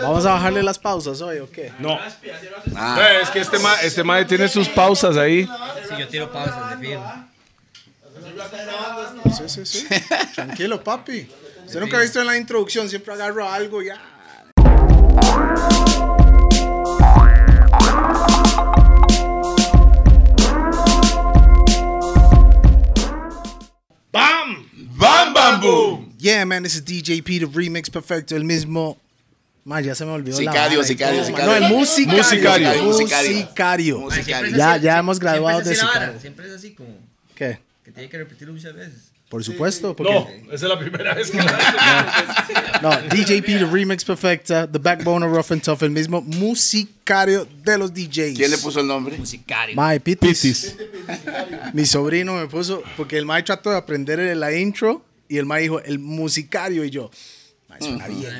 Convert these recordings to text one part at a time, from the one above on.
Vamos a bajarle las pausas hoy, ¿o qué? No. Ah, es que este ma, este mae tiene sus pausas ahí. Si yo tiro pausas de fijo. Sí, sí, sí. Tranquilo, papi. Usted nunca ha visto en la introducción, siempre agarro algo y ya. ¡Bam, bam, boom! Yeah, man, this is DJ Peter Remix Perfecto, el mismo. Man, ya se me olvidó. la Sicario, vara y sicario, todo, man. sicario. No, el musicario. Musicario. Musicario. Musicario. Ya, ya hemos graduado Siempre de es así la vara, sicario. Siempre es así como ¿Qué? que tiene que repetirlo muchas veces. Por supuesto. No, Porque, Oh, esa es la primera vez que lo hace. no. DJ Peter Remix Perfecta, The Backbone of Rough and Tough, el mismo musicario de los DJs. ¿Quién le puso el nombre? Musicario. Mae, Pitis. Pitis. Mi sobrino me puso, porque el mae trató de aprender la intro y el mae dijo, el musicario y yo. Mae, suena bien.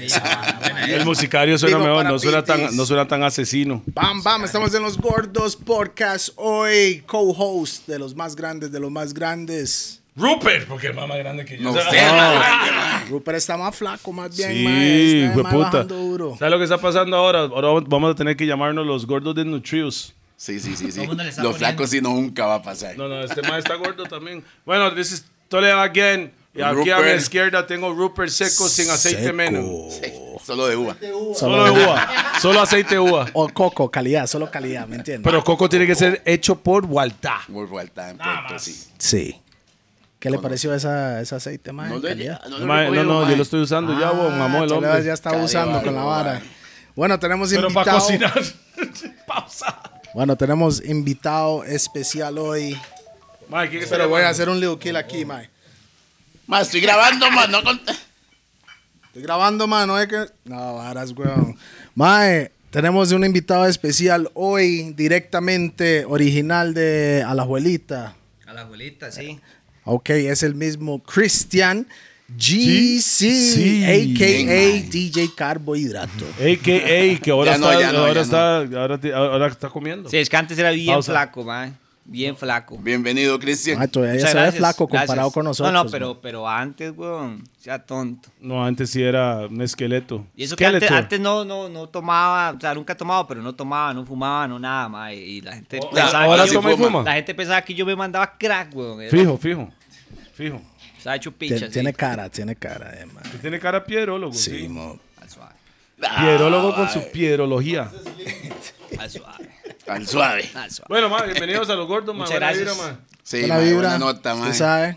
El musicario suena Digo, mejor, para no suena, pitis. tan, no suena tan asesino. Bam, bam, estamos en los Gordos Podcast hoy, co-host de los más grandes, de los más grandes. Rupert, porque es más grande que yo. No, usted, madre. Rupert está más flaco, más bien, mae, Sí, está, güey, mae, puta. bajando duro. ¿Sabes lo que está pasando ahora? Ahora vamos a tener que llamarnos los gordos de Nutrios. Sí, sí, sí, sí. el mundo le está Lo poniendo. flaco sí no nunca va a pasar. No, no, este man está gordo también. Bueno, this is Toledo again. Y aquí a mi Rupert. izquierda tengo Rupert seco sin aceite Seco. menos. Solo de uva. Solo de uva. Solo aceite de uva. O coco, calidad, solo calidad, ¿me entiendes? Pero Coco tiene que ser hecho por Walta. Muy vuelta en Puerto, sí. sí. ¿Qué le pareció esa, ese aceite, mae? No, lo he- calidad? no, lo he Ma- No, recogido, no, ma. yo lo estoy usando ya, bo, mamó el Ah, hombre. Chalabas ya está Caray, abusando vale, con la vale. vara. Bueno, tenemos Pero invitado. para cocinar. Pausa. Bueno, tenemos invitado especial hoy. Ma, ¿quién está Pero voy a llamando? hacer un little kill aquí, mae. Ma, estoy grabando, ma. No con... Estoy grabando, mae, no es que. No, varas, weón. Mae, tenemos un invitado especial hoy, directamente original de Alajuelita. A la abuelita, sí. Ok, es el mismo Christian GC, sí. a.k.a. Bien, mae. DJ Carbohidrato. AKA, que ahora, Ya no, está, ya no, ya ahora, no. está, ahora, te- ahora está comiendo. Sí, es que antes era bien Pausa. flaco, man. Bien flaco. Bienvenido, Cristian. Mae, todavía Muchas se ve gracias, flaco comparado gracias. con nosotros. No, no, mae. pero, pero antes, weón, sea tonto. No, antes sí era un esqueleto. Y eso que antes, Skeletor. antes no, no, no tomaba, o sea, nunca tomaba, pero no tomaba, no fumaba, no nada, más. Y la gente, O- pensaba ahora que yo- toma y fuma. la gente pensaba que yo me mandaba crack, weón. Era- Fijo, fijo. Fijo. Estaba hecho Tien- picha, Tiene sí. cara, tiene cara, eh, mae. Y Tiene cara a pierólogo. Sí, Sí. mo. Al suave, Ah, Pierólogo con su pierología. al suave, Al suave. al suave. Bueno, ma, bienvenidos a los gordos, ma. Muchas Buena gracias. vibra, ma. Sí, Buena ma, vibra. buena nota, ma. Usted sabe.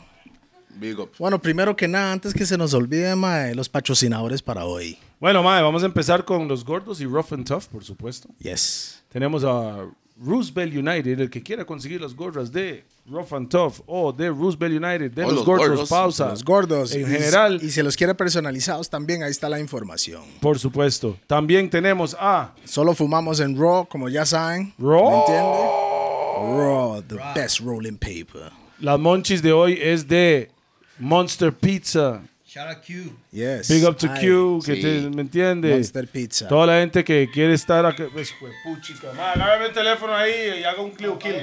Big up. Bueno, primero que nada, antes que se nos olvide, mae, los patrocinadores para hoy. Bueno, ma, vamos a empezar con los gordos y Rough and Tough, por supuesto. Yes. Tenemos a Roosevelt United, el que quiera conseguir las gorras de Rough and Tough o de Roosevelt United, de O los, los gordos, gordos, pausa. Los gordos. En y- general, Y si los quiere personalizados, también ahí está la información. por supuesto. También tenemos a Solo fumamos en Raw, como ya saben. Raw. ¿Me entiende? Raw, the best rolling paper. las monchis de hoy, es de Monster Pizza. Shout out Q. Yes. Big up to Ay, Q, que sí. te- ¿me entiende? Monster Pizza. Toda la gente que quiere estar acá. Pues, puchica, ma, agárrame el teléfono ahí y haga un click kill.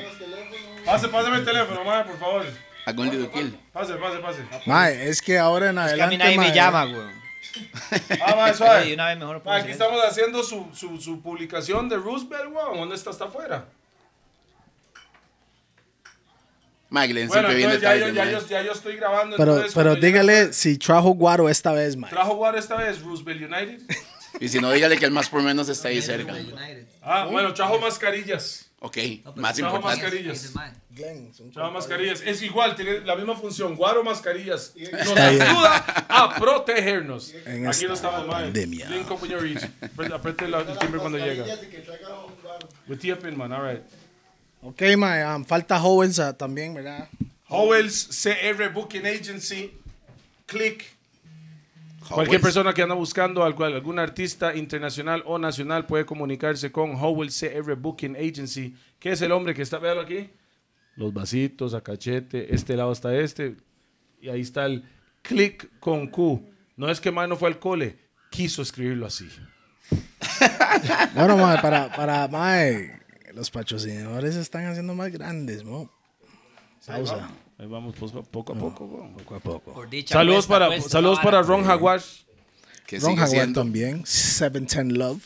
Pase, pásame el teléfono, ma, por favor. Hago un little kill. Pase, pase, pase. Mae, es que ahora en Es que a mí adelante. nadie me mae, llama, weón. Ah, ma, Pero de suave. una vez mejor lo Ma, puedo Ah, aquí hacer. estamos haciendo su, su, su publicación de Roosevelt, weón. ¿Dónde está? Está afuera. Ma, Glenn Bueno, siempre viene entonces ya yo, tarde, ya, ma. yo, ya yo estoy grabando. Pero, entonces, pero cuando llegue- dígale si trajo guaro esta vez, mae. ¿Trajo War esta vez Roosevelt United? Y si no, dígale que el más por menos está ahí cerca. United. Ah, bueno, trajo mascarillas. Ok, más trajo importante. mascarillas. Ese mae. Glenn, son- Trajo mascarillas. Es igual, tiene la misma función. Guaro mascarillas. Nos ayuda a protegernos. En Aquí esta no estamos mal. pandemia. Link up with your ears. Apre- Apriete la- el timbre cuando llega. With the up in, man. All right. Ok, mae, ah, falta jóvenes ah, también, ¿verdad? Howells CR Booking Agency. Click. Howells. Cualquier persona que anda buscando al cual- algún artista internacional o nacional puede comunicarse con Howell CR Booking Agency, que es el hombre que está, véalo aquí, los vasitos a cachete, este lado está este, y ahí está el click con Q. No es que más no fue al cole, quiso escribirlo así. Bueno, mae, para, para, mae, los patrocinadores se están haciendo más grandes, mo. Pausa. Ahí vamos poco, poco a poco. weón. Poco a poco. Por dicha, Saludos cuesta, para, cuesta, saludos vara. para Ron Jaguar. Que Ron sigue Jaguar siendo. también. 710 Love.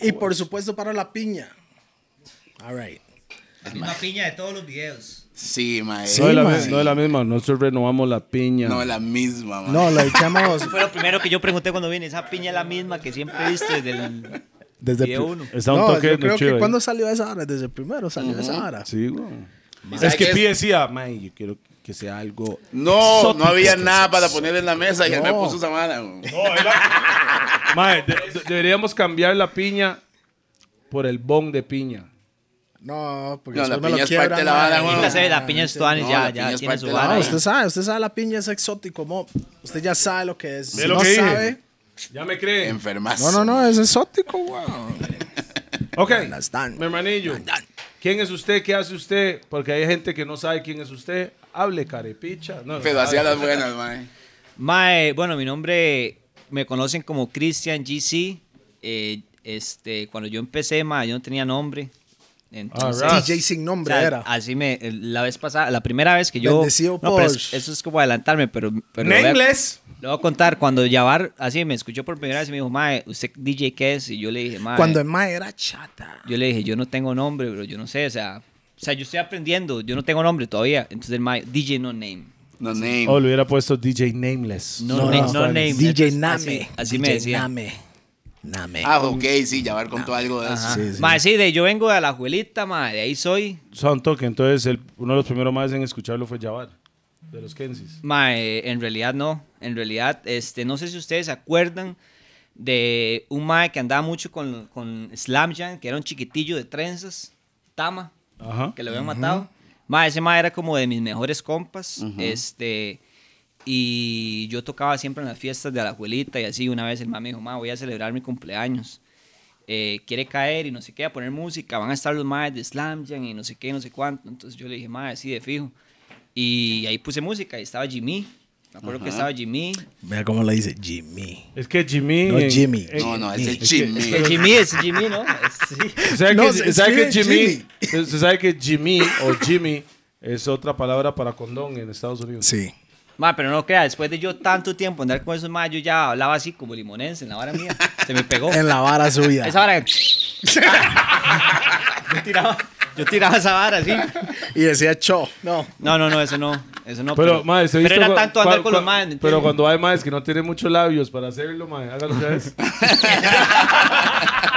Y por supuesto para la piña. All right. La misma piña de todos los videos. Sí, mae. Sí, no, es la, mae. no es la misma, nosotros renovamos la piña. No, la misma, mae. No, le echamos Fue lo primero que yo pregunté cuando vine. Esa piña es la misma que siempre he visto desde el desde video pri- uno. Está un No, toque yo creo chido que ahí. cuando salió esa hora, desde el primero salió esa hora. Sí, güey. ¿Sabe Es que qué es? Pi decía, mae, yo quiero que sea algo. No, no exótico". había nada para poner en la mesa y él me No. puso esa mala. güey. Mae, de- de- deberíamos cambiar la piña por el bong de piña. No, porque No, la después me piña lo es parte quiebran. de la vara, mae. güey. La, serie, la piña Estuanes No, ya, la piña ya es tiene parte su de la vara. No, ahí. usted sabe, usted sabe la piña es exótico, mo. Usted ya sabe lo que es. Ve Si lo no que dije. sabe. ¿Ya me creen? Enfermazo. No, no, no, es exótico, wow. Ok. Understand. Mi hermanillo. ¿Quién es usted? ¿Qué hace usted? Porque hay gente que no sabe quién es usted. Hable carepicha. No, Pero no hacía sabe. las buenas, mae. Mae, bueno, mi nombre me conocen como Christian GC. Eh, este, cuando yo empecé, mae, yo no tenía nombre. Entonces, Alright. DJ sin o Ah, nombre sea, era. así me, la vez pasada, la primera vez que yo. Bendecido no, pero es- Porsche. eso es como adelantarme, pero. pero En vea- inglés. Le voy a contar, cuando Yabar así me escuchó por primera vez y me dijo, Mae, ¿usted DJ qué es? Y yo le dije, Mae. Cuando em-". el mae era chata. Yo le dije, Yo no tengo nombre, bro, yo no sé, o sea. O sea, yo estoy aprendiendo, yo no tengo nombre todavía. Entonces el Mae, DJ no name. No name. O le Oh, hubiera puesto DJ Nameless. No, name, no, name. DJ Entonces, Name. Así, así DJ me decía. Name. Name. Ah, ok, sí, ya ver con todo algo de eso. Ajá. Sí, sí. Ah, Mae, sí, de, yo vengo de la abuelita, mae, de ahí soy. Son toque. Entonces, el- uno de los primeros más en escucharlo fue Jabbar, de los Kensis. Mae, en realidad no. En realidad, este, no sé si ustedes se acuerdan de un mae que andaba mucho con, con Slam Jam, que era un chiquitillo de trenzas, Tama, Ajá. que lo habían matado. Mae, ese mae era como de mis mejores compas. Este. Y yo tocaba siempre en las fiestas de la abuelita y así. Una vez el mae me dijo, mae, voy a celebrar mi cumpleaños. eh, quiere caer y no sé qué, a poner música, van a estar los maes de Slam Jam y no sé qué, no sé cuánto. Entonces yo le dije, mae, sí, de fijo. Y ahí puse música y estaba Jimmy. Me acuerdo que estaba Jimmy. Mira cómo le dice Jimmy. Es que Jimmy. No, en- Jimmy. en- No, no, Es ese que- Jimmy. Es que Jimmy es Jimmy, ¿no? Es- sí. Se sabe, No, que, se se sabe que escribe Jimmy, se- se sabe que Jimmy o Jimmy es otra palabra para condón en Estados Unidos. Sí. Ma, pero no crea, después de yo tanto tiempo andar con esos ma, yo ya hablaba así como limonense en la vara mía. Se me pegó. En la vara suya. Esa vara. yo, tiraba, yo tiraba esa vara así. Y decía Cho. No. No, no, no, eso no. Eso no. Pero, mae, ¿se pero visto era cua- tanto cua- andar con los cua- maes. Pero ¿me entiendes? cuando hay maes que no tienen muchos labios para hacerlo, mae, hágalo otra vez.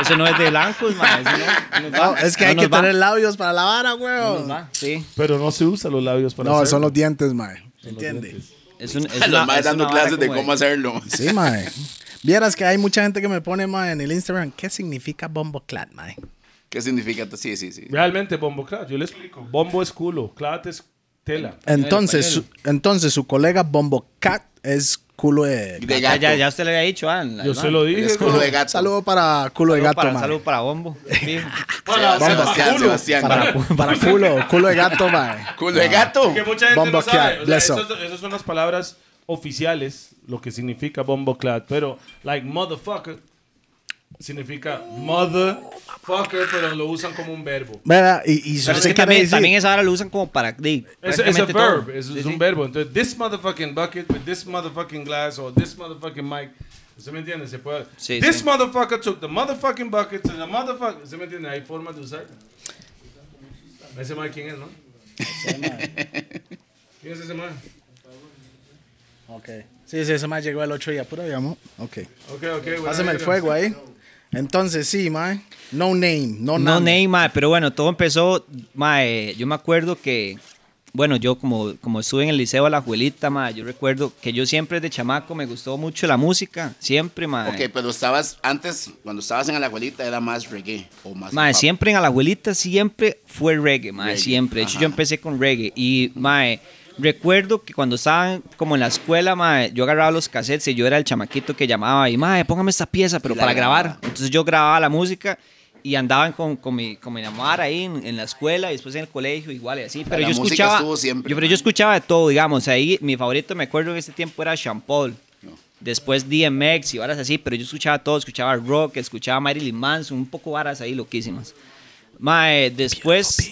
Eso no es de blancos, ma. Eso no, no nos No, va. es que No hay que nos va. tener labios para la vara, No nos weón. va, Sí. Pero no se usa los labios para No, hacerlo. son los dientes, mae. ¿Entiendes? Es un, es Los una- más es una dando vara clases de como cómo hacerlo. Sí, mae. Vieras que hay mucha gente que me pone, mae, en el Instagram. ¿Qué significa bombo clat, mae? ¿Qué significa? Sí, sí, sí. Realmente, bombo, claro, yo le explico. Bombo es culo, clat es tela. Eh, Entonces, su, entonces su colega bombo cat es culo de... De Ya, gato. ya, ya usted le había dicho, ah, en la- Yo ¿no? se lo dije. Es culo güey. de gato. Saludo para culo de Salud gato, para, mae. salud para Bombo. sí. Seba- Bomba. Sebastián, Sebastián. Para, para culo, culo de gato, mae. Culo de gato. Que mucha gente Bombo no sabe. clap, O sea, eso. esas, esas son las palabras oficiales, lo que significa bombo clad. Pero, like, motherfucker, significa motherfucker, pero lo usan como un verbo. Mira, y, y si Pero es usted que quiere también, decir- también esa vara lo usan como para. di, Es, es a prácticamente todo. verb, es, Sí, es sí. un verbo. Entonces, this motherfucking bucket with this motherfucking glass or this motherfucking mic. ¿Se me entiende? Se puede. Sí, this sí. motherfucker took the motherfucking bucket and the motherfucking. ¿Se me entiende? Hay formas de usar. Ese man, ¿quién es, no? ¿Quién es ese man? Ok. Sí, sí, ese mae llegó el otro día, puro, digamos. Ok. Ok, ok. bueno, Pásame el mira. fuego ahí. Entonces, sí, mae. No name, no, No name. name, mae, pero bueno, todo empezó, mae, yo me acuerdo que, bueno, yo como, como estuve en el liceo a la abuelita, mae, yo recuerdo que yo siempre de chamaco me gustó mucho la música, siempre, mae. Ok, pero estabas antes, cuando estabas en la abuelita, era más reggae o más. Mae, pop. siempre en la abuelita siempre fue reggae, mae, Reggae, siempre. De hecho, yo ajá. empecé con reggae y, mae, recuerdo que cuando estaban como en la escuela, mae, yo agarraba los cassettes y yo era el chamaquito que llamaba y, mae, póngame esta pieza, pero Y la para grabar. grababa. Entonces yo grababa la música y andaban con, con mi, con mi mamá ahí en, en la escuela y después en el colegio, igual y así. Pero La yo música escuchaba, estuvo siempre, yo- pero yo mae. escuchaba de todo, digamos. Ahí mi favorito, me acuerdo en ese tiempo, era Sean Paul. Después DMX y varas así, pero yo escuchaba todo, escuchaba rock, escuchaba Marilyn Manson, un poco varas ahí loquísimas. Mae, después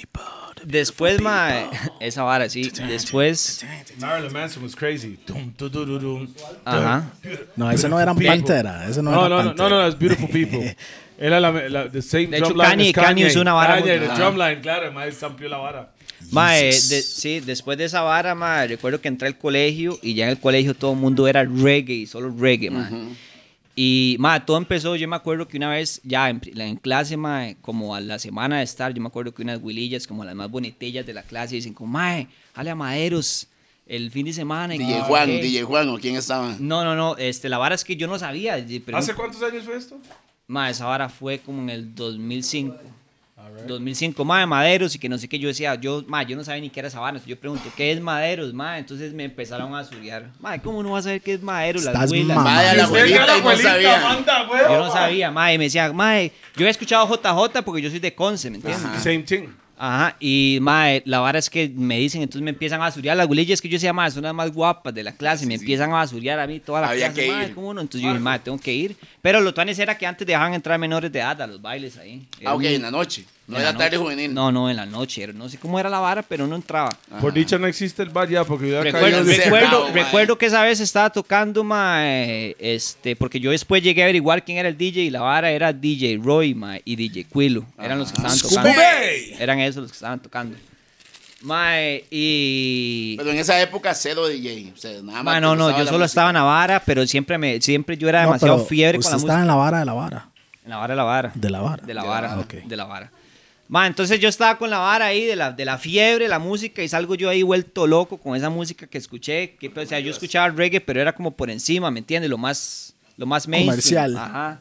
Después, mae, esa vara, sí. Después, eh. Marilyn Manson was crazy. Dum, tu, du, du, dum. ajá. No, ese no era Pantera. Ese no, No, era no, no, Pantera. no, no, it's beautiful people. Era la, la the same De hecho, drumline Kanye- as Kanye. Kanye usó una vara Kanye, muy- the Ajá. drumline, claro, mae, amplió la vara. Mae, de- sí, después de esa vara, mae, recuerdo que entré al colegio y ya en el colegio todo el mundo era reggae, y solo reggae, mae. Y, mae, todo empezó, yo me acuerdo que una vez, ya en, pri- en clase, mae, como a la semana de estar, yo me acuerdo que unas huilillas, como las más bonitillas de la clase, dicen como, mae, jale a Maderos el fin de semana. y que DJ no sé Juan, qué". DJ Juan, ¿o quién estaba? No, no, no, este, la vara es que yo no sabía. y pregun- ¿Hace cuántos años fue esto? Ma, esa vara fue como en el 2005. 2005, ma, de Maderos y que no sé qué. Yo decía, yo, ma, yo no sabía ni qué era esa vara. entonces Yo pregunté, ¿qué es Maderos, ma? Entonces me empezaron a subiar. Ma, ¿cómo no vas a saber qué es Maderos? Las Estás huilas, mamá. Vaya la Usted que abuelita y no sabía. manda, ma. huevo, Yo no mae. sabía, ma. Y me decían, ma, yo he escuchado JJ porque yo soy de Conce, ¿me entiendes? Ajá. Same thing. Ajá, y mae, la vara es que me dicen, entonces me empiezan a basurear las gulillas que yo decía, mae, son las más guapas de la clase, me empiezan a basurear a mí toda la Había clase, que mae, ir. ¿cómo no? Entonces yo dije, mae, tengo que ir. Pero lo tuanes era que antes dejaban entrar menores de edad a los bailes ahí. Era Ah, ok, un- en la noche. No en era la tarde noche. juvenil. No, no, en la noche, era- no sé cómo era la vara, pero no entraba. Por dicha no existe el bar ya, porque yo acá Recuerdo, cayó el recuerdo, cerrado, mae. recuerdo que esa vez estaba tocando, mae, este, porque yo después llegué a averiguar quién era el DJ y la vara era DJ Roy, mae, y DJ Quilo. Eran los que estaban tocando. Scooby. Eran esos los que estaban tocando. Mae, y... Pero en esa época cero DJ. O sea, nada más. Mae, te Ah, no, no, gustaba yo la solo música. estaba en la vara, pero siempre, me, siempre yo era No, demasiado pero fiebre con usted la música. estaba en la vara de la vara. En la vara de la vara. De la vara. De la vara. Ah, ok. De la vara. Ma, entonces yo estaba con la vara ahí de la, de la fiebre, la música, y salgo yo ahí vuelto loco con esa música que escuché. Que, pues, o sea, yo escuchaba reggae, pero era como por encima, ¿me entiendes? Lo más, lo más mainstream. Comercial. Ajá.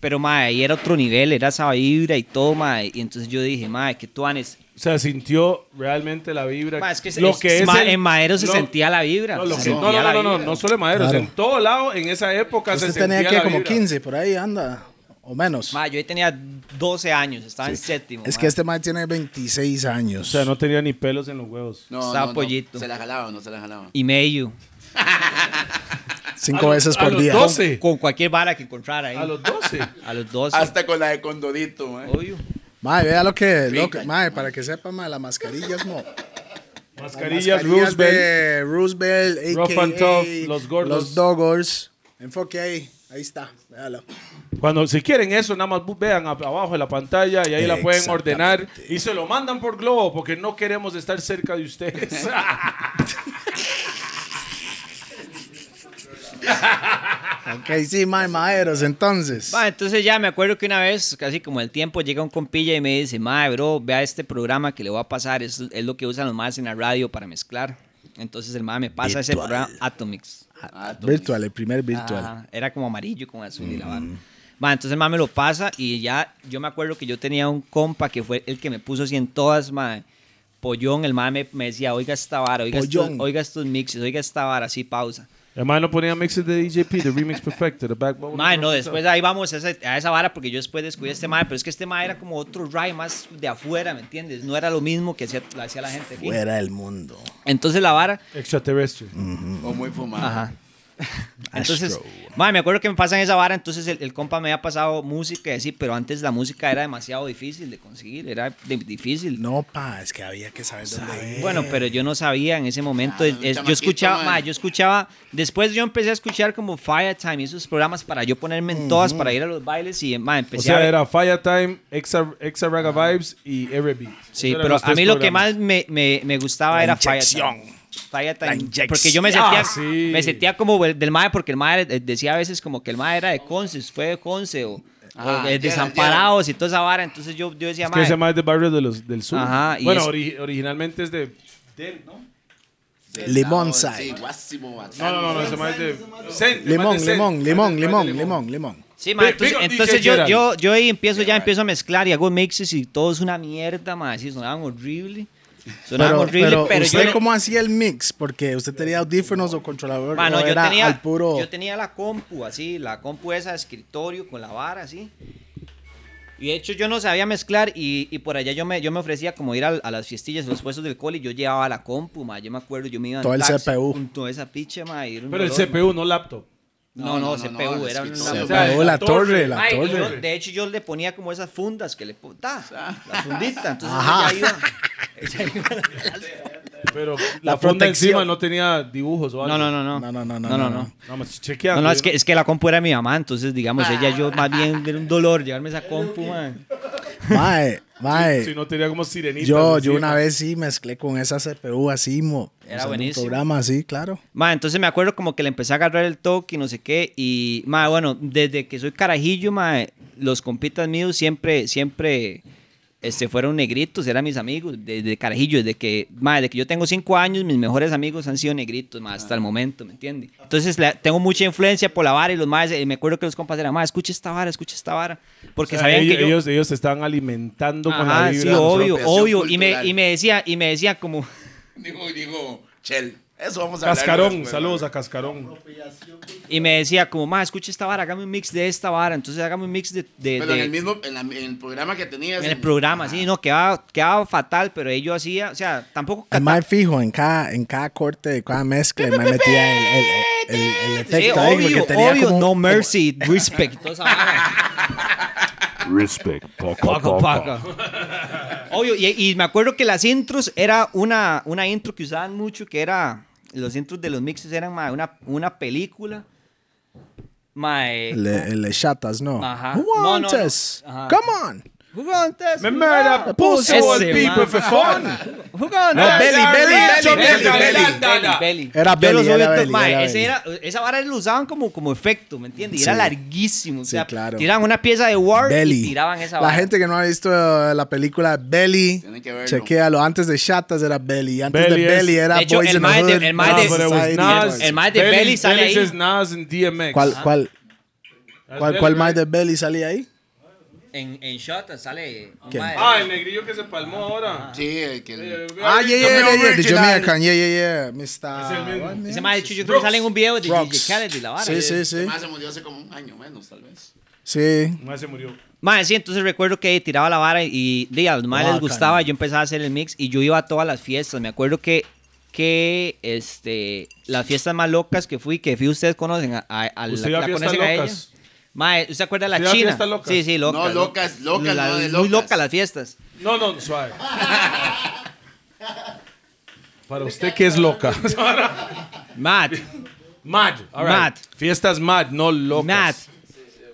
Pero, ma, ahí era otro nivel, era esa vibra y todo, ma. Y entonces yo dije, ma, que tú anes. O sea, sintió realmente la vibra. Ma, es que, lo es- que es ma, el- en Madero se lo- sentía la vibra. No, lo se que- no, sentía no, la no, no, vibra. no solo en Madero, Claro. en todo lado en esa época se Usted sentía tenía que la como vibra. 15, por ahí anda. O menos. Ma, yo ahí tenía 12 años, estaba en séptimo. Es ma. que este man tiene 26 años. O sea, no tenía ni pelos en los huevos. No, no, Estaba no, pollito. Se la jalaba, no se la jalaba. Y medio. Cinco A veces los- a por los día. 12. Con cualquier vara que encontrara ahí. A los 12. A los 12. Hasta con la de Condorito, ¿eh? man. Obvio. Mae, vea lo que. Lo Rica. que mae, para que sepa, mae, la mascarilla es mo. mascarillas Mascarillas, Roosevelt. de Roosevelt, a.k.a. Rough and Tough, los gordos. Los Doggers. Enfoque ahí. Ahí está. Véalo. Cuando si quieren eso, nada más bu- vean ab- abajo de la pantalla y ahí la pueden ordenar. Y se lo mandan por globo porque no queremos estar cerca de ustedes. Ok, sí, mae, maeros, entonces. Ma, entonces ya me acuerdo que una vez, casi como el tiempo, llega un compilla y me dice, mae, bro, vea este programa que le voy a pasar, es, es lo que usan los más en la radio para mezclar. Entonces el mae me pasa ese programa Atomix. Ah, tú- virtual, el primer virtual. Ajá, era como amarillo con azul y la vara. Ma, entonces el mae me lo pasa y ya yo me acuerdo que yo tenía un compa que fue el que me puso así en todas, mae. Pollón, el mae me, me decía, oiga esta vara, oiga estos, Pollón. oiga estos mixes, oiga esta vara, así pausa. Además no ponían mixes de DJP, de Remix Perfected, the Backbone. Mae, no, después ahí vamos a esa, a esa vara porque yo después descubrí a este mae, pero es que este mae era como otro ride más de afuera, ¿me entiendes? No era lo mismo que hacía, lo hacía la gente aquí. Fuera del mundo. Entonces la vara, Extraterrestre. Mm. O muy fumado. ajá. Entonces, mae, me acuerdo que me pasan esa vara, entonces el, el compa me había pasado música y así, pero antes la música era demasiado difícil de conseguir, era de- difícil. No, pa, es que había que saber dónde ir. Bueno, pero yo no sabía en ese momento. Eh. Ah, es- un es- yo chamaquito, escuchaba, man. ma, yo escuchaba. Después yo empecé a escuchar como Fire Time y esos programas para yo ponerme en todas, para ir a los bailes y, ma, empecé O a sea, ver- era Fire Time, Exa, Exa Raga Ah. Vibes y Everbeat. Sí, Esos eran pero los a tres mí lo que programas. más me, me- me gustaba La era Fire inyección. Time. Fire Time. La inyección. Porque yo me sentía, Ah, sí. me sentía como el del MAE, porque el MAE eh, decía a veces como que el MAE era de Conce, fue de Conce o, o Ah, de ya, Desamparados y toda esa vara. Entonces yo, yo decía, Es que "Mae, ese mae es de barrio de los, del sur. Ajá, y bueno, es- ori- originalmente es de... Del, ¿no? Sí, Limón estaba- side. Sí, guasimo, bacano. No, no, no, no, ese mae es de... Cent, Limón, ese mae es de limón, limón, Cent. Ese mae es de limón, limón, limón. Sí, ma, Big- entonces, big up entonces DJ yo, Gerald. yo, yo ahí empiezo, ya empiezo a mezclar y hago mixes y todo es una mierda, ma, así sonaban horrible. Sonaban Pero, horrible, pero, pero, ¿usted yo, cómo hacía el mix? Porque usted tenía audífonos o controlador. Mano, o yo era tenía, al puro. yo tenía la compu así, la compu esa de escritorio con la vara así. Y de hecho yo no sabía mezclar y, y por allá yo me, yo me ofrecía como ir al- a, las fiestillas, los puestos del cole y yo llevaba la compu, ma, yo me acuerdo, yo me iba en Todo el taxi CPU. con toda esa piche, ma, y era un Pero el dolor, ma. CPU, no laptop. No, no, CPU, el era un- escritorio. O sea, la torre, la Mae, y torre. yo- de hecho, yo le ponía como esas fundas que le ponía. La fundita. Entonces Ajá. ella iba. ella iba a la- Pero la, La funda protección. encima no tenía dibujos o algo. No, no, no, no. No, no, no, no, no, no. no. Vamos, chequeando. No, no, es que, es que la compu era mi mamá, entonces, digamos, ella yo más bien era un dolor llevarme esa compu, mae. Mae, mae. Si no tenía como sirenita. Eh, Yo, yo una vez sí mezclé con esa CPU así, mo. Era haciendo un buenísimo. programa así, claro. Ma, entonces me acuerdo como que le empecé a agarrar el toque y no sé qué. Y, ma, bueno, desde que soy carajillo, ma, los compitas míos siempre, siempre este, fueron negritos, eran mis amigos, desde carajillo, desde que, ma, desde que yo tengo cinco años, mis mejores amigos han sido negritos, ma, hasta el momento, ¿me entiendes? Entonces la- tengo mucha influencia por la vara y los más, me acuerdo que los compas eran, ma, escucha esta vara, escucha esta vara. Porque que sabían ellos, que yo... ellos, ellos se estaban alimentando con la Ajá, vibra. sí, de nosotros. obvio, apropiación obvio. Y me, cultural. y me decía, y me decía como... Digo, digo, Chel. Eso vamos a hablar. Cascarón, después, saludos ¿no? a Cascarón. Y me decía, como, ma, escucha esta vara, hágame un mix de esta vara. Entonces, hágame un mix de. de- Pero de- en el mismo, Ah. en, la- en el programa que tenías. en el programa, sí, no, quedaba, quedaba fatal, pero ello hacía, o sea, tampoco. El cata- mae fijo, en cada, en cada corte, de cada mezcla, me metía el, el, el- el Sí, efecto ahí, porque obvio, tenía obvio, como- no mercy, respect, toda esa vara. Respect. Poco, Paca, poco. paca. Obvio, y, y me acuerdo que las intros era una, una intro que usaban mucho, que era. Los intros de los mixes eran ma, una, una película. Mae. El, el de chatas, no. Ajá. Who No, no, no. wants us? Ajá. Come on. Who gonna test? Me murder, pussy, Ese, all people man. for fun. Who gonna No, test? Belly, Belly, Belly, Belly, Belly, Belly, Belly. Belly, Belly. Era Yo Belly, los era oí- Belly, mae, era ese Belly. era- esa vara lo usaban como, como efecto, ¿me entiendes? Y Sí. era larguísimo. O Sí, sea, claro. tiraban una pieza de War y Belly. tiraban esa la vara. gente que no ha visto eh, la película Belly, Tienen que verlo. chequéalo. Antes de chatas era Belly. Antes Belly de es- Belly era De hecho, Boys el in the mae de- Hood, el mae Ah, Boys de- in pero it was Society, Nas. Boys. El mae de Belly- Belly sale Belly ahí. is Nas and DMX. ¿Cuál, cuál, Ah, cuál, Belly, cuál Belly. mae de Belly salía ahí? En, en Shot sale. un ¿Quién? mae- Ah, el negrillo que se palmó ahora. Sí, el que. eh, el- Ah, yeah, yeah, yeah, Jamaican yeah, the original. Jamaican, yeah, yeah, yeah, Es el mismo. Mr. Ese mae, de hecho, yo creo que sale en un video de Brooks. DJ Khaled y la vara. Sí, sí, sí. Además, se murió hace como un año menos, tal vez. Sí. Más se murió. Mae, sí, entonces recuerdo que tiraba la vara y di, a los maes les Guácala. gustaba, yo empezaba a hacer el mix y yo iba a todas las fiestas. Me acuerdo que, que este, las fiestas más locas que fui, que fui ustedes conocen, a, a- a la, ¿Usted iba a la fiestas conocen a ella. locas? Mae, ¿usted se acuerda de ¿Usted la iba a China? fiestas locas? Sí, sí, locas. No, locas, locas, La- no de Muy locas. locas las fiestas. No, no, suave. Para usted que es loca. Matt, Mad. all right. Mad. Fiestas mad, no locas. Matt.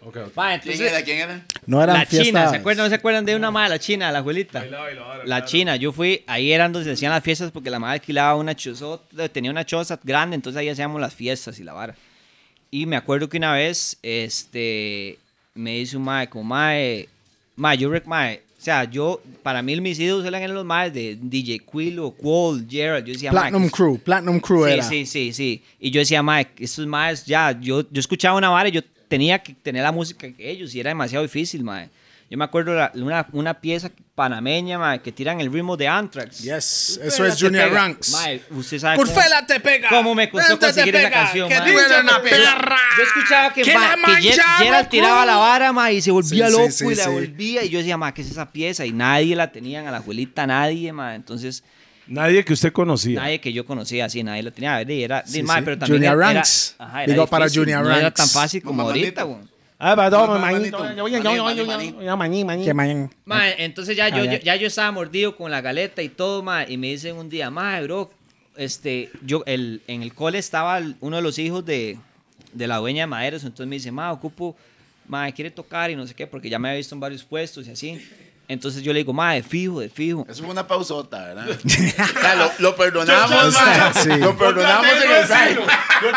Ok, ok. Mae, ¿Quién entonces, era? ¿Quién era? No eran la China, fiestas. ¿se acuerdan? ¿No se acuerdan de una mae, la China, la abuelita? Baila, baila, ahora, La claro. China, yo fui, ahí eran donde se hacían las fiestas porque la madre alquilaba una chozota, tenía una choza grande, entonces ahí hacíamos las fiestas y la vara. Y me acuerdo que una vez, este, me dice un mae, como mae, mae, yo rec, mae, o sea, yo, para mí mis ídolos eran los maes de DJ Quilo, Quol, Gerald, yo decía, mae, Platinum que- Crew, Platinum Crew Sí, era. sí, sí, sí. Y yo decía, mae, estos maes, ya, yo, yo escuchaba una vara y yo tenía que tener la música que ellos y era demasiado difícil, mae. Yo me acuerdo la- una, una pieza panameña, mae, que tiran el ritmo de Anthrax. Yes, Pero eso la es te Junior pega. Ranks. Mae, usted sabe Curfela te pega. cómo me costó Vente te conseguir esa pega, canción, Que mae. tú eres una Yo- perra. Yo escuchaba que, Que ma, la que Ger- manchaba, Gerald tiraba la vara, ma, y se volvía Sí, sí, loco sí, y la sí. volvía. Y yo decía, ma, ¿qué es esa pieza? Y nadie la tenían, a la abuelita nadie, ma. Entonces, Nadie que usted conocía. nadie que yo conocía así, nadie la tenía. Y Era, y, Sí, ma, sí. pero también Junior era- Ranks. era- ajá, era Digo, para difícil, Junior No era Ranks. tan fácil como Mamanito. ahorita, weón. Ah, perdón, Manito, manito. manito, manito. Que man. Ma, entonces ya yo, yo- ya yo estaba mordido con la galeta y todo, ma, y me dicen un día, ma, bro, este, yo, el, en el cole estaba el- uno de los hijos de, de la dueña de maderos, entonces me dice, ma, ocupo, ma, quiere tocar y no sé qué, porque ya me había visto en varios puestos y así. Entonces yo le digo, ma, de fijo, de fijo. Eso fue una pausota, ¿verdad? o sea, lo, lo perdonamos. Chucha, ma. sí. Lo perdonamos en el baile.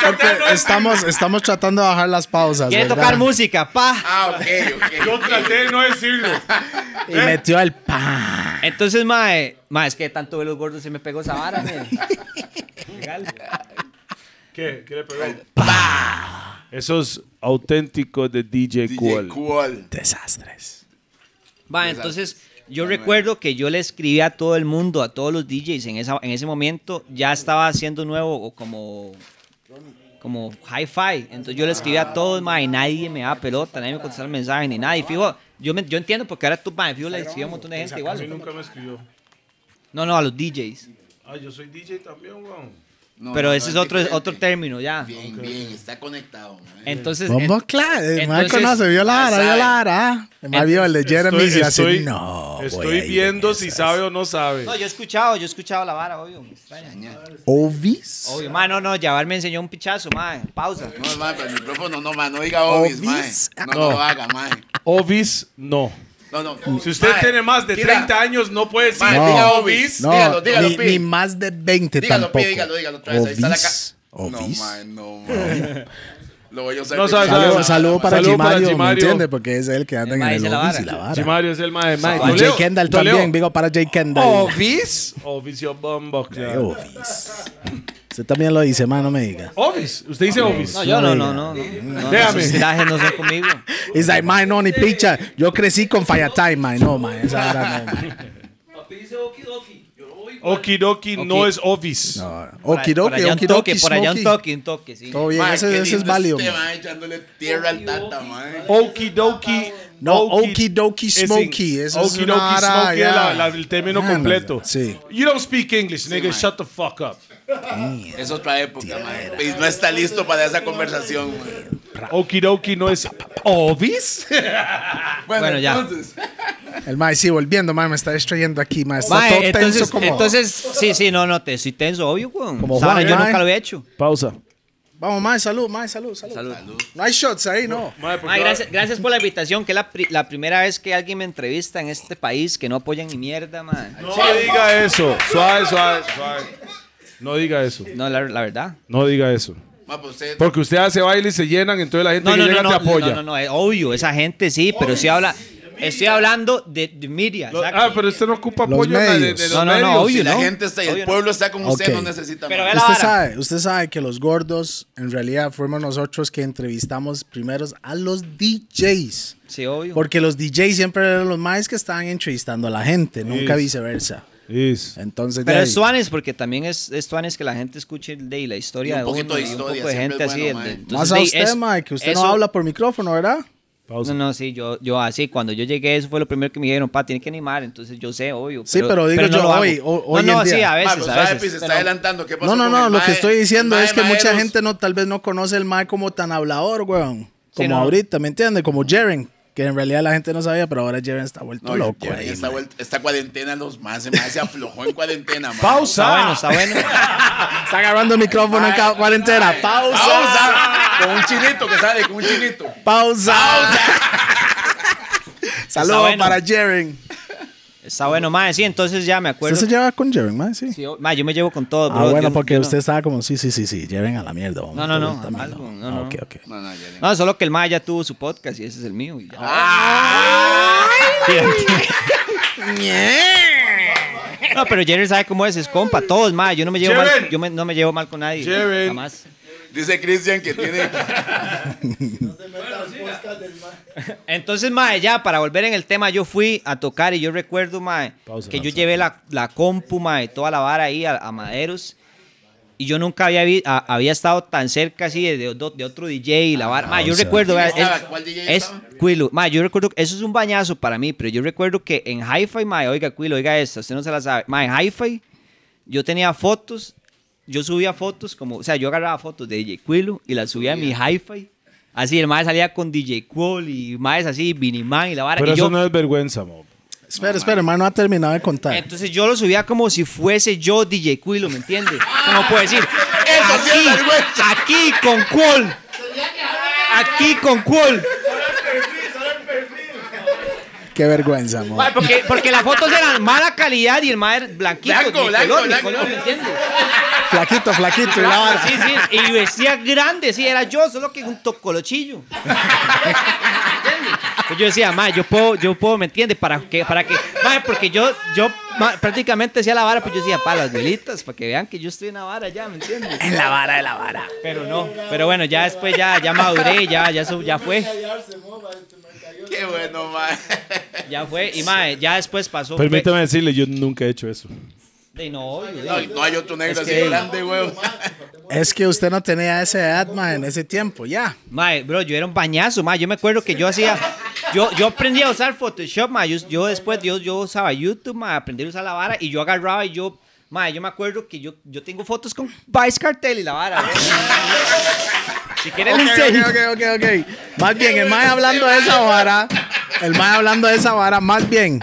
Porque estamos, estamos tratando de bajar las pausas. Quiere ¿verdad? tocar música, pa. Ah, ok, ok. Yo traté de no decirlo. Y metió el pan. Entonces, ma, eh, ma, es que tanto de los gordos se me pegó esa vara, ma. Legal. ¿Qué? ¿Qué le pegó? Esos auténticos de DJ DJ Kual. Kual. Desastres. Va, entonces yo recuerdo que yo le escribí a todo el mundo, a todos los DJs en, esa, en ese momento, ya estaba haciendo nuevo o como como hi-fi, entonces yo le escribí a todos, ma, y nadie me da pelota, nadie me contestaba el mensaje ni nada, y fijo, yo, me- yo entiendo porque ahora tú, ma, fijo, le escribí a un montón de gente A mí igual, nunca me escribió. no, no, a los DJs, Ah, yo soy DJ también, weón. No, pero no, ese no, es es otro, diferente. otro término ya. Bien, bien, está conectado. mae. Entonces, Vamos, en- claro. El mae entonces- conoce, vio la vara, sabe. vio la vara. ah. El mae vio el de Jeremy y así, no. voy estoy a ir en viendo esas". si sabe o no sabe. no, yo he escuchado, yo he escuchado la vara, obvio. me extraña. Ovis. Obvio, ma, no, no, Yabar me enseñó un pichazo, ma, pausa. No, mae, pero el micrófono no, mae, no diga obis, mae. Obis. No, No. no lo haga, mae. Ovis, no. No, no. Si usted Mae, tiene más de tira. 30 años, no puede decir Mae, No. diga Ovis. obis. dígalo, dígalo, ni, pi. ni más de 20 Dígalo, tampoco. pi, dígalo, dígalo otra vez. Ahí está la ca- Ovis. Ovis. No, mae, no, mae. Lo voy a usar. No sabe, sabe. primero. Saludo, saludo para Saludo para Chimario, ¿me Chimario. entiendes? Porque es el que anda El en mae el dice la Ovis y vara. la vara. Chimario es el mae. mae. Para Jay Kendall también, digo para Jay Kendall. Oh, Ovis. Ovis, yo bombo. Eh, Ovis. Usted también lo dice, mano, no me diga. Ovis. Usted dice Ovis. No, yo no, no, no. no, no, no Déjame. esos tirajes no son conmigo. It's like, mine no, ni picha. Yo crecí con Fire Time, man. No, man. Esa vara no, man. Okidoki no Ok. es Ovis. No. Por Okidoki, allá un toque, okidoki, por allá un smoky. toque, un toque, sí. Todo bien, Mae, ese, qué ese es lindo válido. este, man. mae, echándole tierra al tata, mae. Okidoki. No, okidoki smoky, eso es Okidoki una vara, smoky ya. es la- la- el término Mano, completo. sí. You don't speak English, nigga. mae. Shut the fuck up. Es otra época, mae. Y no está listo para esa conversación, mae. Okidoki no es Ovis. Bueno, ya. entonces, El mae, sí, volviendo, man, me está distrayendo aquí, man. Está Ma, todo entonces, tenso como... entonces, sí, sí, no, no, te soy tenso, obvio, weón. Como Esa vara Juan, yo ma. nunca lo había hecho. Pausa. Vamos, man, salud, man, salud, salud. Salud. No hay shots ahí, no. Mae, por Ma, favor. gracias, gracias por la invitación, que es la, pri- la primera vez que alguien me entrevista en este país que no apoyan ni mierda, ma. No diga eso. Suave, suave, suave. No diga eso. No, la, la verdad. No diga eso. mae, pues usted- Porque usted hace baile y se llenan, entonces la gente No, que no, no, llega no, te no, apoya. no, no, es obvio, esa gente sí, pero sí habla, estoy hablando de, de media, Lo- exacto. ah, pero usted no ocupa Los apoyo en la de- de, medios. los No, no, no, medios. obvio. Si la ¿no? gente está y Obvio, el no. pueblo está con usted, Ok. no necesita Pero más. ve la Usted vara. sabe, usted sabe que los gordos, en realidad, fuimos nosotros que entrevistamos primeros a los DJs. Sí, obvio. Porque los DJs siempre eran los más que estaban entrevistando a la gente, nunca Sí. viceversa. Is. Entonces, Pero de es ahí- Tuanes, porque también es, es Tuanes que la gente escuche de la historia Y un de poquito uno, de y historia, un poco de siempre gente es así. bueno, el- mae. entonces, Más a de- usted, es- mae, que usted eso- no habla por micrófono, ¿verdad? Pausa. No, no, sí, yo, yo así, cuando yo llegué, eso fue lo primero que me dijeron, pa, tiene que animar, entonces yo sé, obvio. Sí, pero digo no yo lo hago. hoy, ho- hoy No, no, en sí, día. a Mae, veces, pues, a sabe, veces. pues, se está pero- adelantando. ¿Qué pasó No, no, con no, el lo mae? que estoy diciendo El es mae que mucha Maeros. gente no tal vez no conoce el mae como tan hablador, weón. Sí, Como no. ahorita, ¿me entiendes? Como Jeren, que en realidad la gente no sabía, pero ahora Jeren está vuelto No, loco. ya, ahí, esta, mae. vuelta- esta cuarentena los más, se, mae, se aflojó en cuarentena. mae. Está bueno, Pausa. está bueno. Está agarrando el micrófono en cada cuarentena. Pausa. Pausa. Con un chinito que sale, con un chinito. Pausa. Está Saludos bueno. para Jeren. Está bueno, mae, sí, entonces ya me ¿Usted acuerdo. se lleva con Jeren, mae? Sí. Sí, yo- mae, yo me llevo con todo, Ah, bro, bueno, yo- porque yo no- usted estaba como, sí, sí, sí, sí, lleven a la mierda. vamos, No, no, no, todo también, algo, no, no. Ah, Ok, ok. No, no, ya. No, solo que el mae ya tuvo su podcast y ese es el mío. y ya. Ah. Ah. No, pero Jerry sabe cómo es, es compa, todos, mae, yo no me llevo mal, Jeren. yo me- no me llevo mal con nadie. Jeren. Jamás. Dice Cristian que tiene. Entonces, mae, ya para volver en el tema, yo fui a tocar y yo recuerdo, mae, Pausa, que yo pausa. llevé la, la compu, mae, toda la vara ahí a, a Maderos. Y yo nunca había, vi- a- había estado tan cerca así de, de- de otro DJ y la vara. Mae, Ah, yo pausa. recuerdo, vea, estaba? es- ¿Cuál DJ es estaba? Quilo. Mae, yo recuerdo, eso es un bañazo para mí, pero yo recuerdo que en Hi-Fi, mae, oiga, Quilo, oiga esto, usted no se la sabe. Mae, en Hi-Fi, yo tenía fotos, yo subía fotos como, o sea, yo agarraba fotos de DJ Quilo y las subía a mi hi-fi. Así, el mae salía con DJ Quil y maes así, Vinimán y la vara. Pero y eso yo, no es vergüenza, mo. Espera, espera, hermano, ha terminado de Eh, contar. Entonces yo lo subía como si fuese yo DJ Quilo, ¿me entiendes? Como puedo decir, Eso sí es vergüenza. aquí con Quil, aquí con Quil. Qué vergüenza, amor. Mae, Porque, porque las fotos eran mala calidad y el mae era blanquito, Blanco, ni blanco, color, ni blanco. color, ¿me entiendes? Flaquito, flaquito, y la Claro, vara. sí, sí. Y vestía grande, sí, era yo, solo que junto con los chillos. ¿Entiendes? Pues yo decía, ma, yo puedo, yo puedo, ¿me entiendes? Para que, para que, ma, porque yo, yo ma, prácticamente hacía la vara, pues yo decía, para las velitas, para que vean que yo estoy en la vara ya, ¿me entiendes? En la vara, de la vara. Pero no, pero bueno, ya después ya, ya maduré, ya, ya, eso, ya fue, Qué bueno, mae. ya fue, y ma, ya después pasó. fue- Permítame decirle, yo nunca he hecho eso. De no, obvio, No, de- no hay otro negro Es así que- grande, huevo. Es que usted no tenía esa edad, man, en ese tiempo, ya. Mae, bro, yo era un bañazo, mae. Yo me acuerdo que yo hacía. Yo, yo aprendí a usar Photoshop, mae. Yo, yo después, yo, yo usaba YouTube, mae. Aprendí a usar la vara y yo agarraba y yo Mae, yo me acuerdo que yo, yo tengo fotos con Vice Cartel y la vara. ¿no? si quieren Ok, les enseño. ok, ok, ok, ok. Más bien, el más hablando de esa vara, el más hablando de esa vara, más bien,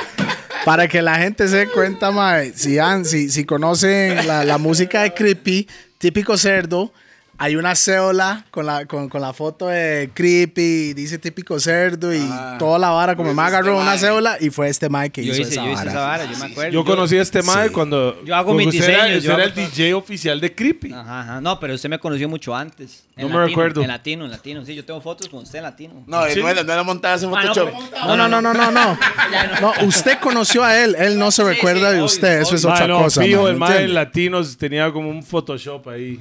para que la gente se dé cuenta, mae, si, han, si, si conocen la, la música de Creepy, típico cerdo, hay una cédula con la, con, con la foto de Creepy, dice típico cerdo y Ah. toda la vara, como pues me este agarró una mae. cédula y fue este mae que Yo hizo hice, esa yo hice vara. esa vara, yo me acuerdo. Yo conocí a este mae cuando. Yo hago cuando mis usted Era, diseños, usted yo era hago el todo. Ah. DJ oficial de Creepy. Ajá, ajá. No, pero usted me conoció mucho antes. No En me latino, recuerdo. En latino, en latino. Sí, yo tengo fotos con usted en latino. No, eh, no, era, no era montada en Ah, no, Photoshop. pero- No, no, no, no, no, no. No, usted conoció a él, él no se recuerda sí, de obvio, usted, eso es Mae, otra no, cosa. fijo, mae, el ¿me mae en entiende? latinos tenía como un Photoshop ahí.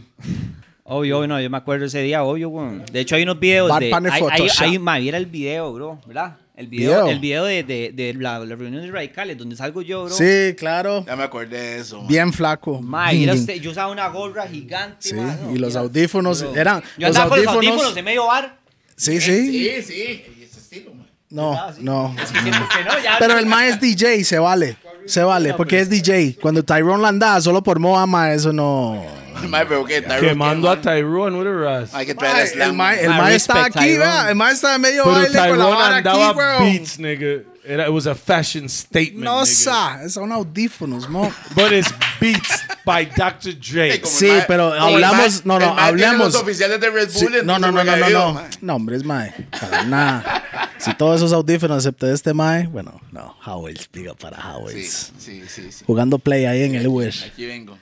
Obvio, obvio, no, yo me acuerdo ese día, obvio, weón. De hecho, hay unos videos Bad de. Bunny Hay, hay, Photoshop. hay- ma, viera el video, bro, ¿verdad? El video, Video. el video de, de, de la, la reunión de radicales, donde salgo yo, bro. Sí, claro. Ya me acordé de eso. man. Bien flaco. Ma, Bien, viera bien. usted, yo usaba una gorra gigante, Mm. Sí, ma, no, y los viera. audífonos Bro. eran. Yo los andaba con los audífonos. audífonos de medio bar. sí, sí. Sí, sí. y ese estilo, man. No, Ah, sí. no. Es que siento que no, ya. Pero el mae es DJ, se vale. Se vale, porque es DJ. Cuando Tyrone la andaba solo por moda, mae, eso no. Mae, pero qué Tyro, Quemando qué, a man? Tyrone, what a ras. Hay que traer a Mae, El Slam. mae el Ma, mae respect, estaba aquí, Tyrone. vea. El mae estaba en medio Pero baile con la Tyrone vara andaba aquí, weón. beats, nigga. Era, it was a fashion statement. No, nigga. sa, son audífonos, mo. But it's beats by Dr. Dre. Como el Sí, mae- pero el hablamos- mae- no, no, el mae tiene hablemos. Los oficiales de Red Bull. Sí, no, no, no, no, entonces, no, güey, no. man. No, hombre, es mae. Para nada. Si todos esos audífonos, excepto este mae, bueno, no. Howells, diga para Sí, Howells. sí, sí, sí. Jugando play ahí en el Uber. Aquí vengo.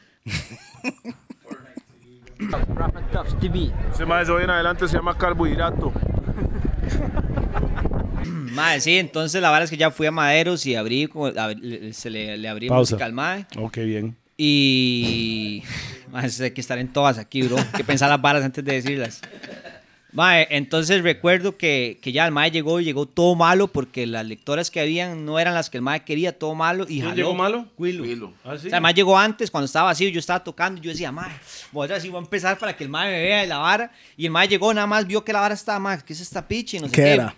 Ese mae hoy en adelante se llama carbohidrato. Mae, sí, entonces la vara es que ya fui a Maderos y abrí, como- a- le- se le, le abrí Pausa. música al mae. Ok, bien. Y. Mae, eso hay que estar en todas aquí, bro. Hay que pensar las varas antes de decirlas. Mae, entonces recuerdo que, que ya el mae llegó y llegó todo malo porque las lectoras que habían no eran las que el mae quería, todo malo. Y ¿Quién jaló. llegó malo? Willow. Willow. Ah, sí. O sea, el mae llegó antes, cuando estaba vacío, yo estaba tocando, yo decía, mae, voy a, decir, voy a empezar para que el mae me vea y la vara. Y el mae llegó, nada más vio que la vara estaba, mae, ¿qué es esta picha? Y no sé ¿Qué qué. era?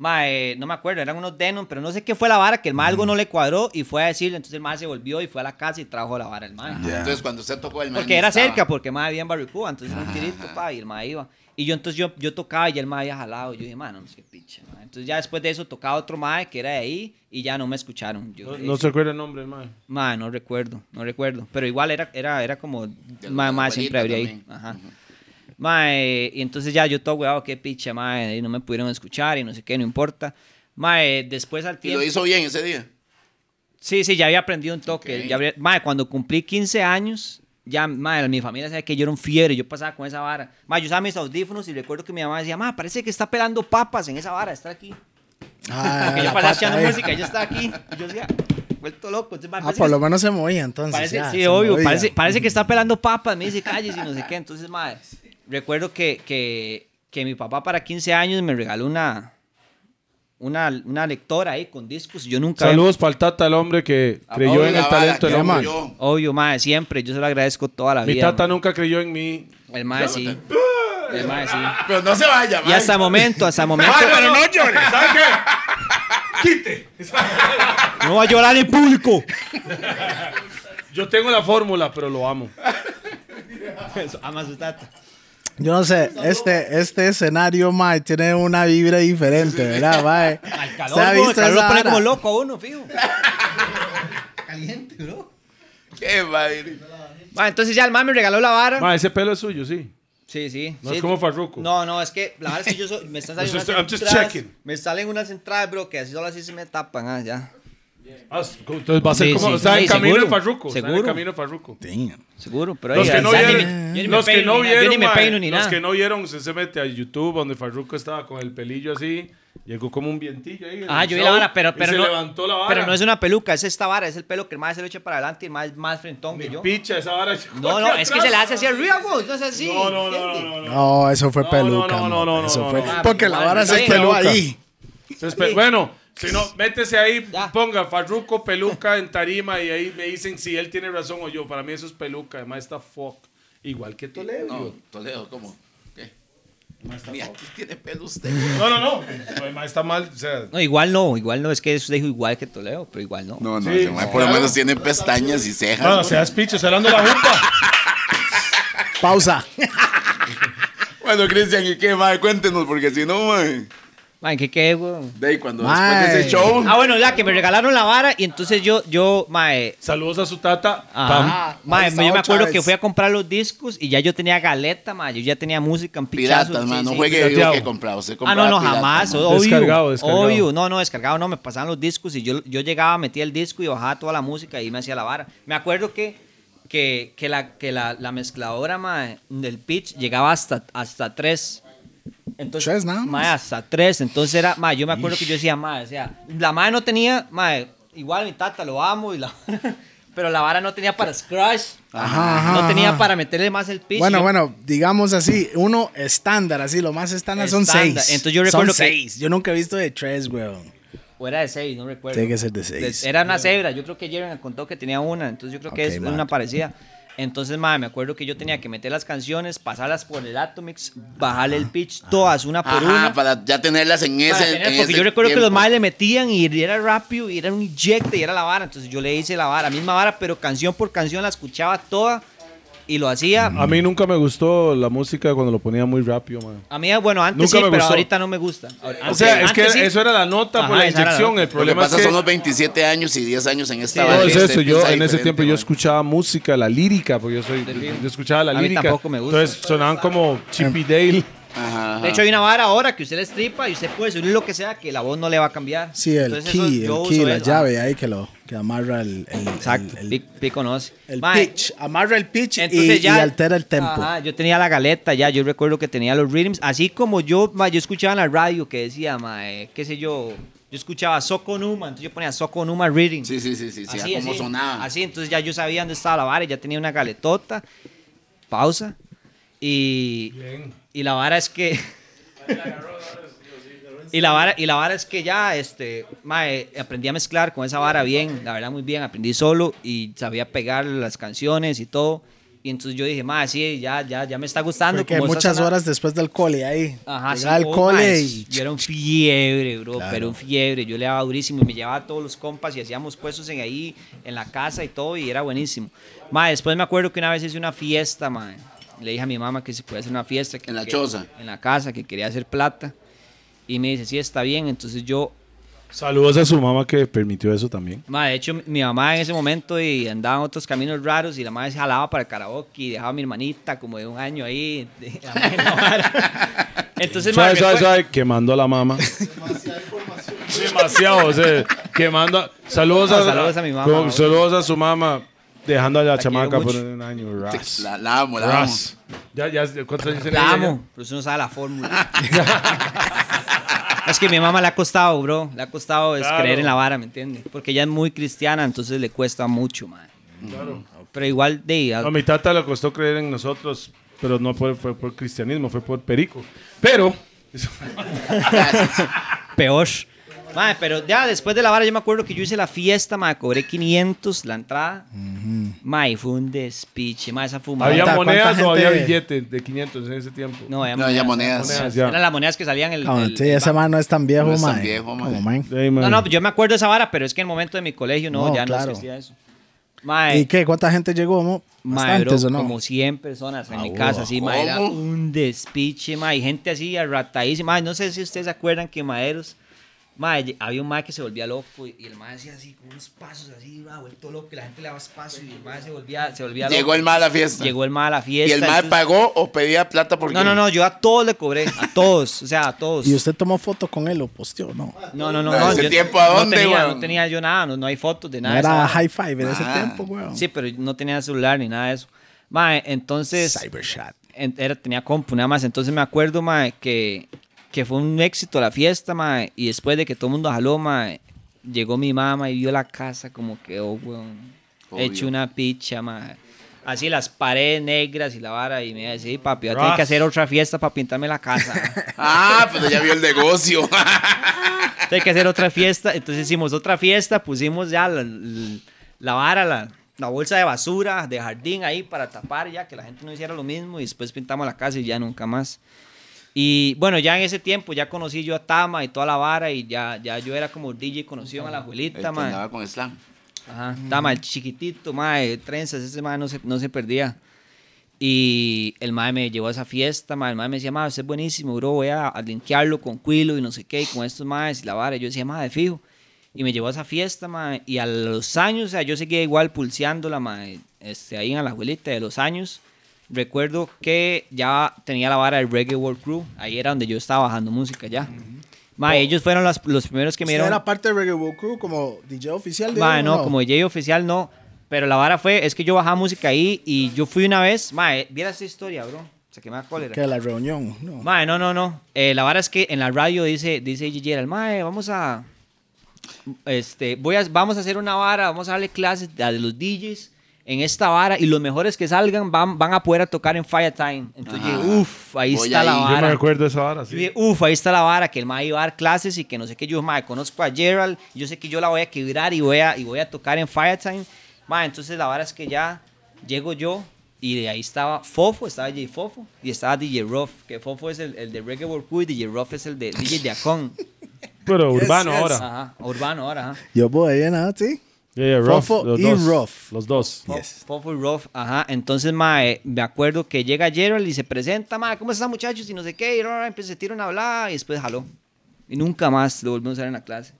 Mae, no me acuerdo, eran unos denon, pero no sé qué fue la vara, que el mae algo no le cuadró y fue a decirle, entonces el mae se volvió y fue a la casa y trajo la vara el mae. Entonces, cuando usted tocó el mae Porque ni era estaba. cerca, porque más había en Barracuda, entonces un tirito, pa, y el ma iba. Y yo entonces yo, yo tocaba y ya el ma había jalado. Yo dije, mano, no sé qué pinche, ma". Entonces ya después de eso tocaba otro ma que era de ahí y ya no me escucharon. Yo, No, eh, no se acuerda el nombre, mae. ma, no recuerdo, no recuerdo. Pero igual era, era, era como, la ma, ma, siempre habría abuelita ahí. también. Ajá. Ma, eh, y entonces ya yo todo weado, qué pinche, ma, eh, y no me pudieron escuchar y no sé qué, no importa. Ma, eh, después al Y tiempo. lo hizo bien ese día. Sí, sí, ya había aprendido un toque. Ok. Ya había- mae, cuando cumplí 15 años, ya, madre, mi familia sabía que yo era un fiebre, yo pasaba con esa vara. Mae, yo usaba mis audífonos y recuerdo que mi mamá decía, ma, parece que está pelando papas en esa vara, está aquí. Ah, Porque yo la pasaba pata, echando eh. música, ella está aquí. Y yo decía, vuelto loco. Entonces, mae, Ah, parece por que- lo menos se movía entonces. Parece, ya, sí, se obvio, movía. parece, parece que está pelando papas, me dice calles y no sé qué. Entonces, madre, recuerdo que, que, que mi papá para 15 años me regaló una, una, una lectora ahí con discos. Yo nunca había- Saludos para el tata, el hombre que creyó en La el vara, talento del que hombre. apoyó. Obvio, madre, siempre. Yo se lo agradezco toda la Mi vida. tata mae. nunca creyó en mí. El mae sí. El mae sí. Pero no se vaya, mae. Y hasta el momento, hasta el momento. pero no llores, ¿sabes qué? No va a llorar en público. Yo tengo la fórmula, pero lo amo. Ama su tata. Yo no sé, este, este escenario, mae, tiene una vibra diferente, ¿verdad, mae? ¿Se Al ha calor, bro, el visto esa calor lo pone vara? como loco a uno, fijo. Caliente, bro. Qué madre. Mae, entonces ya el mae me regaló la vara. Ma, ese pelo es suyo, sí. Sí, sí. No sí. es como Farruko. No, no, es que la verdad es que yo soy- me están saliendo I'm just- unas I'm just entradas. checking. Me salen unas entradas, bro, que así solo así se me tapan, ah, ya. Ah, Entonces va a ser Sí, como. sí, está sí, en camino seguro, de Farruko. Está en el seguro. camino de Farruko. Seguro, pero Los ahí, que ya, no ya ni vieron, me- yo ni me los que peino no ni nada, vieron, yo ni me mae, peino ni los nada. que no vieron, usted se mete a YouTube donde Farruko estaba con el pelillo así, llegó como un vientillo ahí. en Ah, el yo vi show, la vara, pero, y pero, se no, levantó la vara. pero no es una peluca, es esta vara, es el pelo que el más se lo echa para adelante y el más, más frentón que yo. picha esa vara. llegó No, no, aquí es que atrás. se le hace así a Real Wolves, no es así. No, no, no, no, ¿entiende? no, no. No, eso fue No, peluca. no, no, mo, no, no, eso no, fue. no, no. Porque la Bueno, vara se sí. peló Peluca. ahí. Se espe- Bueno, si no, métese ahí, Ya. ponga Farruko peluca en tarima y ahí me dicen si él tiene razón o yo. Para mí eso es peluca, además está fuck. Igual que Toledo. No, Toledo, ¿cómo? ¿Qué? Ni aquí tiene pelo usted. No, no, no. El mae está mal. O sea, No, igual no, igual no, es que eso dijo igual que Toledo, pero igual no. No, no, Sí, ese mae por lo claro. menos tiene pestañas y cejas. bueno, Ah. güey. seas picho, se dando la jupa. Pausa. Bueno, Cristian, ¿y qué, mae? Cuéntenos, porque si no, mae. Man, ¿qué qué, weón? De ahí, cuando después de Mae. ese show. Ah, bueno, la que me regalaron la vara y entonces yo, yo, mae, Saludos a su tata. Ajá. Mae, ahí está yo me otra acuerdo vez. que fui a comprar los discos y ya yo tenía galeta, mae, yo ya tenía música en pichazo. Piratas, mae. sí, No sí. juegue vivo pirateado. que compraba. Usted Ah, compraba no, no, pirata, jamás, mae. obvio. Descargado, descargado. Obvio, no, no, descargado, no, me pasaban los discos y yo, yo llegaba, metía el disco y bajaba toda la música y me hacía la vara. Me acuerdo que, que, que la, que la, la mezcladora mae, del pitch llegaba hasta, hasta tres. Entonces, Tres nada más. mae, hasta tres. Entonces era, mae, yo me acuerdo que yo decía, mae, o sea, la madre no tenía, mae, igual mi tata lo amo y la Pero la vara no tenía para scratch. Ajá, ajá, no tenía ajá. para meterle más el pitch. Bueno, Yo- bueno, digamos así, uno estándar, así, lo más estándar son Estándar. seis. Entonces yo Son recuerdo que- seis. Yo nunca he visto de tres, weón. O era de 6, no recuerdo. Tiene que ser de seis. Era una cebra, yo creo que Jeremy contó que tenía una, entonces yo creo que Ok, es man. una parecida. Entonces, madre, me acuerdo que yo tenía que meter las canciones, pasarlas por el Atomix, bajarle el pitch, todas una por Ajá, una. para ya tenerlas en para ese. tener- en porque ese yo recuerdo que los tiempo. madres le metían y era rápido y era un inyecte y era la vara. Entonces yo le hice la vara, misma vara, pero canción por canción la escuchaba toda y lo Mm. hacía. A mí nunca me gustó la música cuando lo ponía muy rápido, mae. A mí, bueno, antes Nunca sí, me pero gustó. ahorita no me gusta. Ah, O sea, es que eso era la nota por Ah, Ajá, la esa era la inyección. El nota. Lo que problema pasa es que son los 27 años y 10 años en Sí, esta No, vaina, es usted eso. Yo piensa en ese diferente, tiempo yo mae. escuchaba música, la lírica, porque yo soy, yo escuchaba la A mí lírica. tampoco me gusta. Entonces sonaban como Chippy Dale. Ajá, ajá. De hecho, hay una vara ahora que usted le estripa y usted puede subir lo que sea, que la voz no le va a cambiar. Sí, el Entonces, eso key, yo el key, uso la eso. llave ahí que lo que amarra el, el- el- Exacto, el, Pi- Pi conoce. el Mae, pitch, amarra el pitch y, entonces ya, y altera el tempo. Ajá, yo tenía la galeta ya, yo recuerdo que tenía los rhythms. Así como yo, mae, yo escuchaba en la radio que decía, mae, qué sé yo, yo escuchaba Soko Numa, entonces yo ponía Soko Numa Reading. Sí, sí, sí, sí, sí, a cómo sonaba. Así, entonces ya yo sabía dónde estaba la vara, ya tenía una galetota. Pausa. Y, y la vara es que. Y la, vara, y la vara es que ya este, mae, aprendí a mezclar con esa vara bien, la verdad muy bien, aprendí solo y sabía pegar las canciones y todo. Y entonces yo dije, mae, sí, ya, ya, ya me está gustando. Fue que como esa muchas zona- horas después del cole ahí. Ajá, sí, llegaba al oh, cole mae, y Yo era un fiebre, bro, pero un fiebre. Yo le daba durísimo y me llevaba a todos los compas y hacíamos puestos en ahí, en la casa y todo, y era buenísimo. Mae, después me acuerdo que una vez hice una fiesta, mae. Le dije a mi mamá que si podía hacer una fiesta. que- En la que- choza. En la casa, que quería hacer plata. Y me dice, sí, está bien. Entonces yo Saludos a su mamá que permitió eso también. Ma, de hecho, mi- mi mamá en ese momento y andaba en otros caminos raros y la madre se jalaba para el karaoke y dejaba a mi hermanita como de un año ahí. de- la madre en la vara. Entonces, ma, Suave, suave, recuer- suave, quemando a la mamá. Demasiado, o sea, quemando. a- Saludos, No, a, saludos a mi mamá, con- güey. saludos a su mamá, dejando a la, chamaca por mucho. un año. Ras. La, la amo, la amo. Ras. Ya, ya, ¿cuántos años tiene la ella? amo, pero usted no sabe la fórmula. es que a mi mamá le ha costado, bro. Le ha costado es Claro. creer en la vara, ¿me entiendes? Porque ella es muy cristiana, entonces le cuesta mucho, ma. Pero igual de... A mi tata le costó creer en nosotros, pero no fue, fue por cristianismo, fue por perico. Pero, peor. Mae, pero ya después de la vara, yo me acuerdo que yo hice la fiesta, mae, cobré 500 la entrada. Mae, fue un despiche, mae, esa fumada. ¿había ¿Cuánta- cuánta monedas o había gente? billetes de 500 en ese tiempo? No, había No, ya monedas. Monedas, ya. Eran las monedas que salían el. Cabrón, el- sí, ese man no es tan viejo, No es tan mae. viejo, mae. Como, mae. Ey, man. No, no, yo me acuerdo de esa vara, pero es que en el momento de mi colegio no, No, ya no claro. existía eso. Mae, ¿Y qué? ¿Cuánta gente llegó? mo? mae, bro, ¿Bastantes o no? como 100 personas en mi casa, así, mae, era Ah, ¿cómo? un despiche, mae, y gente así arratadísima. Mae, no sé si ustedes se acuerdan que Maeros. Mae, ll- había un mae que se volvía loco y y el mae hacía así, con unos pasos así, mae, vuelto loco, y la gente le daba espacio y el mae se volvía, se volvía Llegó loco. el mal a la fiesta. Llegó el mae a la ¿Y fiesta. el mal entonces- pagó o pedía plata porque No, no, no, yo a todos le cobré, a todos, o sea, a todos. ¿Y usted tomó foto con él o posteó? No. No, no, no. No, no, ese yo tiempo, ¿a no dónde, tenía, weón? no tenía yo nada, no, no hay fotos de No nada. de era esa vara. high five en ese Ah. tiempo, weón. Sí, pero no tenía celular ni nada de eso. Mae, entonces, Cybershot. en- era, tenía compu nada más. Entonces me acuerdo, mae, que, que fue un éxito la fiesta, mae. Y después de que todo el mundo jaló, mae, llegó mi mamá y vio la casa como quedó, weón. Obvio. Hecho una picha, mae. Así las paredes negras y la vara. Y me decía, sí, papi, voy a tener que Ras. hacer otra fiesta para pintarme la casa. Ah, pero ya vio el negocio. Hay que hacer otra fiesta. Entonces hicimos otra fiesta, pusimos ya la, la- la vara, la, la bolsa de basura, de jardín ahí para tapar ya, que la gente no hiciera lo mismo y después pintamos la casa y ya nunca más. Y bueno, ya en ese tiempo ya conocí yo a Tama y toda la vara y ya, ya yo era como DJ conocido en la El que abuelita, mae. Este, andaba con slam. Ajá, Tama, el chiquitito, mae, trenzas, ese mae no se, no se perdía. Y el mae me llevó a esa fiesta, mae, el mae me decía, mae, usted es buenísimo, bro, voy a, a linkearlo con Quilo y no sé qué, y con estos maes y la vara. Y yo decía, mae, de fijo. Y me llevó a esa fiesta, mae, y a los años, o sea, yo seguía igual pulseándola, mae, este, ahí en la abuelita de los años. Recuerdo que ya tenía la vara del Reggae World Crew, ahí era donde yo estaba bajando música ya. Mae, ellos fueron las- los primeros que me ¿Usted dieron... era parte de Reggae World Crew como DJ oficial de Mae, ellos, no, como DJ oficial no. Pero la vara fue, es que yo bajaba música ahí y yo fui una vez. Mae, viera esta historia, bro. Se quemaba cólera. Que la reunión, no. Mae, no, no, no. Eh, la vara es que en la radio dice, dice Gigi Gerald, mae, vamos a. Este, voy a, vamos a hacer una vara, vamos a darle clases a los DJs en esta vara y los mejores que salgan van, van a poder a tocar en Fire Time. Entonces Ajá. uff, ahí Voy está ahí. la Yo vara. Yo me recuerdo esa vara, Yo sí. dije, uff, ahí está la vara, que el mae iba a dar clases y que no sé qué. Yo, mae, conozco a Gerald, yo sé que yo la voy a quebrar y voy a, y voy a tocar en Firetime. Mae, entonces la vara es que ya llego yo y de ahí estaba Fofo, estaba DJ Fofo y estaba DJ Ruff, que Fofo es el, el de Reggae World Crew y DJ Ruff es el de DJ de Acon. Pero urbano yes. ahora. Ajá, urbano ahora, ajá. Yo voy bien, ¿ah? Sí. Oh, Yeah, yeah, rough, Fofo los y dos. rough. Los dos. Fo- Fofo y Ruff, ajá. Entonces, mae, me acuerdo que llega Gerald y se presenta, mae, ¿cómo están muchachos? Y no sé qué, y rara, empieza- se tira una hablada y después jaló. Y nunca más lo volvimos a ver en la clase.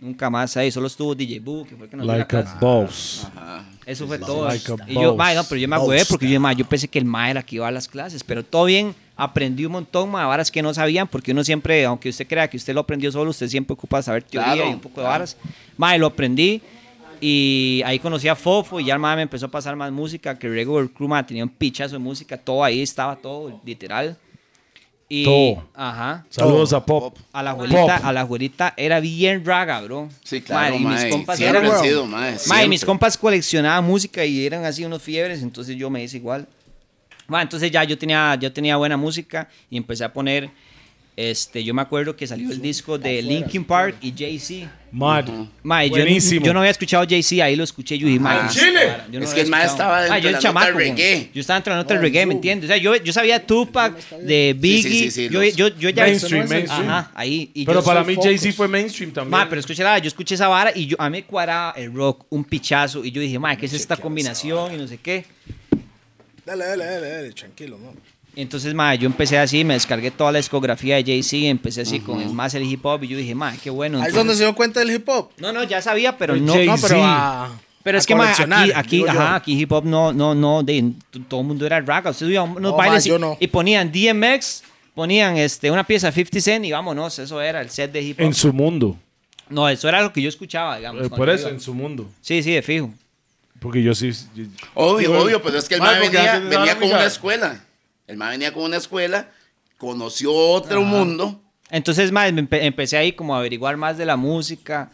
Nunca más ahí, solo estuvo DJ Boo, que fue el que nos dio la Like a clase. boss. Eso fue todo. like a y yo, boss. mae, no, pero yo me agüé porque yo, mae, yo pensé que el mae era que iba a las clases, pero todo bien, aprendí un montón, mae, varas que no sabían, porque uno siempre, aunque usted crea que usted lo aprendió solo, usted siempre ocupa saber teoría Claro, y un poco de claro. varas. Mae, lo aprendí y ahí conocí a Fofo y ya el mae me empezó a pasar más música, que Regular Crew, mae, tenía un pichazo de música, todo ahí estaba todo, literal. Y, Todo. Ajá. Saludos a Pop. A la abuelita, Pop. a la abuelita era bien raga, bro. Sí, claro, Mae, y mis mae. compas Siempre eran- han sido, mae. Mae, mis siempre. compas coleccionaban música y eran así unos fiebres, entonces yo me hice igual. Mae, entonces ya yo tenía, yo tenía buena música y empecé a poner, este, yo me acuerdo que salió el disco de Linkin Park y Jay-Z. Mad. Mae, yo, Buenísimo. yo no había escuchado Jay-Z, ahí lo escuché yo dije, mae, Ah, ¿qué Chile. es esta vara? Yo no Es lo que había el mae escuchado. estaba dentro Mae, yo de el la chamaco, nota del como- reggae. Yo estaba entrando en la nota del reggae, ¿me entiendes? O sea, yo, yo sabía de Tupac, de Biggie, sí, sí, yo, los- yo, yo ya... Mainstream, mainstream. Ajá, ahí. y Pero yo para soy mí focus. Jay-Z fue mainstream también. Ma, pero escúchala, yo escuché esa vara y yo, a mí me cuadraba el rock, un pichazo. Y yo dije, ma, ¿qué es esta combinación? Y no sé qué. Dale, dale, dale, dale, tranquilo, no. Entonces, ma, yo empecé así, me descargué toda la discografía de Jay-Z, empecé así con el más el hip hop. Y yo dije, ma, qué bueno. Ahí es Entonces- donde se dio cuenta del hip hop. No, no, ya sabía, pero De no. Pues Jay-Z. No, no, pero, pero a- pero es a que, ma, aquí, coleccionar, aquí, digo yo. ajá, aquí hip hop no, no, no, de- t- todo el mundo era raga. Ustedes iban a unos No, bailes ma, y, yo no. y ponían DMX, ponían este, una pieza 50 Cent y vámonos, eso era el set de hip hop. En su mundo. No, eso era lo que yo escuchaba, digamos. Eh, cuando Por yo eso, iba. en su mundo. Sí, sí, de fijo. Porque yo sí. yo- Obvio, Bueno, obvio, pero es que el mae, mae porque venía, antes de la venía con amiga- una escuela. El mae venía con una escuela, conoció otro mundo. Entonces, más, empecé ahí como a averiguar más de la música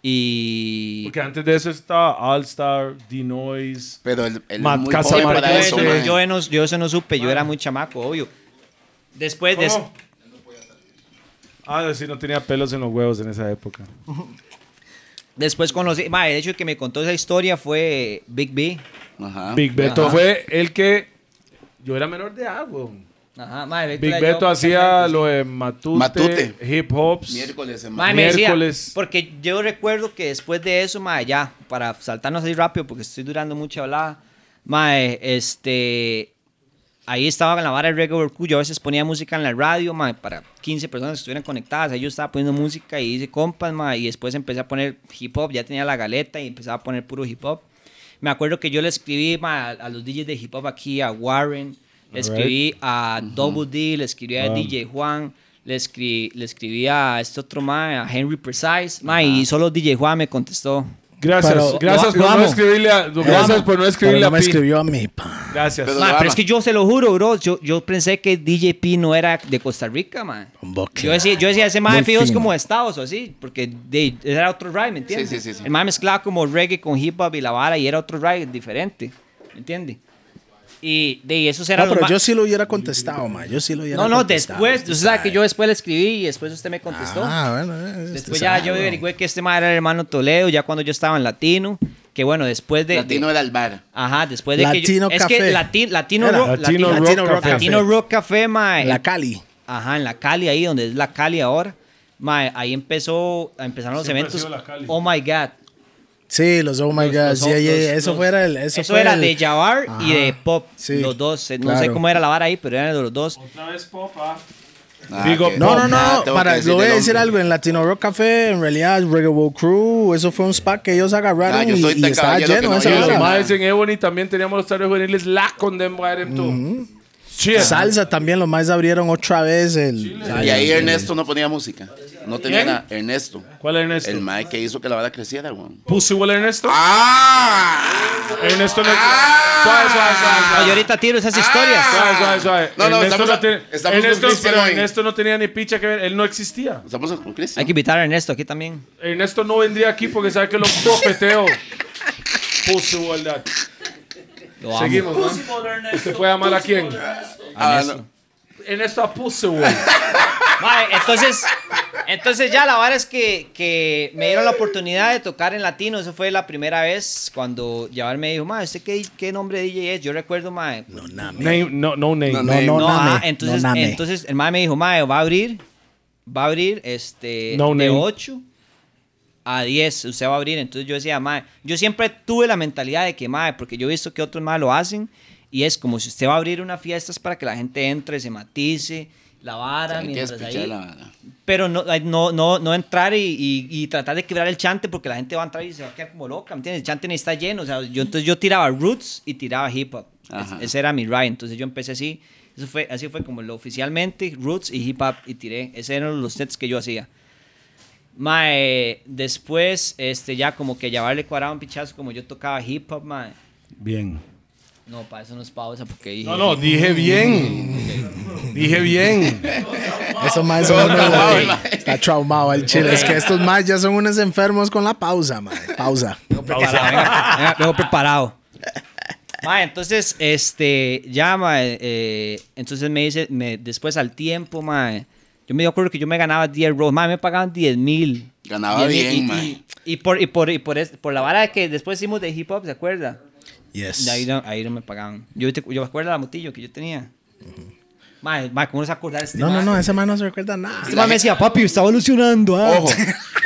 y... Porque antes de eso estaba All Star, D-Noise. Pero el, el Mat- muy Casa joven Mar- para yo, eso, yo- mae. yo no, yo eso no supe, yo era muy chamaco, obvio. Después de... Ah. ¿Cómo? Ah, sí, no tenía pelos en los huevos en esa época. Después conocí... Ma, de hecho, que me contó esa historia fue Big B. Ajá. Big Beto Ajá. fue el que. Yo era menor de edad, weón. Ajá, ma, Este Beto Big era Beto yo- hacía lo de Matute, Matute. hip hops. Miércoles, en Ma, me decía, miércoles. porque yo recuerdo que después de eso, ma, ya, para saltarnos ahí rápido, porque estoy durando mucha hablada, ma, eh, este, ahí estaba en la vara del Reggae World Crew, yo a veces ponía música en la radio, ma, para 15 personas que estuvieran conectadas, ahí yo estaba poniendo música y hice compas, ma, y después empecé a poner hip hop, ya tenía la galeta y empezaba a poner puro hip hop. Me acuerdo que yo le escribí ma, a, a los DJs de hip hop aquí, a Warren, le escribí a Double D, le escribí a DJ Juan, le, escri- le escribí a este otro mae, a Henry Precise, mae, y solo DJ Juan me contestó. Gracias, Pero- gracias lo- lo por no amo. escribirle a. Gracias por no Pero escribirle no a me Pi. escribió a mi pa. Gracias. Pero- Mae, ama. pero es que yo se lo juro, bro, yo, yo pensé que DJ P no era de Costa Rica, mae. Un boque. Yo decía, yo decía ese mae Muy fijo es fino. como de Estados o así, porque de- era otro ride, ¿me entiendes? Sí, sí, sí, sí. El mae mezclaba como reggae con hip hop y la vara y era otro ride diferente, ¿me entiendes? Y de eso era No, pero yo sí lo hubiera contestado, ma. Yo sí lo hubiera No, no, contestado. después. Usted sabe que yo Ay. después le escribí y después usted me contestó. Ah, bueno. eh, después usted ya sabe, yo bro. averigüé que este mae era el hermano Toledo, ya cuando yo estaba en Latino. Que bueno, después de. de- Latino era el bar. ajá, después de que. yo- Latino es Café. que Lati- Latino, Era. Rock, Latino Latino, eh, Rock Latino Rock Café. Café. Latino Rock Café, mae. La Cali. Ajá, en la Cali, ahí donde es la Cali ahora. Mae, ahí empezó, empezaron los Siempre ha eventos. sido la Cali. Oh my God. Sí, los Oh My Los- God. los- yeah, yeah, los- eso los- fuera el. Eso, Eso, fue era el- de Jabbar y de Pop. sí, los dos. eh, No sé claro. cómo era la vara ahí, pero eran de los dos. Otra vez popa. Ah, Big up, que- No, no, no. Ah, tengo para, que lo voy a el decir nombre. algo. En Latino Rock Café, en realidad, Reggae World Crew, eso fue un spot que ellos agarraron Ah, yo soy y, y tan estaba caballero que lleno no esa vi Y eso, hora. los ma. maes en Ebony también teníamos los tardes juveniles la con Them Wire Up Too. Shit. Salsa también, los más abrieron otra vez el. Y ahí Ernesto no ponía música. No tenía ¿Quién? nada. Ernesto. ¿Cuál es Ernesto? El mae que hizo que la bala creciera, weón. Pussy Will Ernesto. ¡Ah! Ernesto no. Suave, suave, suave, Ah, suave. yo ahorita tiro esas historias. Suave, suave, suave. No, no, Ernesto estamos- no tiene- estamos con Ernesto- Cristian pero hoy. Ernesto no tenía ni picha que ver. Él no existía. Estamos con Cristian. Hay que invitar a Ernesto aquí también. Ernesto no vendría aquí porque sabe que lo copeteo. Pussy Will that. Lo amo. Seguimos, ¿no? ¿Se puede llamar a quién? a Ah, Ernesto. no. Ernesto a Pussy Will. Mae, entonces, entonces ya la verdad es que, que me dieron la oportunidad de tocar en latino. Eso fue la primera vez cuando Yabar me dijo, mae, ¿usted qué, qué nombre de DJ es? Yo recuerdo, mae. No, Name, no, no name. No, no, no, name, ah, entonces, no name. entonces el mae me dijo, mae, va a abrir, va a abrir este, No de name. 8 a 10, usted va a abrir. Entonces yo decía, mae, yo siempre tuve la mentalidad de que, mae, porque yo he visto que otros mae lo hacen y es como si usted va a abrir una fiesta es para que la gente entre, se matice, la vara, Hay que mientras escuchar ahí... la bala. Pero no, ay, no, no, no entrar y, y- y tratar de quebrar el chante porque la gente va a entrar y se va a quedar como loca, ¿me entiendes? El chante ni está lleno. O sea, yo, entonces yo tiraba roots y tiraba hip hop. Es- Ajá. ese era mi ride. Entonces yo empecé así. Eso fue, así fue como lo oficialmente, roots y hip hop y tiré. Esos eran los sets que yo hacía. Mae, después, este, ya como que llevarle cuadrado un pichazo como yo tocaba hip hop, mae. Bien. No, para eso no es pausa porque dije... No, no, dije bien. dije bien. Esos más son unos- traumado, el Está traumado el chile. Es que estos más ya son unos enfermos con la pausa, man. Pausa. preparado, venga, venga, vengo preparado. Mae, entonces, este, ya, mae, eh, entonces me dice, me, después al tiempo, mae, yo me acuerdo que yo me ganaba 10 rolls, mae, me pagaban 10 mil. Ganaba 10,000, bien, y- mae. y, y por, y por, y por, es- por la vara de que después hicimos de hip hop, ¿se acuerda? Yes. De ahí, no, ahí no me pagaban. Yo, te- yo me acuerdo de la motillo que yo tenía. Mae, mae, ¿cómo no se acuerda de este No, no, mae? no, ese man no se recuerda nada. Este mae me decía, papi, está evolucionando, ah". Ojo,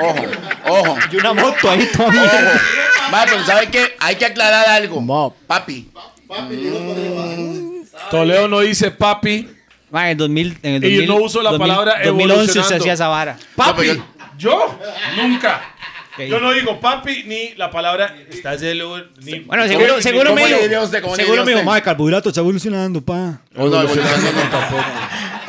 ojo, ojo. Y una moto ahí todavía. Ojo. Mae, pero ¿sabe qué? Hay que aclarar algo. Mop. Papi. Toledo no dice papi. Mae, en el 2000, en el Y 2000, no uso la palabra 2011 se evolucionando. hacía esa vara. Papi. No, yo nunca. Ok. Yo no digo papi ni la palabra. Estás de lugar, ni- Bueno, ni- seguro, ni- seguro ni- ¿Cómo me le dijo- diría usted? ¿Cómo le Seguro diría me dijo, usted? "Mae, carbohidrato está evolucionando, pa. No, no, no, tampoco.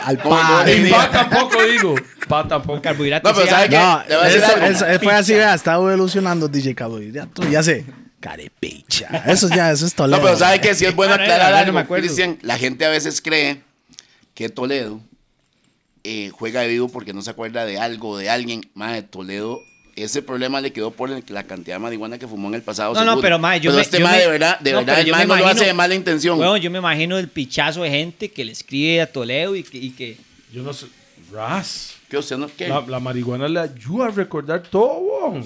Al ¿Cómo no? par. Ni Y diría. pa tampoco digo. Pa tampoco. Carbohidrato. No, pero sí, ¿sabe ah, No, qué? Le voy a decir eso- algo. eso- fue así, vea, está evolucionando DJ Cabo. Ya, tú, ya sé, carepicha. Eso ya, eso es Toledo. No, pero ¿sabe que Si es bueno Ah, no, aclarar no, no algo, me acuerdo. Cristian. La gente a veces cree que Toledo eh, juega de vivo porque no se acuerda de algo, de alguien. Mae, Toledo, ese problema le quedó por el- la cantidad de marihuana que fumó en el pasado. No, no, seguro. pero, mae, yo me- este yo mae, me- de verdad, de no, verdad, pero el yo mae me no lo hace imagino- de mala intención. Weón, yo me imagino el pichazo de gente que le escribe a Toledo y que, y que- Yo no sé. Ras. ¿Qué usted no qué? La, la marihuana le ayuda a recordar todo, weón.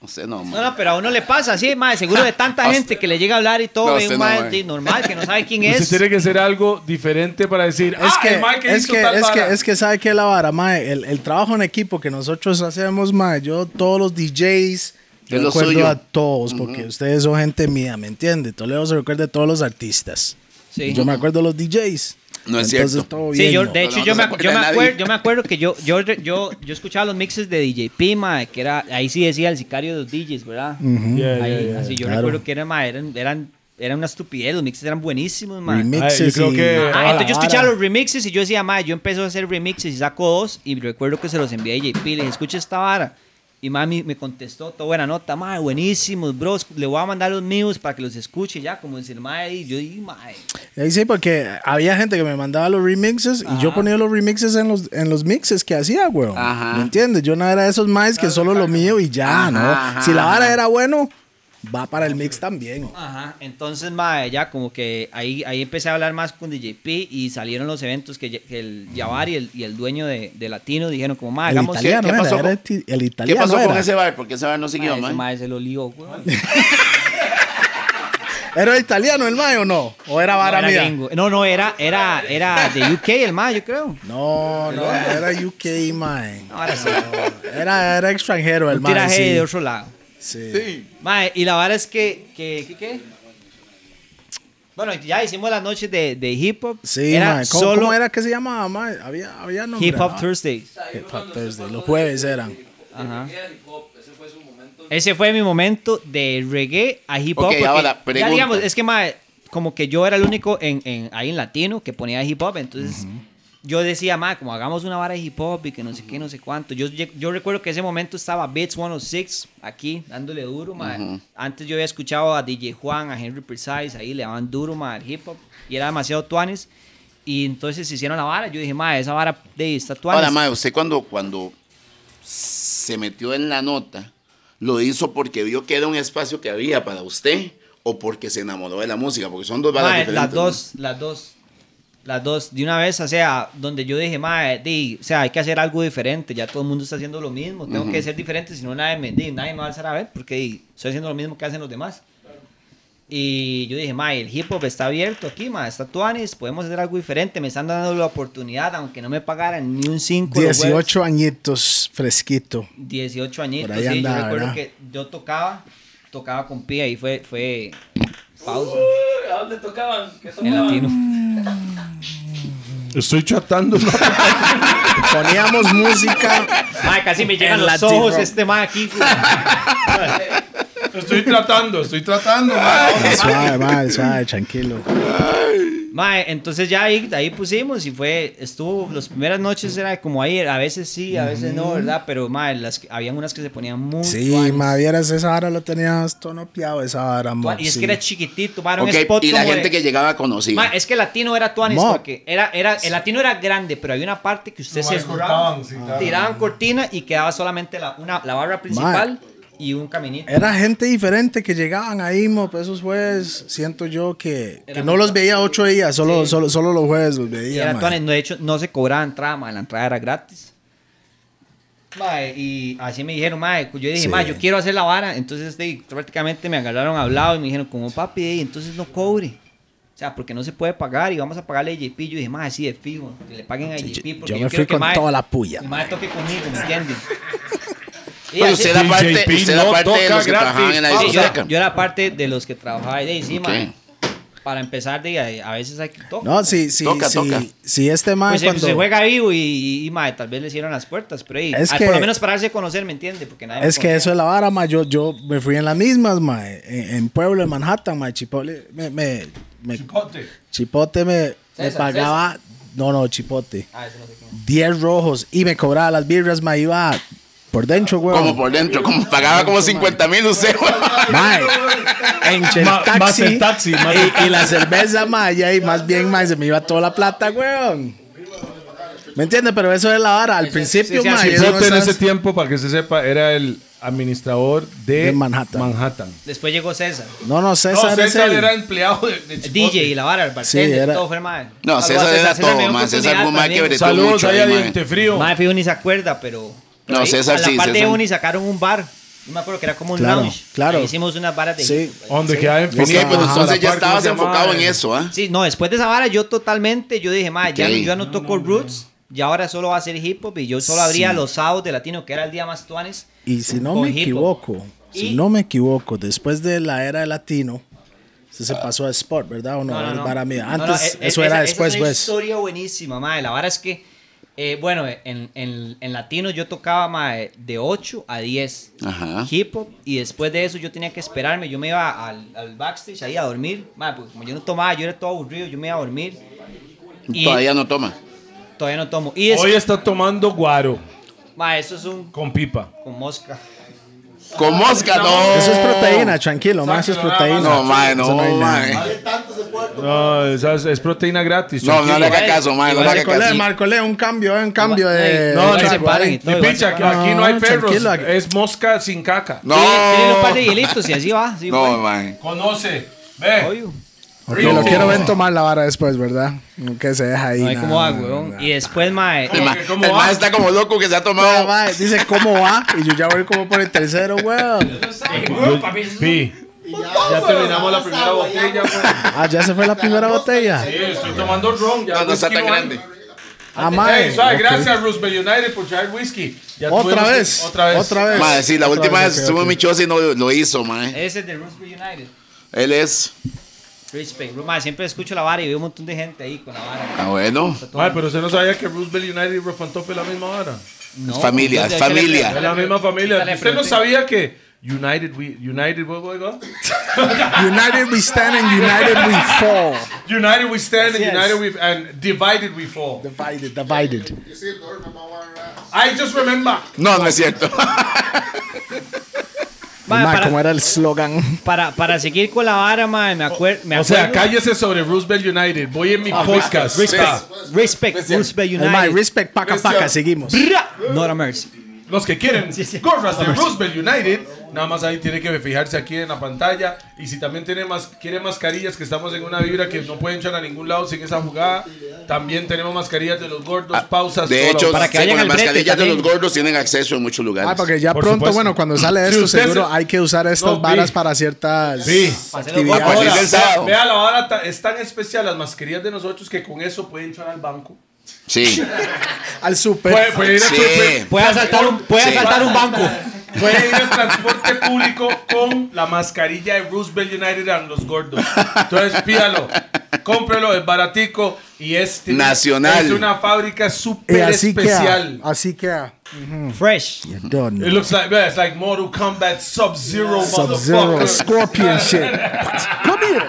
Usted no, No, mae. no, pero a uno le pasa, sí, mae, seguro de tanta Hostia. gente que le llega a hablar y todo, No, y usted un no, mae mae. de normal que no sabe quién Usted es. Pues tiene que ser algo diferente para decir. Es "Ah, que, el mae que es, hizo que, tal es, vara". que, es que sabe que la vara, mae, el, el trabajo en equipo que nosotros hacemos, mae, yo todos los DJs, yo Es lo recuerdo suyo. a todos, porque ustedes son gente mía, ¿me entiende? Toledo se recuerda a todos los artistas. Sí. Yo me acuerdo a los DJs. No es Entonces, cierto. todo Sí, bien, yo, ¿no? de hecho, no yo, se me, acuerda yo, me nadie. acuerdo, yo me acuerdo que yo, yo, yo, yo escuchaba los mixes de DJ Pima, que era, ahí sí decía el sicario de los DJs, ¿verdad? Yeah, yeah, Ahí, yeah. así, yo Claro. recuerdo que era, mae, eran, eran, eran una estupidez, los mixes eran buenísimos, mae. remixes Ay, yo creo y- que- Toda la Ajá, entonces yo Ah, vara. escuchaba los remixes y yo decía, madre, yo empecé a hacer remixes y saco dos y recuerdo que se los envié a JP, le dije, escucha esta vara. Y mami me contestó, toda buena nota, madre, buenísimos, bros, le voy a mandar los míos para que los escuche ya, como decir, madre, y yo dije, madre, Ahí sí, porque había gente que me mandaba los remixes y yo ponía los remixes en los, en los mixes que hacía, weón. Ajá. ¿Me entiendes? Yo no era de esos más que solo lo mío y ya, ¿no? ajá, si la vara era bueno, va para el mix también. ajá, entonces, madre, ya como que ahí, ahí empecé a hablar más con DJP y salieron los eventos que, ye- que el Yavar y el, y el dueño de, de Latino dijeron como, madre, El hagamos... Italia- italiano ¿qué era, pasó era con- el ti- el ¿Qué italiano pasó con era. ese bar? Porque ese bar no Mae, siguió, ese mae. mae se lo lió, güey. ¿Era italiano el mae o no? ¿O era vara era mía? gringo. No, no, era, era, era de UK el mae, yo creo. No, no, era UK, mae. Ahora sí. Era, era extranjero el Un mae. tiraje Sí. de otro lado. sí. Sí. Mae, y la vara es que, que, que- ¿qué? Bueno, ya hicimos las noches de, de hip hop. Sí, era mae. ¿Cómo, solo cómo era que se llamaba, mae? Había, había nombre. Hip Hop ¿no? Thursdays. Hip Hop Thursday. Los jueves eran. Ajá. Ese fue mi momento de reggae a hip hop. Ok, porque ahora, ya pregunta. digamos, es que mae, como que yo era el único en, en, ahí en latino que ponía hip hop, entonces yo decía, mae, como hagamos una vara de hip hop y que no sé qué, no sé cuánto. Yo, lleg- yo recuerdo que ese momento estaba Beats 106 aquí dándole duro, mae. Antes yo había escuchado a DJ Juan, a Henry Precise, ahí le daban duro, mae, al hip hop y era demasiado tuanes. Y entonces se hicieron la vara. Yo dije, mae, esa vara de esta tuanes. Ahora, mae, usted cuando, cuando se metió en la nota, ¿lo hizo porque vio que era un espacio que había para usted o porque se enamoró de la música? Porque son dos balas Mae, diferentes. las dos, las dos. Las dos, de una vez, o sea, donde yo dije, mae, di, o sea, hay que hacer algo diferente, ya todo el mundo está haciendo lo mismo, tengo que ser diferente, si no nadie me, di, nadie me va a alzar a ver, porque di, estoy haciendo lo mismo que hacen los demás. Y yo dije, mae, el hip hop está abierto aquí, mae, está Tuanis, podemos hacer algo diferente, me están dando la oportunidad, aunque no me pagaran ni un 5. 18 añitos, fresquito. 18 añitos, Por ahí sí, andaba, yo recuerdo ¿verdad? que yo tocaba, tocaba con Pia y fue, fue pausa ¿A dónde tocaban? ¿Qué en tocaban? latino. Estoy tratando. Poníamos música. Mae, casi me llegan En los Latin ojos Rock. este mae aquí. güey. Estoy tratando, estoy tratando. suave, mae, suave, tranquilo. mae, entonces ya ahí, ahí pusimos y fue, estuvo, las primeras noches era como ahí, a veces sí, a veces no, ¿verdad? Pero mae, las, que- habían unas que se ponían muy Sí, tuanis. mae, vieras esa vara, lo tenías tonopiado esa vara, Tua- mae. Y es sí. que era chiquitito, mae, era un Ok, spot y la como de- gente que llegaba conocía. Mae, es que el latino era tuanis Mo. porque era, era, el latino era grande, pero había una parte que usted se cerraba, tiraban cortina y quedaba solamente la, una, la barra principal y un caminito. Era gente diferente que llegaban ahí, mo, pero esos jueves, siento yo que, que no los veía ocho días, solo, solo, solo los jueves los Y veía. era mae. tuanes, no, de hecho, no se cobraba entrada, mae, la entrada era gratis. Mae, y así me dijeron, mae, yo dije, Sí. mae, yo quiero hacer la vara. Entonces, de, prácticamente me agarraron hablado y me dijeron, como papi, de, entonces no cobre. O sea, porque no se puede pagar y vamos a pagarle a JP. Yo dije, mae, sí, de fijo, que le paguen a JP. Porque yo yo, me quiero fui que con mae- toda la puya, que Mae, toque conmigo, ¿me entiendes? Y Pero así- Pues usted era DJ parte, Pin usted era no parte de toca los que gratis, trabajaban en la sí, yo, discoteca. yo era parte de los que trabajaba ahí de encima. Ok. Para empezar, de, a, a veces hay que tocar. No, si, si, Toca, si, toca. si este man Pues se- cuando... se juega vivo y, y, y, mae, tal vez le cierran las puertas, pero ahí, Es al- que- por lo menos para darse a conocer, ¿me entiende? Porque nadie me Es que conocía. eso es la vara, ma. Yo, yo me fui en las mismas, ma. En, en Pueblo, en Manhattan, ma. Chipotle, me, me, me- Chipote. Chipote me, me César, pagaba... No, no, Chipote. Ah, eso no sé quién es. 10 rojos y me cobraba las birras, ma. Iba por dentro, güey. Como por dentro, como pagaba como 50 mil usted. Mae, en el Ma- taxi, más el taxi, más el y, y la cerveza, mae, y ahí más bien, mae, se me iba toda la plata, weón. ¿Me entiendes? Pero eso es la vara. Al principio, sí, mae, sí, eso no Chipote en estás- ese tiempo, para que se sepa, era el administrador de, De Manhattan. Manhattan. Después llegó César, No, no, No, César, es César él. era empleado de, de el Chipote. DJ y la vara, el bartender, Sí, era- todo fue mae. Saludos No, a César era todo, me dio mae, César oportunidad fue un mae que también. bretó. Saludos mucho ahí ahí, a mae. Diente Frío. Mae, fijo, ni se acuerda, pero. No, ahí, César a la sí, parte de César. Uni sacaron un bar. Yo me acuerdo que era como un Claro, lounge. claro. Ahí hicimos unas varas de. Sí. Donde quedaba en Yo Sí, estaba- pero ajá, pues entonces ya la par, ¿cómo estabas se llamaba? enfocado en eso, ¿ah? Sí, no, después de esa vara yo totalmente, yo dije, madre, ya, Ok. yo ya no toco roots, ya ahora solo va a ser hip hop y yo solo abría los sábados de latino, que era el día más tuanes. Y si no con me hip hop. equivoco, si Y- no me equivoco, después de la era de latino, se, se pasó a Sport, ¿verdad? ¿O no? Es Para mí. No, Antes, no, es- eso es- era esa- esa después, Es una pues. historia buenísima, madre. La vara es que, eh, bueno, en, en, en latino yo tocaba, madre, de 8 a 10 Ajá. hip hop y después de eso yo tenía que esperarme. Yo me iba al, al backstage ahí a dormir, madre, porque como yo no tomaba, yo era todo aburrido, yo me iba a dormir. Y Todavía no toma. todavía no tomo. Y después, Hoy está tomando guaro mae, eso es un. con pipa. con mosca. Con mosca, no. Eso es proteína, tranquilo, más eso es Sáquelo, nada proteína. más. No, mae, no, Eso hay nada. mae. No, esa es, es proteína gratis. No, no le haga Igual- caso, mae, no le igual haga se colega, Marcole, caso. Marcole, un cambio, eh, un cambio de. No, Igual no, se no, paran y Ni todo, igual se picha, que paran. aquí no hay No, perros. tranquilo, aquí- Es mosca sin caca. No, Tiene- tiene un par de hilitos y Eh, así va. Así no, va. mae. Conoce. Ve. Obvio. Ok, lo No. quiero ver tomar la vara después, ¿verdad? Que se deja ahí. No hay nada cómo va, más, weón. nada. Y después, mae. El ma- que cómo el va. mae está como loco que se ha Ah, tomado. mae, Dice, ¿cómo va? Y yo ya voy como por el tercero, weón. Pi. Y ya, Ya terminamos la primera botella, güey. Ah, ya se fue la primera botella. Sí, estoy tomando ron. Ya No, no está whisky tan hay. grande. Ah, Hey, mae. suave, ok. Gracias, Roosevelt United, por traer whisky. Ya Otra tuvimos que- vez. Otra vez. Otra vez. Madre, sí, la Otra última vez Eh. ok, estuvo ok. mi Michosi y no lo hizo, madre. Ese es de Roosevelt United. Él es. Respect, bro. Mae, siempre escucho la vara y veo un montón de gente ahí con la vara. Ah, bueno. Mae, pero usted no sabía que Roosevelt United y Rofantope es la misma hora. No, familia, entonces, es ¿qué le- familia. qué le- Es la misma familia. qué Usted le no pregunté? sabía que United, we, United, what, what, what? United we stand and united we fall. United we stand and Yes. united we and divided we fall. Divided, divided. I just remember. No, no es cierto. Mae, Mae, para- como era el slogan. Para, para seguir con la vara, mae, me, acuer- me acuerdo. O sea, cállese sobre Roosevelt United. Voy en mi podcast. Respect, respect, Roosevelt El mae, United. respect, paca, paca, seguimos. Not a mercy. Los que quieren Sí, sí. gorras de Roosevelt United, nada más ahí tiene que fijarse aquí en la pantalla. Y si también tiene mas- quiere mascarillas, que estamos en una vibra que no pueden echar a ningún lado sin esa jugada. También tenemos mascarillas de los gordos, pausas. Ah, De todo lo- hecho, Para que sí, vayan con las al brete mascarillas de también. los gordos tienen acceso en muchos lugares. Ah, porque ya Por pronto, supuesto. bueno, cuando sale Si esto, usted seguro se- hay que usar estas No, vi. varas para ciertas Sí. Ah, pues, Ahora, sí, el sábado. vea, vea la vara, ta- es tan especial las mascarillas de nosotros que con eso pueden entrar al banco. Sí. al super. Puede, puede ir a- Sí. pues, puede- Puede asaltar un, puede Sí. asaltar un banco. puede ir al transporte público con la mascarilla de Roosevelt United and los gordos. Entonces pídalo, cómprelo, es baratico y es tiene- Nacional. Es una Eh, fábrica Y súper así que especial. así que Fresh. It looks like, yeah, it's like Mortal Kombat Sub-Zero, Sub-Zero, motherfucker. Scorpion shit. Come here.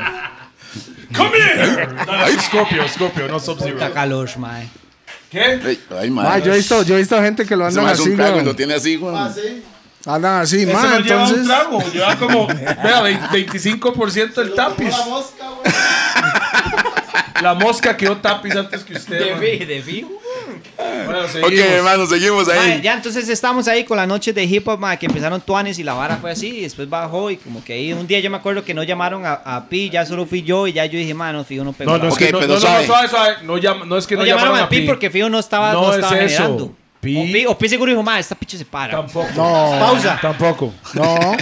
Come here. No, no, Scorpio, Scorpio, no Sub-Zero. Está calor, mae. Eh, ¿Qué? Ay, Ay, Ma, Ah, yo he visto, yo he visto gente que lo Se andan me hace así, un trago y lo weón. tiene así, güey. Andan así, Ese ma, no lleva un entonces. trago, lleva como vea, ve- 25% del tapiz. La mosca, güey. La mosca quedó tapiz antes que usted. man. de fijo. Bueno, Ok, seguimos. hermano, seguimos Mae, ahí. ya entonces estamos ahí con la noche de hip hop, mae, que empezaron tuanes y la vara fue así, y después bajó y como que ahí un día yo me acuerdo que no llamaron a, a Pi, ya solo fui yo y ya yo dije, mano, fijo no pegó. No, la no, es Ok, que no, pero no, no, suave. no, suave, suave. No, llam- no es que No no, llamaron a Pi porque Fijo no estaba, no No es estaba eso. generando. Pi- O Pi, o Pi seguro dijo, ma, esta picha se para. Tampoco. No. Pausa. Tampoco. No.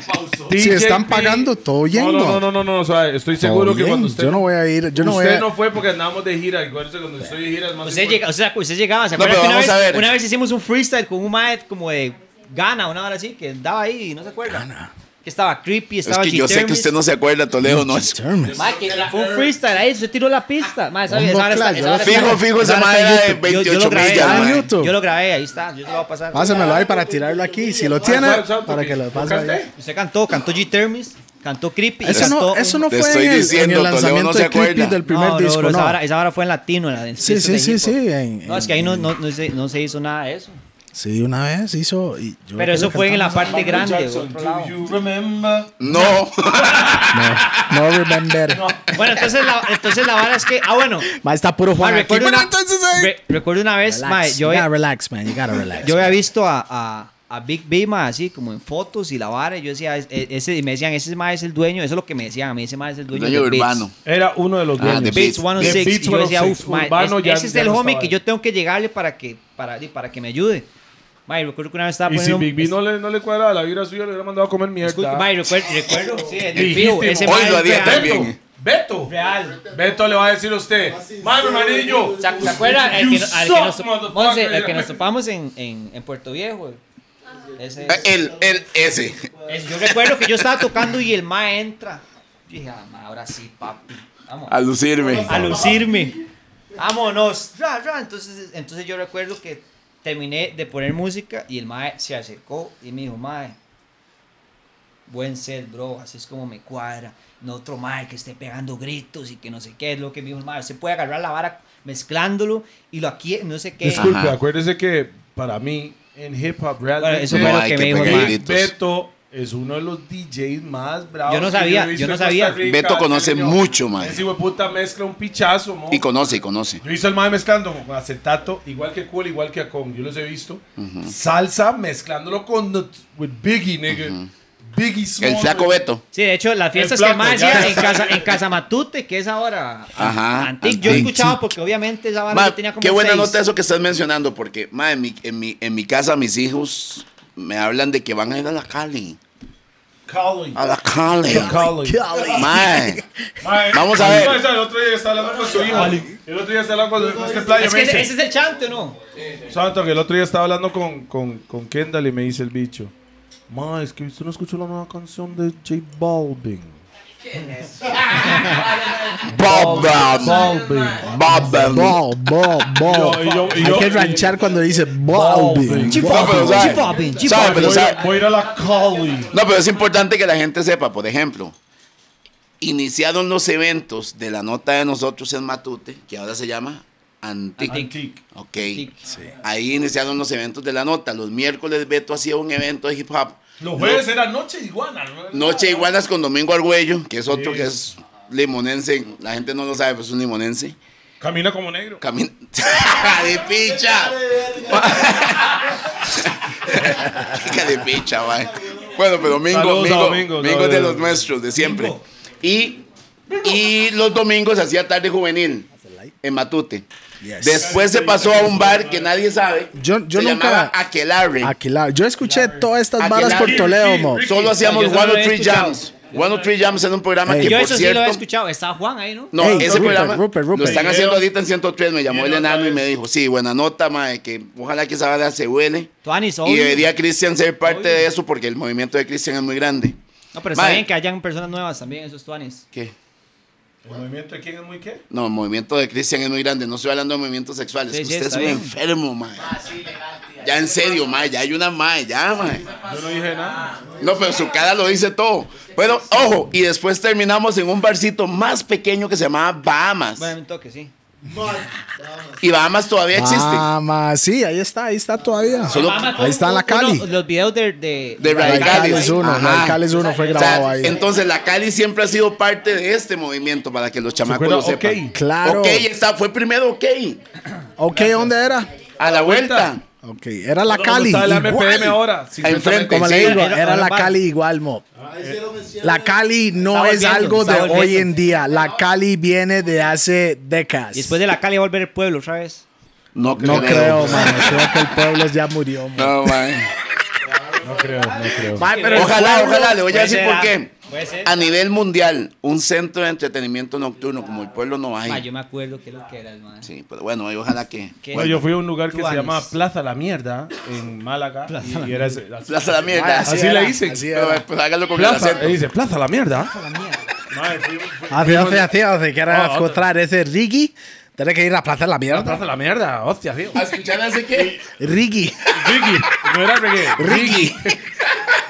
Si DJ están Pi- pagando, todo No, yendo. no, no, no, no, no, suave. Estoy Todo seguro que bien, cuando usted. Yo no voy a ir, yo no voy usted a no fue porque andábamos de gira. Acuérdese cuando estoy de gira es más. Usted, importante. llega, o sea, usted llegaba, ¿se No, acuerda pero que una vamos vez, a ver. una vez hicimos un freestyle con un mae como de Gana, una hora así, que andaba ahí y no se acuerda? Que estaba creepy, Es estaba que yo sé que G-Termis. usted no se acuerda, Toledo, no es. ir. Mae, que fue un freestyle ahí, se tiró la pista. Mae, ¿sabes? Hombre, Esa hora está- claro, esa hora Fijo, está- fijo, esa hora madre está en era de YouTube. Yo- yo 28 lo grabé, millas, ah, mae. en YouTube. Yo lo grabé, ahí está, yo se lo voy a pasar. Pásamelo ahí para tirarlo aquí. Si lo tiene, Suave, suave, para Pi. que lo pase ¿Tocaste? allá. Usted cantó, cantó G-Termis, cantó creepy. y Eso no, cantó- eso no Te fue estoy en el, diciendo, en el Toledo no lanzamiento se de Creepy acuerda. del primer no, no, disco, bro, no. Esa vara, esa vara fue en latino, en la de Sí, sí, sí, sí. en- No, es que ahí no, no, no, se, no se hizo nada de eso. Sí, una vez hizo. y yo Pero eso fue en la parte grande. Jackson, güey. do you remember? No. Ah, No remember. Bueno, entonces la, entonces la vara es que. Ah, bueno. Ma, está puro ma, Juan. aquí. eh, recuerdo, una, entonces ahí- re- recuerdo una vez, ma, Relax. yo, you gotta relax, man. You gotta relax. yo había visto a, a, a Big B, ma, así como en fotos y la vara. Y yo decía, es- e- ese, y me decían, ese ma es el dueño. Eso es lo que me decían. A mí ese ma es el dueño. Dueño de Beats. urbano. Era uno de los Ah, dueños. de Beats Beats. 106. Beats y yo decía, 106, uff, ma, Urbano es- ya- ese es ya el no homie estaba que ahí. yo tengo que llegarle para que, para, di, para que me ayude. Ma, y recuerdo que una vez estaba Y si poniendo. Big B no le, no le cuadraba la vibra suya, le hubiera mandado a comer mierda. Escucha, ma, y recuerdo, recuerdo, sí, en el Legítimo. vivo, ese Hoy ma lo es haría real, también. Beto, Beto. Real. Beto le va a decir a usted, mano hermanillo. ¿Se ac- se acuerdan? El que, You al que suck, nos, motherfucker. Eh, Monse, el que nos topamos en, en, en Puerto Viejo. Ese es- El, el, ese. es- yo recuerdo que yo estaba tocando y el ma entra. Yo dije, ah, ma, ahora sí, papi. Vamos. A lucirme. A lucirme. Vámonos. Ra, ra. Entonces, entonces yo recuerdo que terminé de poner música y el mae se acercó y me dijo, mae, buen set, bro. Así es como me cuadra. No otro mae que esté pegando gritos y que no sé qué es lo que me dijo el mae. Se puede agarrar la vara mezclándolo y lo aquí, no sé qué. Disculpe, Ajá. acuérdese que para mí, en hip hop, realmente, eso fue No, lo hay que que me dijo el pegar mae. gritos. Beto es uno de los DJs más bravos. Yo no que sabía, he visto yo no en Costa sabía. Rica. Beto conoce Señor, mucho, mae. Ese hijo de puta mezcla un pichazo, mo. Y conoce, y conoce. Yo hice el mae mezclando con acetato, igual que Cool, igual que Akon. Yo los he visto. Salsa mezclándolo con with Biggie, nigga. Biggie Small. El flaco güey. Beto. Sí, de hecho, las fiestas El que el flaco, mae ya. hacía en casa, en casa Matute, que es ahora Ajá, antic, yo Antic. escuchaba porque obviamente esa vara Ma, yo tenía como qué buena seis. nota eso que estás mencionando, porque ma, en, mi, en, mi, en mi casa mis hijos me hablan de que van a ir a la Cali. Cali. A la Cali. Cali. Mae. Mae, Vamos a ver. mae, El otro día estaba hablando con su hijo. El otro día estaba hablando con este playo. Es que ese, ese es el chante, ¿no? Santo, que el otro día estaba hablando con, con, con Kendall y me dice el bicho. Ma, es que usted no escuchó la nueva canción de J Balvin. Bob Balvin. Bob Ball, ball, ball. Y yo- y Hay yo- y que yo- ranchar cuando dice ball. Ball, bitch. No, pero sabe, sabe, pero Voy, sabe- a- voy a ir a la Cali. No, pero es importante que la gente sepa, por ejemplo, iniciaron los eventos de la nota de nosotros en Matute, que ahora se llama Antique. Antique. Ok. Ahí iniciaron los eventos de la nota. Los miércoles Beto hacía un evento de hip hop. Los jueves era Noche de Iguana. ¿no? Noche de Iguanas con Domingo Argüello, que es otro que es limonense. La gente no lo sabe, pero es un limonense. Camina como negro. Camina. de picha! Hija de picha, mae. Bueno, pero Mingo, Saludos a Mingo, Domingo, Mingo no, es de no. los nuestros, de siempre. Y, y los domingos hacía tarde juvenil en Matute. Después se pasó a un bar que nadie sabe. Yo- yo se nunca- llamaba Aquelarre. Aquelarre. Yo escuché todas estas varas por Aquelarre. Toledo, mo. Ricky, Solo hacíamos yo eso One lo or he Three escuchado. Jams. One or Three Jams era un programa Ey. que, Yo por eso sí lo cierto, había escuchado. Está Juan ahí, ¿no? no, Ey, ese Rupert, programa Rupert, lo Rupert. están haciendo ahorita en 103. Me llamó Video el enano y me otra dijo, sí, buena nota, mae, que ojalá que esa vara se huele. Tuanis, Y obvio. debería Cristian ser parte de eso porque el movimiento de Cristian es muy grande. No, pero está Mae. bien que hayan personas nuevas también, esos tuanis. ¿Qué? ¿El movimiento de quién es muy qué? No, el movimiento de Cristian es muy grande. No estoy hablando de movimientos sexuales. Sí, sí, Usted es está un bien. enfermo, mae. Ya en serio, mae. Ya hay una mae, ya, mae. Yo no dije nada. No, pero su cara lo dice todo. Bueno, ojo, y después terminamos en un barcito más pequeño que se llamaba Bahamas. Bueno, un toque, sí. Y Bahamas todavía existe. Mamá, Ah, sí, ahí está, ahí está todavía. Solo- Ahí está la Cali. Uno- los videos de. de, De radicales. Radicales uno, Ajá. Radicales uno fue O sea, grabado ahí. Entonces la Cali siempre ha sido parte de este movimiento para que los chamacos acuerda? lo sepan. Ok. Claro. Ok, está, fue primero ok. Ok, ¿dónde era? A la vuelta. Ok, era la Cali. Está la igual. MPM ahora. Sí, Enfrente. Como le Sí. digo, Era- era la era- Cali igual, mo. La Cali no Está es volviendo, algo está de hoy volviendo. en día. La Cali viene de hace décadas. Y después de la Cali va a volver el pueblo, ¿sabes? No No creo, man. Creo que el pueblo ya murió, man. No, man. No creo, no creo. Man, pero el Ojalá, pueblo- ojalá, le voy a Puede decir ser, por ah, qué. puede ser. A nivel mundial, un centro de entretenimiento nocturno como el pueblo no Ma, hay. yo me acuerdo que lo que era, man. Sí, pero bueno, ay, ojalá que. Que- Bueno, yo fui a un lugar que se Tuanis. llama Plaza La Mierda en Málaga. y- y era ese- así, Plaza la mierda. Así así era, le dicen. así Pero, era. eh, pues hágalo con el Plaza. acento. Y dice, Plaza La Mierda. Madre, fui- fui- Hace, hace, hace, hace que Ah, era otro. encontrar ese Ricky. Tiene que ir a Plaza de la Era Mierda. Plaza La Mierda, hostia, tío. ¿A escuchar ese qué? Ricky. Ricky, no era reggae. Ricky.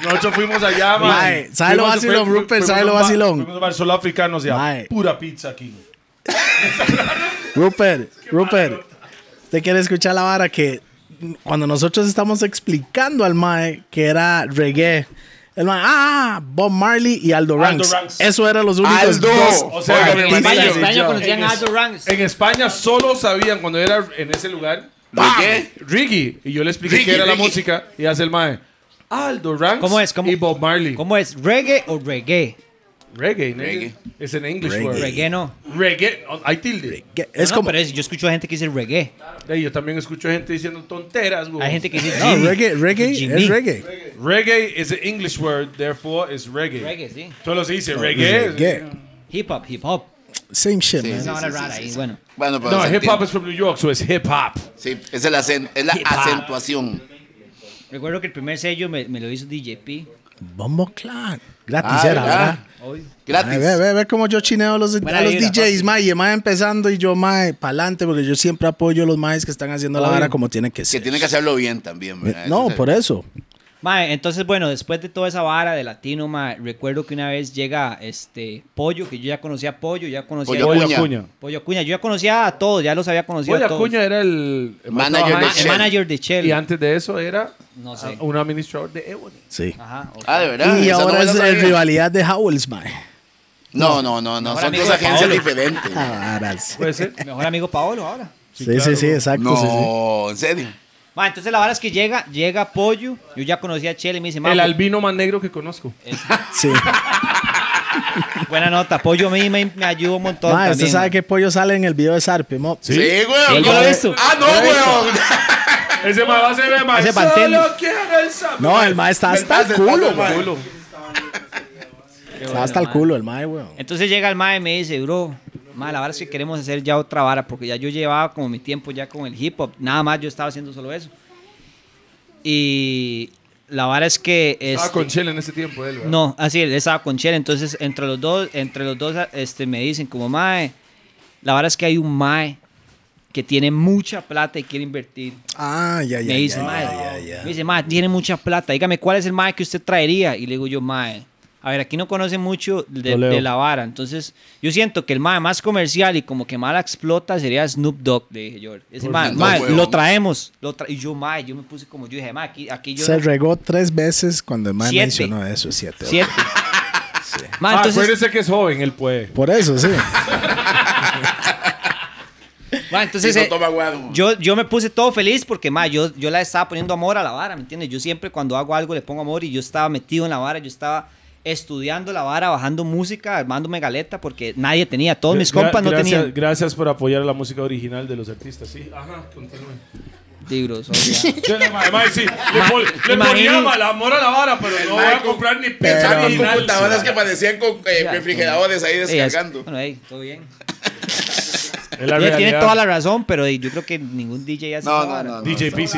Nosotros fuimos allá, Mae, mae. ¿sabe lo Fuimos- vacilón, fuimos- Rupert? fuimos ¿Sabe a un lo bar- vacilón? Fuimos a un bar solo africano, o sea, Mae. pura pizza king. Rupert, Rupert. Usted quiere escuchar la vara que cuando nosotros estamos explicando al Mae que era reggae. El Mae, ah, Bob Marley y Aldo Ranks. Ranks. Eso eran los únicos Aldo. dos. O sea, Oiga, en mi En España, en hermanillo. España conocían En a es- Aldo Ranks. En España solo sabían cuando era en ese lugar. ¿Reggae? Riggy. Y yo le expliqué Ricky, qué era Ricky. la música. Y hace el mae. Aldo Ranks ¿Cómo es? ¿Cómo, y Bob Marley. ¿Cómo es? ¿Reggae o reggae? Reggae, ¿no? Reggae. Es en English word. Reggae no. Reggae. oh, Hay tilde. Que es No, no, como. pero es- yo escucho a gente que dice reggae. Ey, yo también escucho gente diciendo tonteras, güey. Hay gente que dice No, Jimmy. reggae, reggae Jimmy. es reggae. Reggae is an English word, therefore is reggae. Reggae, sí. Solo se dice reggae. Reggae. Hip hop, hip hop. Same shit, man. Es una hora rara ahí. Bueno. Bueno, pero. No, hip se hop entiende. is from New York, so it's hip hop. Sí, es, el acen- es la Hip hop. acentuación. Recuerdo que el primer sello me, me lo hizo DJP. Bombo Clan. Gratis Ah, era, ¿verdad? ¿verdad? Gratis. Ay, ve, ve, ve cómo yo chineo a los, a Buena los vibra, DJs, mae. Y el mae empezando y yo, mae, pa'lante, porque yo siempre apoyo a los maes que están haciendo la vara como tiene que Que ser. tiene que hacerlo bien también, ¿verdad? no, por eso. Mae, entonces, bueno, después de toda esa vara de latino, mae, recuerdo que una vez llega este Pollo, que yo ya conocía a Pollo, ya conocía Pollo a Acuña. Acuña. Pollo Acuña. Yo ya conocía a todos, ya los había conocido Oye, a todos. Acuña era el Manager Ajá, de Ma- el Shell. manager de Y Shell. antes de eso era No sé. ah, un administrador de Ebony. Sí. Ajá, ok. Ah, de verdad. y Esa no ahora me la es eh, sabía. rivalidad de Howells, mae. No, no, no, no. Mejor Son amigo dos de agencias Paolo. diferentes. Ah, Ah, Varas. Puede ser. Mejor amigo Paolo ahora. Sí, sí, sí, exacto. sí, sí. No, en serio. Mae, entonces la vara es que llega, llega Pollo, yo ya conocía a Shell y me dice, mae, El albino más negro que conozco. Sí. buena nota, Pollo a mí me, me ayudó un montón Mae, usted también. sabe que pollo sale en el video de Sarpe, mo. Sí, Sí, güey. yo lo he visto. Ah, no, güey. Ese más va a ser el más. Ese Pantene. quiero el No, el mae está hasta el Estás- culo, Ah, estás- mae. culo. Está hasta el mae. culo el mae, weón. Entonces llega el mae y me dice, bro, mae, la verdad es que queremos hacer ya otra vara, porque ya yo llevaba como mi tiempo ya con el hip hop, nada más yo estaba haciendo solo eso. Y la vara es que... Estaba este, con Chile en ese tiempo, él, ¿verdad? no, así él estaba con Chele, entonces entre los dos, entre los dos este, me dicen como mae, la verdad es que hay un mae que tiene mucha plata y quiere invertir. Ah, ya, ya. me ya, dice, ya, mae, ya, ya. me dice, mae, tiene mucha plata. Dígame, ¿cuál es el mae que usted traería? Y le digo yo, mae, a ver, aquí no conoce mucho de, Leo. de la vara. Entonces, yo siento que el mae más comercial y como que más la explota sería Snoop Dogg, le dije yo. Ese mae, no, mae, huevón. lo traemos. Lo tra- y yo, mae, yo me puse como, yo dije, mae, aquí, aquí yo... Se no- regó tres veces cuando el mae Siete. mencionó eso, siete. Siete. Mae, Ah, entonces- acuérdese que es joven, él puede. Por eso, sí. Mae, entonces, Sí, no eh, toma guaro. yo, yo me puse todo feliz porque, ma, yo, yo la estaba poniendo amor a la vara, ¿me entiendes? Yo siempre cuando hago algo le pongo amor y yo estaba metido en la vara, yo estaba estudiando la vara, bajando música, armándome galeta porque nadie tenía, todos mis Gra- compas no gracias, tenían. Gracias por apoyar a la música original de los artistas, sí. Ajá, continúe. Libros, o sea. Yo le- mae, mae, sí, le Ma- pon- le imagine- ponía mal amor a la vara, pero no voy a comprar ni pizza Pensando en original. computadoras que parecían con eh, refrigeradores ahí Ey, es- descargando. bueno, ey, todo bien. Es la Ella tiene realidad. toda la razón, pero ey, yo creo que ningún DJ hace No, esa no, vara. no. no. DJ PC.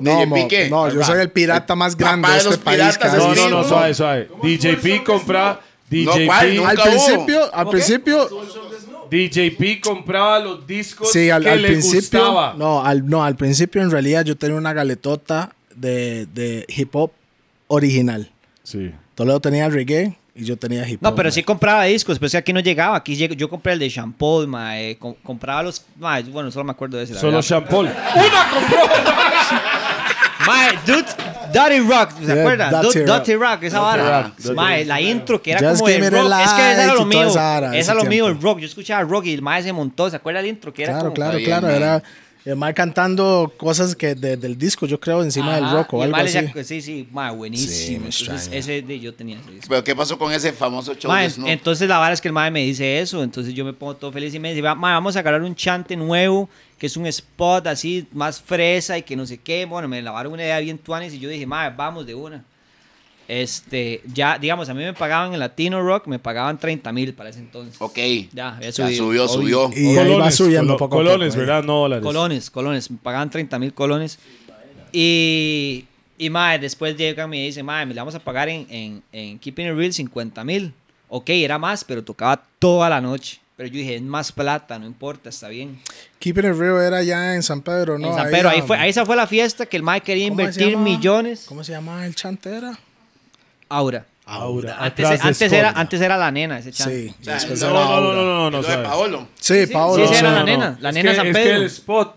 No, DJ mo- Piqué. no, yo soy el pirata más grande papá de de este los país. piratas casi. No, es no, no, mismo. suave, suave. DJP compra. ¿cuál? DJP, No. Al Nunca hubo. principio, al principio, DJP compraba los discos sí, al, que al le gustaba. principio, no, al, no, al principio en realidad yo tenía una galetota de, de hip hop original. Sí. Toledo tenía reggae y yo tenía hip hop. No, pero man. sí compraba discos, pero es que aquí no llegaba. Aquí lleg- yo compré el de Shampoo, ma, eh, com- compraba los. ma, bueno, solo me acuerdo de ese. la Solo verdad. Sean Paul. Mae, dude, Dirty Rock, ¿se Yeah, acuerdan? Dirty Dude, Rock. Dirty Rock, esa vara. Rock, Dirty Mae, la intro que era Just como give me el the rock. Es que esa era light lo y toda mío. esa vara de Esa ese lo mío, el tiempo. rock. Yo escuchaba rock y el mae se montó. ¿Se acuerda la intro que era Claro, como- claro, Está bien, claro. man. Era el mal cantando cosas que de- del disco, yo creo, encima del Ajá, rock y o el algo mae le así. sac- sí, sí, mae, buenísimo. me Entonces, extraña. ese de yo tenía ese disco. Pero ¿qué pasó con ese famoso show Mae, de Snoop? entonces la vara es que el mae me dice eso, entonces yo me pongo todo feliz y me dice, "Va- mae, vamos a agarrar un chante nuevo, que es un spot así más fresa y que no sé qué, bueno, me lavaron una idea bien tuanis y yo dije, mae, vamos de una. Este, ya, digamos, a mí me pagaban en Latino Rock, me pagaban 30 mil para ese entonces. Ok. Ya, había Ya subido. subió, obvio. subió. Y ahí va subiendo colo- poco pues. a colones, poco, ahí. ¿verdad? No dólares. Colones, colones. Me pagaban 30 mil colones. Y, y madre, después llegan y me dicen, madre, me la vamos a pagar en, en, en Keeping It Real 50 mil. Ok, era más, pero tocaba toda la noche. Pero yo dije, es más plata, no importa, está bien. Keeping it real era ya en San Pedro, ¿no? En San Pedro, ahí, um, fue, ahí esa fue la fiesta que el mae quería ¿cómo se invertir llama? millones. ¿Cómo se llama el chantera? Aura. Aura. Antes, atrás de antes era, Scorn. antes era la nena, ese chan. Sí, O sea, después No, era no, no, Aura. no, no, no, Lo de sabe. Paolo. Sí, sí, Paolo. sí, ese era No, la no, nena, no. la Es nena que- San es que Pedro. el spot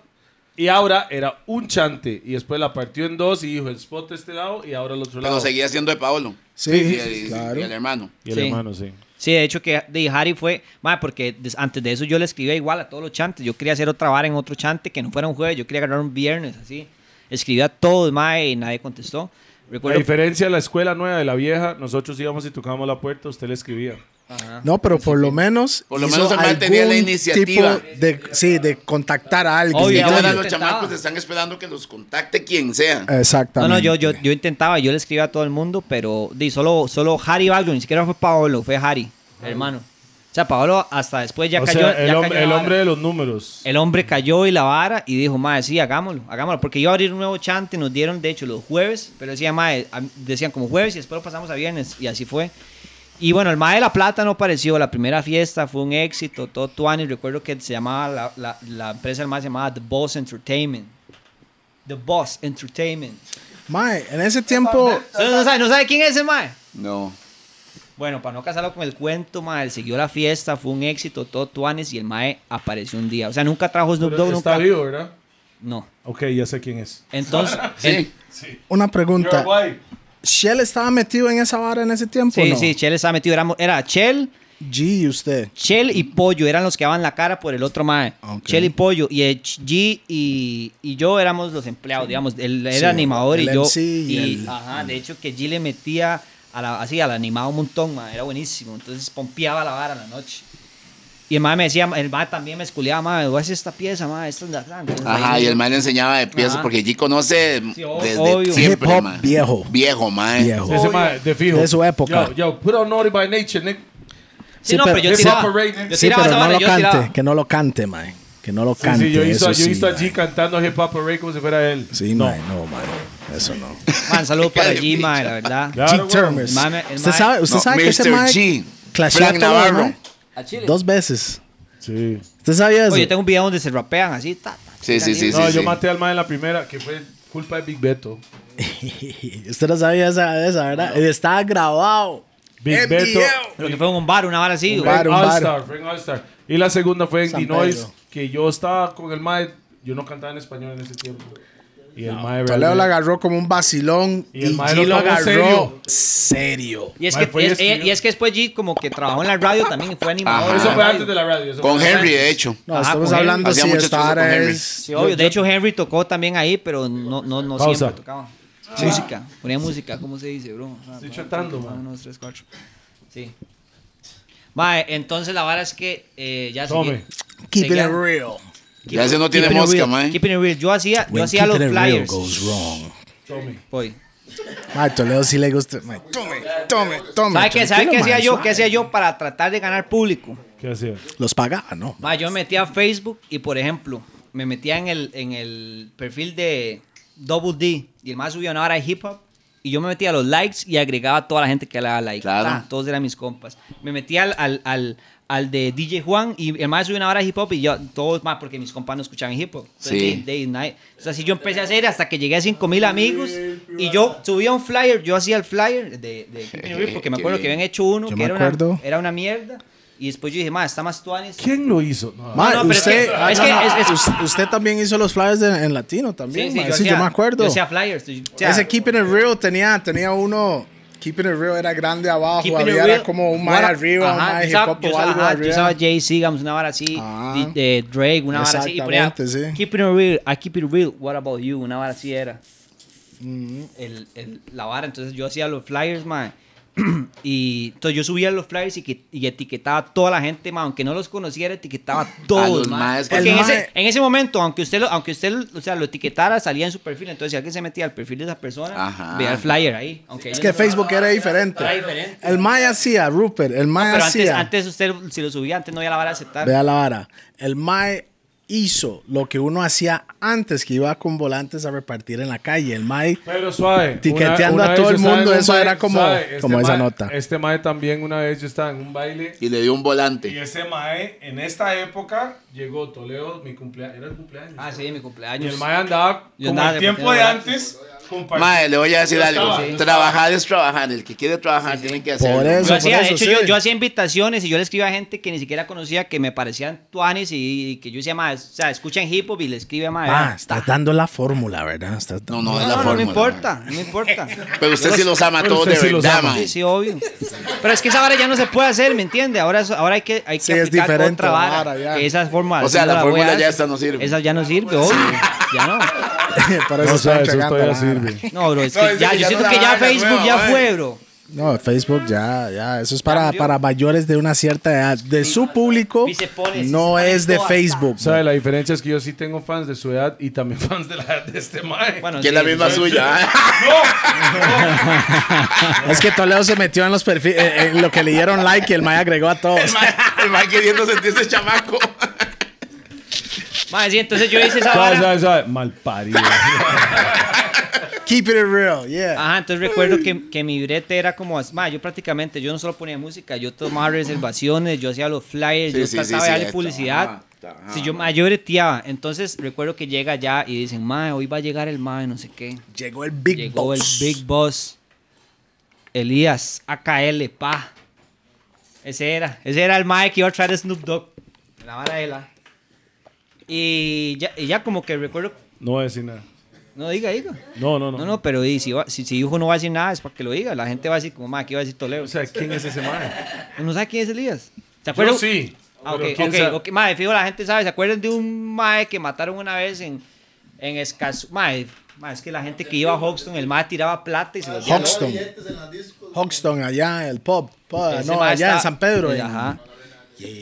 y ahora era un chante y después la partió en dos y dijo el spot de este lado y ahora el otro Pero lado. seguía siendo de Paolo. Sí, Y sí, el, claro. y el hermano. Y el Sí. hermano, sí. Sí, de hecho que de Harry fue, madre, porque des- antes de eso yo le escribía igual a todos los chantes. Yo quería hacer otra vara en otro chante que no fuera un jueves, yo quería agarrar un viernes, así. Escribía a todos, madre, y nadie contestó. La Recuerdo. diferencia de la escuela nueva de la vieja, nosotros íbamos y tocábamos la puerta, usted le escribía. Ajá. No, pero por lo menos. Pues Por lo hizo menos el man tenía la algún iniciativa. tipo de, sí, de contactar a alguien. Obvio, Y Sí, ¿entiendes? ahora yo los intentaba. chamacos están esperando que los contacte quien sea. Eh. No, Exactamente. no, yo, yo, yo intentaba, yo le escribía a todo el mundo, pero di, solo, solo Harry Baglio, ni siquiera fue Paolo, fue Harry, hermano. O sea, Paolo hasta después ya o cayó. sea, el, ya hom- cayó la el vara. hombre de los números. El hombre cayó y la vara y dijo, madre, sí, hagámoslo, hagámoslo. Porque iba a abrir un nuevo chante, nos dieron, de hecho, los jueves, pero decía, mae, a- decían como jueves y después lo pasamos a viernes y así fue. Y bueno, el mae de la plata no apareció, la primera fiesta fue un éxito, todo tuani. Recuerdo que se llamaba, la, la- la empresa del mae se llamaba The Boss Entertainment. The Boss Entertainment. Mae, en ese tiempo. ¿Ustedes no saben no sabe quién es ese mae? No. Bueno, para no casarlo con el cuento, mae, siguió la fiesta, fue un éxito, todo tuanes y el mae apareció un día. O sea, nunca trajo Snoop Pero Dogg, está nunca... vivo, ¿verdad? No. Ok, ya sé quién es. Entonces, en- Sí. Una pregunta. Uruguay. ¿Shell estaba metido en esa vara en ese tiempo? Sí, no? sí, Chel estaba metido. Era, era Chel, G y usted. Chel y Pollo eran los que daban la cara por el otro mae. Ok. Chel y Pollo. Y el Ch- G y, y yo éramos los empleados, digamos. Él era Sí, animador y el yo. MC y el- Ajá, de hecho que G le metía a la- así al animado un montón, mae, Era buenísimo. Entonces pompeaba la vara en la noche. Y el mae me decía, el mae también me esculeaba, mae, voy a hacer esta pieza, mae, esta es de acá. Entonces, Ajá, ahí- y el man le enseñaba de piezas Ajá. porque allí conoce Sí, o- desde obvio. siempre, Hip hop man. viejo. Viejo, man. Viejo. Ese mae, de fijo. De su época. Yo, yo, put on naughty by nature, Nick. Sí, no, pero- pero yo Hip tiraba. Hop Parade. Yo Sí, tiraba pero esa no vara, lo yo cante, tiraba. que no lo cante, mae. Que no lo Sí, cante. sí, yo he visto, eso yo he sí, visto a G mae. cantando hip hop parade como si fuera él. Sí, no. mae, no, mae. Eso no. Man, saludos para Cara de G, mae, picha. la verdad. Claro, G güey. Termes. El mae me- el Usted mae- sabe, usted No, sabe que ese Mr. mae G, clashea Frank todo, mae. Navarro. A Chile. Dos veces. Sí. ¿Usted sabía eso? Oye, yo tengo un video donde se rapean así, ta, ta, Sí, sí, sí, No, sí, yo sí. maté al mae en la primera, que fue culpa de Big Beto. Usted no sabía esa, esa ¿verdad? Estaba grabado. Big En Beto. video. Lo que fue en un bar, una vara así. Un güey. bar. Frank un All-Star, Frank All-Star. Y la segunda fue en San Dinois, Pedro. que yo estaba con el mae. Yo no cantaba en español en ese tiempo. Y el mae, Toledo la realmente- agarró como un vacilón Y el y, mae G lo lo tomó agarró serio. serio. Y es, Mae, que, fue y es- eh, escribió. y es que después G como que trabajó en la radio también, fue animador. Ajá. Eso de fue radio. antes de la radio. eso Con fue Henry, antes. de hecho. No, Ajá, estamos con él. hablando Hacía si muchas esta cosas con vara Henry. es... Sí, obvio. De hecho, Henry tocó también ahí, pero no, no, no Pausa. siempre tocaba. Música. Ponía música, ¿cómo se dice, bro? Ah, Estoy pa- chatando, uno, man. dos, tres, cuatro. Sí. Mae, entonces la vara es que eh, ya Tome. seguí- Keeping seguía- it real. Ya ese no tiene Keeping it mosca, real, man. Keeping it real. Yo hacía, yo hacía los flyers. Voy. Mae, Toledo sí le gusta. mae, tome, tome, tome. ¿Sabe qué, sabe Tranquilo, qué hacía mae, yo? suave. ¿Qué hacía yo para tratar de ganar público? ¿Qué hacía? Los pagaba, ¿no? Ma, yo me metía a Facebook y, por ejemplo, me metía en el, en el perfil de Double D y el más subía una hora de hip hop. Y yo me metía a los likes y agregaba a toda la gente que le daba like. Claro. Ta, todos eran mis compas. Me metía al, al, al, al de DJ Juan y el más subía una hora de hip hop y yo, todos más, porque mis compas no escuchaban hip hop. Entonces, Sí. day- day, night. O sea, así yo empecé a hacer hasta que llegué a 5000 amigos y yo subía un flyer, yo hacía el flyer de, de Keeping It Real, porque me Qué acuerdo que bien. habían hecho uno Yo que me era una, acuerdo. era una mierda. Y después yo dije, ma, está más tuanis. ¿Quién lo hizo? No, Mae, no, pero es usted, que- ah, es no, que no, es- es- us- usted también hizo los flyers de- en latino Sí, también. sí, mae, yo, sí, hacía- yo me acuerdo. Yo hacía flyers. yo- o sea, Ese Keeping It Real tenía, tenía uno. Keeping It Real era grande abajo, Keeping It había Real, era como un mar bueno, arriba, un ajá, mar yo hip usaba- hop yo o usaba- algo ajá, Yo arriá. usaba Jay-Z, digamos, una vara así. Ah. di- de Drake, una vara así. Y ponía, Exactamente, sí. Keeping it real, I keep it real, what about you? Una vara así era. Mm-hmm. el, el- la vara, entonces yo hacía los flyers, mae. y entonces yo subía los flyers y, que- y etiquetaba a toda la gente, mae. Aunque no los conociera, etiquetaba a todos, los mae. maes que- Porque El en pues, mae- ese, en ese momento, aunque usted, lo, aunque usted o sea, lo etiquetara, salía en su perfil. Entonces, si alguien se metía al perfil de esa persona, Ajá. veía el flyer ahí. Aunque Es ellos que no- Facebook era diferente. Era diferente. El Maya hacía, Rupert, el Maya Pero antes, hacía. antes usted, si lo subía, antes no iba a la vara a aceptar. Vea la vara. El Mae hizo lo que uno hacía antes que iba con volantes a repartir en la calle. El Mae Pero suave. Tiqueteando a vez todo yo el estaba mundo, en un eso era como- como esa mae- nota. Este mae también una vez yo estaba en un baile. Y le dio un Y volante. ese mae, en esta época, llegó Toledo, mi cumpleaños. Era el cumpleaños. Ah, sí, mi Y pues. cumpleaños. el mae andaba como Yo andaba el tiempo de repartiendo antes. Mae, le voy a decir Yo algo. estaba, yo Trabajar es trabajar. El que quiere trabajar tiene que hacerlo. Por mae. eso. yo hacía, por de eso, hecho, sí. yo, yo hacía invitaciones y yo le escribía a gente que ni siquiera conocía que me parecían tuanis y, y que yo decía, más, o sea, escuchan hip hop y le escribe más. Ah, estás dando la fórmula, ¿verdad? Estás No, dando- no, no, es no, la no, forma. me importa, no me importa. Pero usted sí los ama a Pero todos de usted sí los verdad, ama. mae. Sí, sí, obvio. Pero es que esa vara ya no se puede hacer, ¿me entiende? Ahora, es- ahora hay que, hay que Sí, es aplicar diferente otra la vara. vara, ya. que esa forma O sea, yo la voy a fórmula ya hacer. esta no sirve. Esa ya no sirve, obvio. Ya no. Por eso estoy entregando la vara. No, bro, es que No, en ya, yo serio, ya siento no que la ya vaina Facebook nueva, ya mae. fue, bro. No, Facebook ya, ya. Eso es para, Cambió. para mayores de una cierta edad. De su público, Y se pone- no se pone es de toda- Facebook. ¿Sabe? La diferencia es que yo sí tengo fans de su edad y también fans de la edad de este mae. Bueno, Que es sí, la sí, misma sí. suya. ¿eh? Es que Toledo se metió en los perfiles, en, en lo que le dieron like y el Mae agregó a todos. El mae queriendo sentirse chamaco. Mae, sí, entonces yo hice esa Suave, vara. suave, suave. Mal parido. Keep it real, yeah. Ajá, entonces recuerdo que, que mi brete era como, as- mae, yo prácticamente, yo no solo ponía música, yo tomaba reservaciones, yo hacía los flyers, Sí, yo sí, trataba sí, de sí, darle esto, publicidad. ajá, ajá. Si yo, mae, yo breteaba, entonces recuerdo que llega ya y dicen, mae, hoy va a llegar el mae, no sé qué. Llegó el Big Llegó Boss. el Big Boss. Elías, AKL, pa. Ese era. Ese era el mae que iba a traer Snoop Dogg. La vara de la. Y ya, y ya como que recuerdo. No voy a decir nada. No, diga, diga. No, no, no. No, no, pero y si, va- si, si dijo no va a decir nada, es para que lo diga. La gente va a decir, como, mae, ¿qué iba a decir Toledo? O sea, ¿quién es ese mae? ¿No sabe quién es Elías? ¿Se Yo acuerdan? sí. Ah, ok, pero ¿quién ok, sabe? ok. Mae, fijo, la gente sabe. ¿Se acuerdan de un mae que mataron una vez en, en Escazú? Mae, mae, es que la gente que iba a Hoxton, el mae tiraba plata y se los daba. Hoxton. Hoxton, allá, el pop. Ese no, mae allá en está- San Pedro. Eh, en- Ajá.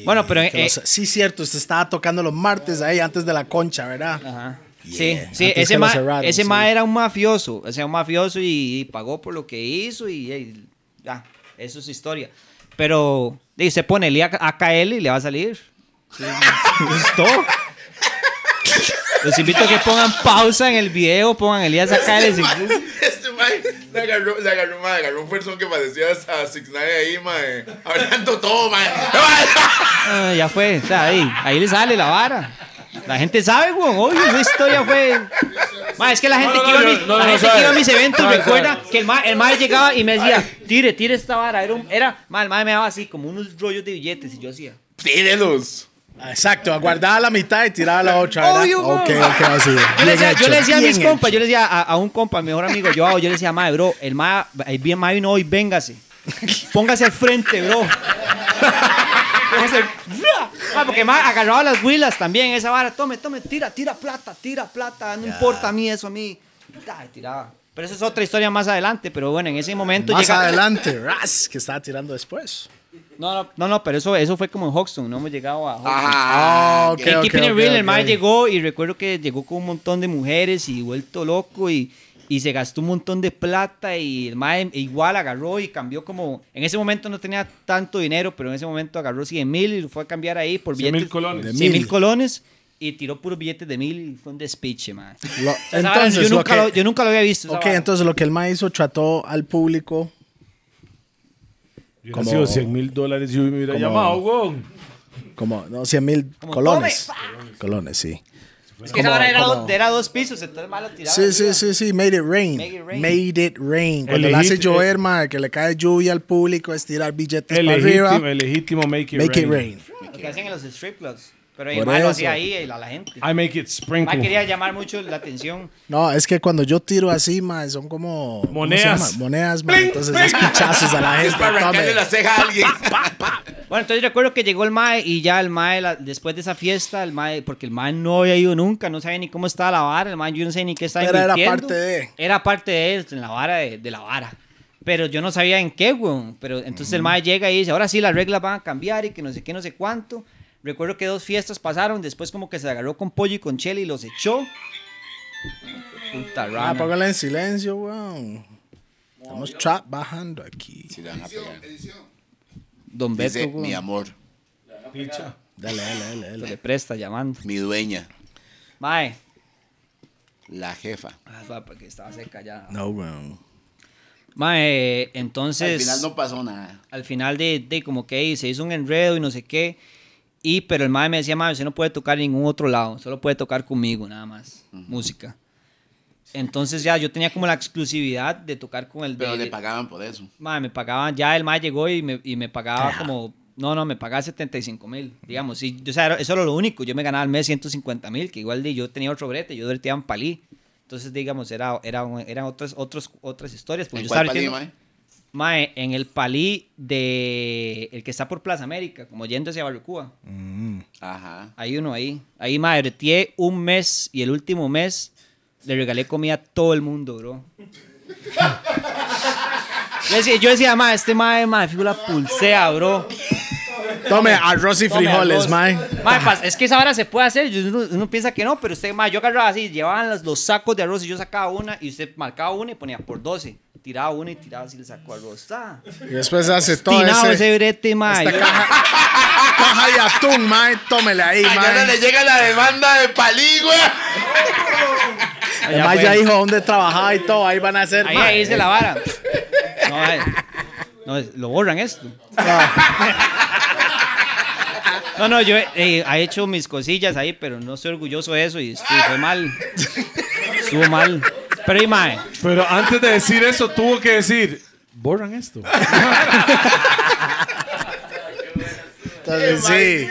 Bueno, pero, Que eh, los- sí, cierto, usted estaba tocando los martes ahí antes de la concha, ¿verdad? Ajá. Yeah. Sí, sí, Antes que ese, lo ma, cerraran, ese sí. ma era un mafioso, o sea, un mafioso y, y pagó por lo que hizo y, y- ya, eso es historia. Pero y se pone el AKL y le va a salir. Sí, eso es todo. Los invito a que pongan pausa en el video, pongan Elías AKL. y se- Este mae le agarró, le agarró, mae, agarró un fuerzón que parecía a Six Nine ahí, mae. Hablando todo, mae. Ah, ya fue, o sea, ahí, ahí le sale la vara. La gente sabe, weón, obvio, esa historia fue. Ma, es que la gente, no, que, iba a yo- mis, no, la no, gente sabe. que iba a mis eventos Sabe, recuerda sabe. que el ma, el ma llegaba y me decía, tire, tire esta vara. Era, un, era ma, el ma me daba así, como unos rollos de billetes, y yo hacía. Tírelos. Ah, Exacto, aguardaba la mitad y tiraba la otra, ¿verdad? Obvio, ok, weón. ok, así. Yo le Bien decía, yo hecho, le decía a bien mis hecho. compas, yo le decía a, a un compa, mi mejor amigo, yo, "Ah, yo le decía, ma, bro, el ma, el bien ma vino hoy, véngase. Póngase al frente, bro. Póngase- Ma, porque ma, agarraba las huilas también, esa vara, tome, tome, tira, tira plata, tira plata, no importa a mí eso, a mí. Ay, tiraba. Pero esa es otra historia más adelante, pero bueno, en ese momento Más llega- adelante, Ras, que estaba tirando después. No, no, no, no, pero eso, eso fue como en Hoxton, no hemos llegado a Hoxton. Ajá. Ah, ok, en ok, Keeping It ok, Real, el ok. mae llegó y recuerdo que llegó con un montón de mujeres y vuelto loco y, y se gastó un montón de plata y el mae igual agarró y cambió como... En ese momento no tenía tanto dinero, pero en ese momento agarró 100 mil y lo fue a cambiar ahí por 100 billetes... mil colones. De 100 mil mil. colones y tiró puros billetes de mil y fue un despiche, mae. Lo- Esa vara entonces, yo, lo nunca que- lo, yo nunca lo había visto. esa ok, vara. entonces lo que el ma hizo trató al público. Yo Como- sido 100 mil dólares y me hubiera como- llamado, weón. Como, no, 100 mil Como, colones. Colones, sí. Es que esa como- vara era, como- do- era dos pisos, entonces el mae lo tiraba. Sí, sí, arriba. sí, sí, made it rain. Make it rain. Made it rain. Cuando El lo hace legit- llover, ma, que le cae lluvia al público, es tirar billetes El para legítimo, arriba. el legítimo make it Make it rain. rain. Lo que hacen en los strip clubs. Pero el Por mae lo eso. hacía ahí y la, la gente. I make it El mae sprinkle. quería llamar mucho la atención. No, es que cuando yo tiro así, ma, son como... ¿cómo se Monedas. llama? Monedas, ma, entonces es pichazos a la gente. Es para arrancarle tome. la ceja a alguien. Bueno, entonces recuerdo que llegó el mae y ya el mae, la- después de esa fiesta, el mae, porque el mae no había ido nunca, no sabía ni cómo estaba la vara, el mae yo no sé ni qué estaba Pero era invirtiendo. parte de. Era parte de, en la vara de, de la vara. Pero yo no sabía en qué, weón. Pero entonces el mae llega y dice, ahora sí las reglas van a cambiar y que no sé qué, no sé cuánto. Recuerdo que dos fiestas pasaron, después como que se agarró con Pollo y con Cheli y los echó. Puta Ah, rana. póngala en silencio, weón. Estamos trap bajando aquí. Sí, le van a pegar. Don Beto, Dice, weón, mi amor, Picha. Dale, dale, dale, le dale. presta llamando. mi dueña, Mae. la jefa. Ah, suave, porque estaba cerca ya. No, weón. Mae, Al entonces, final no pasó nada. de, de como que ahí se hizo un enredo y no sé qué. Y, pero el mae me decía, mae, usted no puede tocar en ningún otro lado, solo puede tocar conmigo, nada más, música. Entonces ya yo tenía como la exclusividad de tocar con el... Pero de- le de- pagaban por eso. Mae, me pagaban, ya el mae llegó y me, y me Ah. pagaba como, no, no, me pagaba 75 mil, digamos. Y, yo, o sea, era- eso era lo único, yo me ganaba al mes 150 mil, que igual di, yo tenía otro brete, yo vertía en palí. Entonces, digamos, era, era, un- eran otras, otros, otras historias. porque ¿En Pues yo cuál estaba vertiendo- palima, eh? Mae, en el palí de. El que está por Plaza América, como yendo hacia Barbacoa. Ajá. Hay uno ahí. Ahí, mae, breteé un mes y el último mes le regalé comida a todo el mundo, bro. Yo decía, yo decía, mae, este mae, mae, figura pulsea, bro. Tome arroz y Tome frijoles, arroz. mae. Mae, pas- es que esa hora se puede hacer. yo- Uno, uno piensa que no, pero usted, mae, yo agarraba así, llevaban los, los sacos de arroz y yo sacaba una y usted marcaba una y ponía por 12. Tiraba una y tiraba así el saco de arroz. Ah. Y después hace todo Tinado ese... ese brete, mae. esta Yo- caja, caja de atún, mae. Tómele ahí, Mañana le mae. llega la demanda de paligua. El Ya mae fue. ya dijo dónde trabajaba y todo. Ahí van a hacer, Ahí, mae. ahí se la vara. No, ay, no, es- lo borran esto. No, no, yo eh, he hecho mis cosillas ahí, pero no estoy orgulloso de eso y estu- fue mal. Estuvo mal. Pero y mae, Pero antes de decir eso, tuvo que decir, borran esto. Entonces, sí.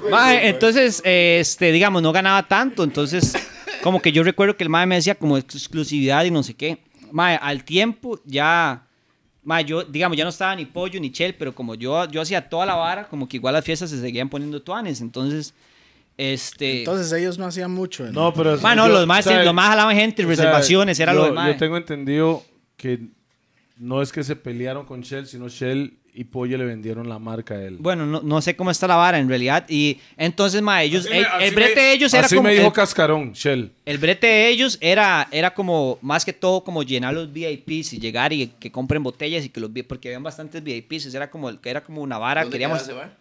Pues mae, entonces, eh, este, digamos, no ganaba tanto, entonces, como que yo recuerdo que el mae me decía como exclusividad y no sé qué. Mae, al tiempo ya, mae, yo, digamos, ya no estaba ni pollo ni chel, pero como yo, yo hacía toda la vara, como que igual las fiestas se seguían poniendo tuanes, entonces, este... Entonces ellos no hacían mucho. ¿no? No, pero. Mae, no, yo- los más, o sea, los más jalaban gente, o sea, reservaciones, era yo- lo del mae. Yo tengo entendido que no es que se pelearon con Shell, sino Shell y Polle le vendieron la marca a él. Bueno, no, no sé cómo está la vara en realidad. Y entonces, ma, ellos, Así me- el, así el brete me- de ellos era así como. me dijo el, Cascarón, Shell. el brete de ellos era, era como, más que todo, como llenar los VIPs y llegar y que compren botellas y que los vi- porque habían bastantes VIPs. Era como, el- era como una vara. ¿Dónde Queríamos. queda ese bar?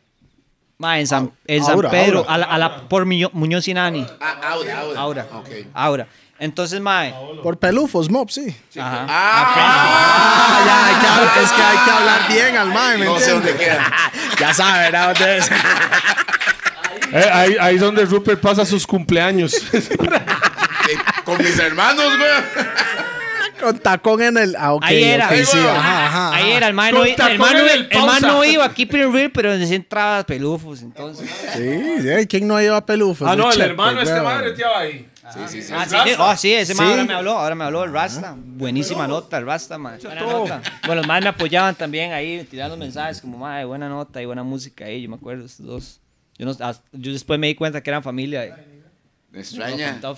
Ma, en San, en San Aura, Pedro, Aura. a la, a la- por Muño- Muñoz y Nani. Ah, Aura, Aura. Ahora. Ok. Ahora. Entonces, mae. Por pelufos, mop, sí. Ajá. Ah, Ah, ya, hay que hab- es que hay que hablar bien al mae, ¿me No sé entiende? dónde queda. Ya sabe, ¿verdad? Ustedes- Eh, ahí, ahí es donde Rupert pasa sus cumpleaños. Eh, Con mis hermanos, güey. Con tacón en el. Ah, ok, Ahí era. ok, sí, ajá, ajá, Ahí ajá. era, el mae no, Con el tacón mae no- en el el mae pausa. no iba a Keeping Real, pero se entraba pelufos, entonces. Sí, sí, ¿quién no lleva pelufos? ah, no, el Chepe, hermano este weón. madre te ahí. Ah, sí, sí, oh, sí, ese Sí. mae ahora me habló, ahora me habló el Rasta. Buenísima nota, el Rasta, mae. Buena nota. Bueno, los maes me apoyaban también ahí, tirando mensajes como, mae, buena nota y buena música ahí, yo me acuerdo, estos dos. Yo, no- ah, yo después me di cuenta que eran familia. eh. Me extraña. Tough.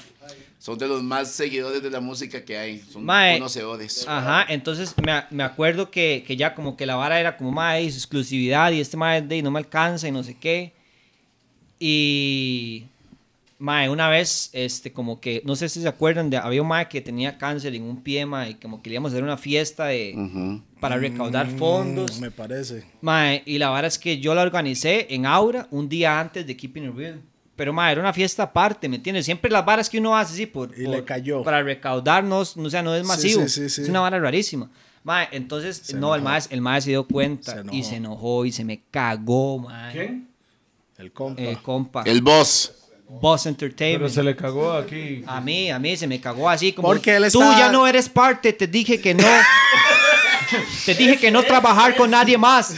Son de los más seguidores de la música que hay. Son Mae. Ah. conocedores. Ajá, entonces me, me acuerdo que, que ya como que la vara era como, mae, su exclusividad y este mae de no me alcanza y no sé qué. Y, mae, una vez, este, como que, no sé si se acuerdan, de, había un mae que tenía cáncer en un pie, mae, y como que le íbamos a hacer una fiesta de, para recaudar fondos. Me parece. Mae, y la vara es que yo la organicé en Aura un día antes de Keeping It Real. Pero, mae, era una fiesta aparte, ¿me entiendes? Siempre las varas que uno hace, sí, por, Y por- le cayó. para recaudarnos, no, o sea, no es Sí, masivo. sí, sí, sí. Es una vara rarísima. Mae, entonces, no, el enojó. mae, el mae se dio cuenta Se enojó. y se enojó y se me cagó, mae. ¿Quién? El compa. Eh, compa. El boss. Boss Pero Entertainment. se le cagó aquí. A mí, a mí se me cagó así como Porque él tú estaba- ya no eres parte, te dije que no. te dije que no trabajar con nadie más.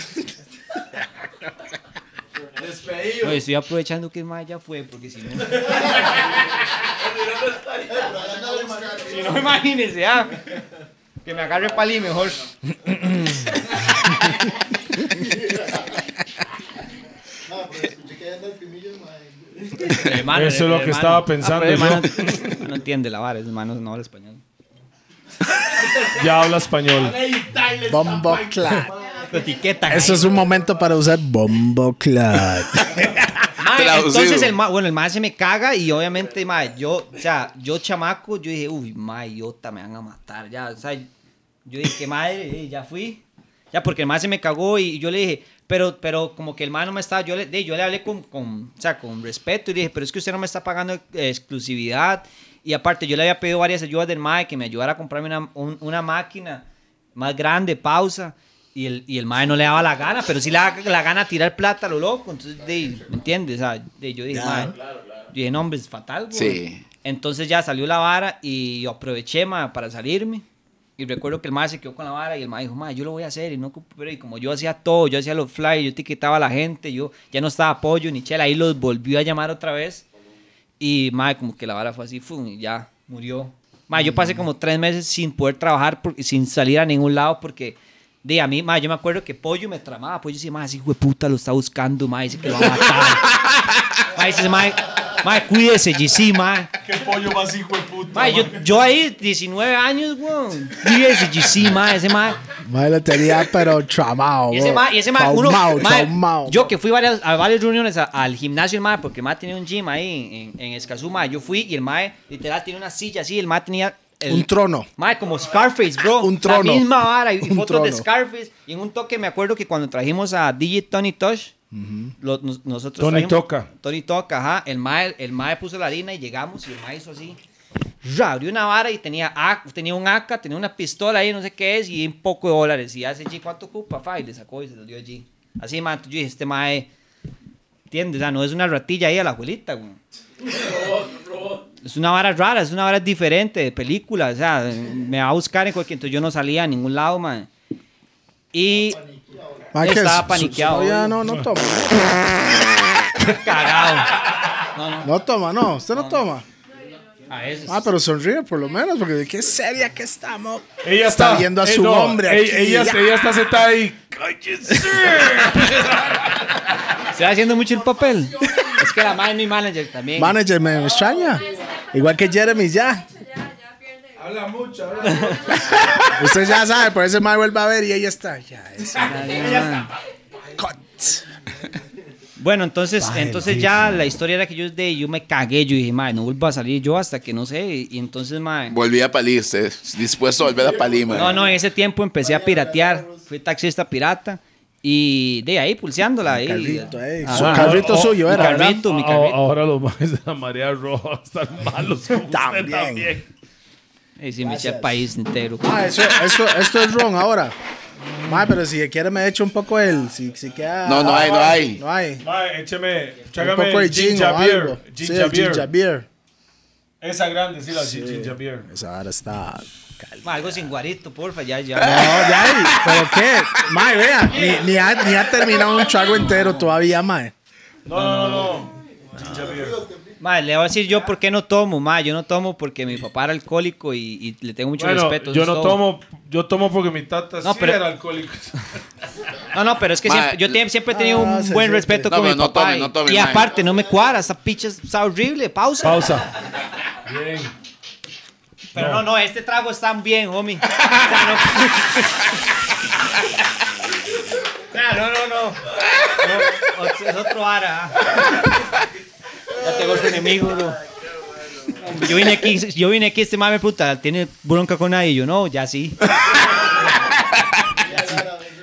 No, estoy aprovechando que el mae ya fue porque si no. si no imagínense, ah. Que me agarre pali mejor. Hermano, Eso es lo que hermano. Ah, estaba pensando pero yo. hermano, No entiende la vara, hermano, no habla español. Ya habla español. Bombo Clat. Etiqueta. Eso es un momento para usar Bombo Clat. Mae, Traducido. entonces el ma, bueno, el mae se me caga y obviamente, mae, yo, o sea, yo chamaco, yo dije, uy, mae, yota, me van a matar, ya, o sea, yo dije, qué madre, eh, ya fui, ya, porque el mae se me cagó y yo le dije, pero, pero como que el mae no me estaba, yo le, de- yo le hablé con, con, o sea, con respeto y le dije, pero es que usted no me está pagando eh, exclusividad y aparte yo le había pedido varias ayudas del mae que me ayudara a comprarme una, un- una máquina más grande, pausa. Y el, y el mae no le daba la gana, pero sí le daba la gana tirar plata a lo loco. Entonces, de, ¿me entiendes? O sea, de- yo dije, mae, yo dije, no, hombre, es fatal, güey. Sí. Entonces ya salió la vara y yo aproveché, mae, para salirme. Y recuerdo que el mae se quedó con la vara y el mae dijo, mae, yo lo voy a hacer. Y, no, ocupo- pero y como yo hacía todo, yo hacía los flyers, yo etiquetaba a la gente, yo ya no estaba apoyo ni chela. Ahí los volvió a llamar otra vez. Y, mae, como que la vara fue así, fum, y ya murió. Mae, yo pasé como tres meses sin poder trabajar, por- sin salir a ningún lado, porque, de a mí, mae, yo me acuerdo que Pollo me tramaba. Pollo decía, mae, ese hijo de puta lo está buscando, mae, dice que lo va a matar. mae, dice, mae, mae, cuídese, GC, mae. Qué pollo más hijo de puta. Mae, yo, yo ahí, 19 años, weón. Cuídese, GC, mae, ese mae. Mae lo tenía, pero tramado. Y ese bro. mae, y ese mae, uno, Traumado, mae, traumado. yo que fui varias- a varias reuniones a- al gimnasio, el mae, porque el mae tenía un gym ahí en, en Escazú, mae, yo fui y el mae, literal, tenía una silla así, el mae tenía... el- Un trono. Mae, como Scarface, bro. Un trono. La misma vara y, Un y fotos de trono. Scarface. Y en un toque me acuerdo que cuando trajimos a DJ Tony Tosh, lo- nos- nosotros Tony trajimos- Toca. Tony Toca, ajá. El mae, el mae puso la harina y llegamos y el mae hizo así. Ra, abrió una vara y tenía, a- tenía un AK, tenía una pistola ahí, no sé qué es, y un poco de dólares. Y hace G, ¿cuánto ocupa? Fa, y le sacó y se lo dio allí. Así, mae, yo dije, este mae, ¿entiendes? O sea, no es una ratilla ahí a la abuelita, güey. Es una vara rara, es una vara diferente de película. O sea, me va a buscar en cualquier. Entonces yo no salía a ningún lado, man. Y. Mae, que estaba su- su- paniqueado, su novia obvio. no, no toma. Cagado. No toma, no. Usted no toma. A veces. Ah, pero sonríe por lo menos, porque de qué seria que estamos. Está Ella está, Eh, viendo a su hombre ey, aquí, Ella, ya. ella está sentada ahí. ¿Se va haciendo mucho el papel? es que la madre es mi manager también. Manager, me extraña. Igual que Jeremy ya. Ya, ya pierde. Habla mucho, habla mucho. Usted ya sabe, por eso el mae vuelve a ver y ahí está. Ya, es cut. Bueno, entonces, entonces ya la historia era que yo, de, yo me cagué, yo dije, madre, no vuelvo a salir yo hasta que no sé, y entonces, madre... Volví a Palí, usted, dispuesto a volver a Palí, mae. No, no, en ese tiempo empecé a piratear, fui taxista pirata, y de ahí pulseándola, ahí... Carrito, eh. Ajá. Su carrito oh, suyo mi era, ¿verdad? carrito, mi Ah, carrito. Ahora los maes de la marea roja están malos como usted También. también. Y sí, me eché al país entero. Ah, eso, esto, esto es wrong ahora. Mae, pero si quiere me echo un poco el. Si, si queda. No, no hay, Ah. no hay. No hay. Mae, écheme, Un chágame poco de gin o ginger algo. beer. Sí, Ginger el ginger beer. beer. Esa grande, sí, la ginger beer. Esa ahora está. caliente. Ma, algo sin guarito, porfa, ya, ya. No, de ahí. ¿Pero qué? Mae, vea. Ni, ni, ha, ni ha terminado un trago entero todavía, mae. No, no, no, no. Ginger beer. Ma, le voy a decir yo por qué no tomo, ma, yo no tomo porque mi papá era alcohólico y, y le tengo mucho Bueno, respeto. eso yo es no todo. tomo, yo tomo porque mi tata No, sí pero- era alcohólica. No, no, pero es que Ma, siempre- yo tie- siempre he tenido Ah, un se buen siente. respeto No, con mi pero no papá. tome, y- no tome, y ma. aparte, no me cuadra, esta picha está horrible, pausa. Pausa. Bien. Pero no, no, este trago está bien, homie. O sea, no... no, no, no. No, o- Es otro ara. ah. Ya tengo este enemigo, bro. Yo vine aquí, yo vine aquí este mame puta, tiene bronca con nadie, yo no, ya sí.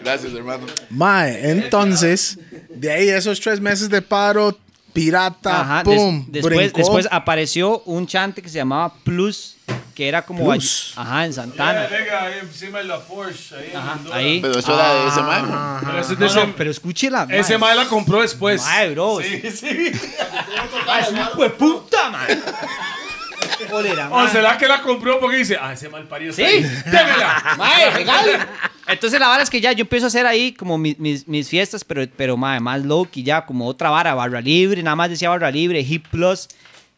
Gracias, hermano. Mae, entonces, de ahí esos tres meses de paro, pirata, Ajá, des- pum. después, brincó. después ah, apareció un chante que se llamaba Plus, que era como Plus. all- ajá, en Santana. Venga, ahí encima de la Porsche. Ahí en Ajá, Honduras. ahí. Pero eso era de ese mae. Ah. Pero ese, No, ese, no, pero escúchela. ese mae. mae la compró después. Mae, bro. Sí, sí. mae, es un hijo de puta, man. Cólera, O mae. será que la compró porque dice, ah, ese mal parido está Sí. ahí. Démela. Mae, legal. Entonces la vara es que ya yo empiezo a hacer ahí como mis, mis, mis fiestas, pero, pero mae, más low-key ya, como otra vara, barra libre, nada más decía barra libre, hip plus.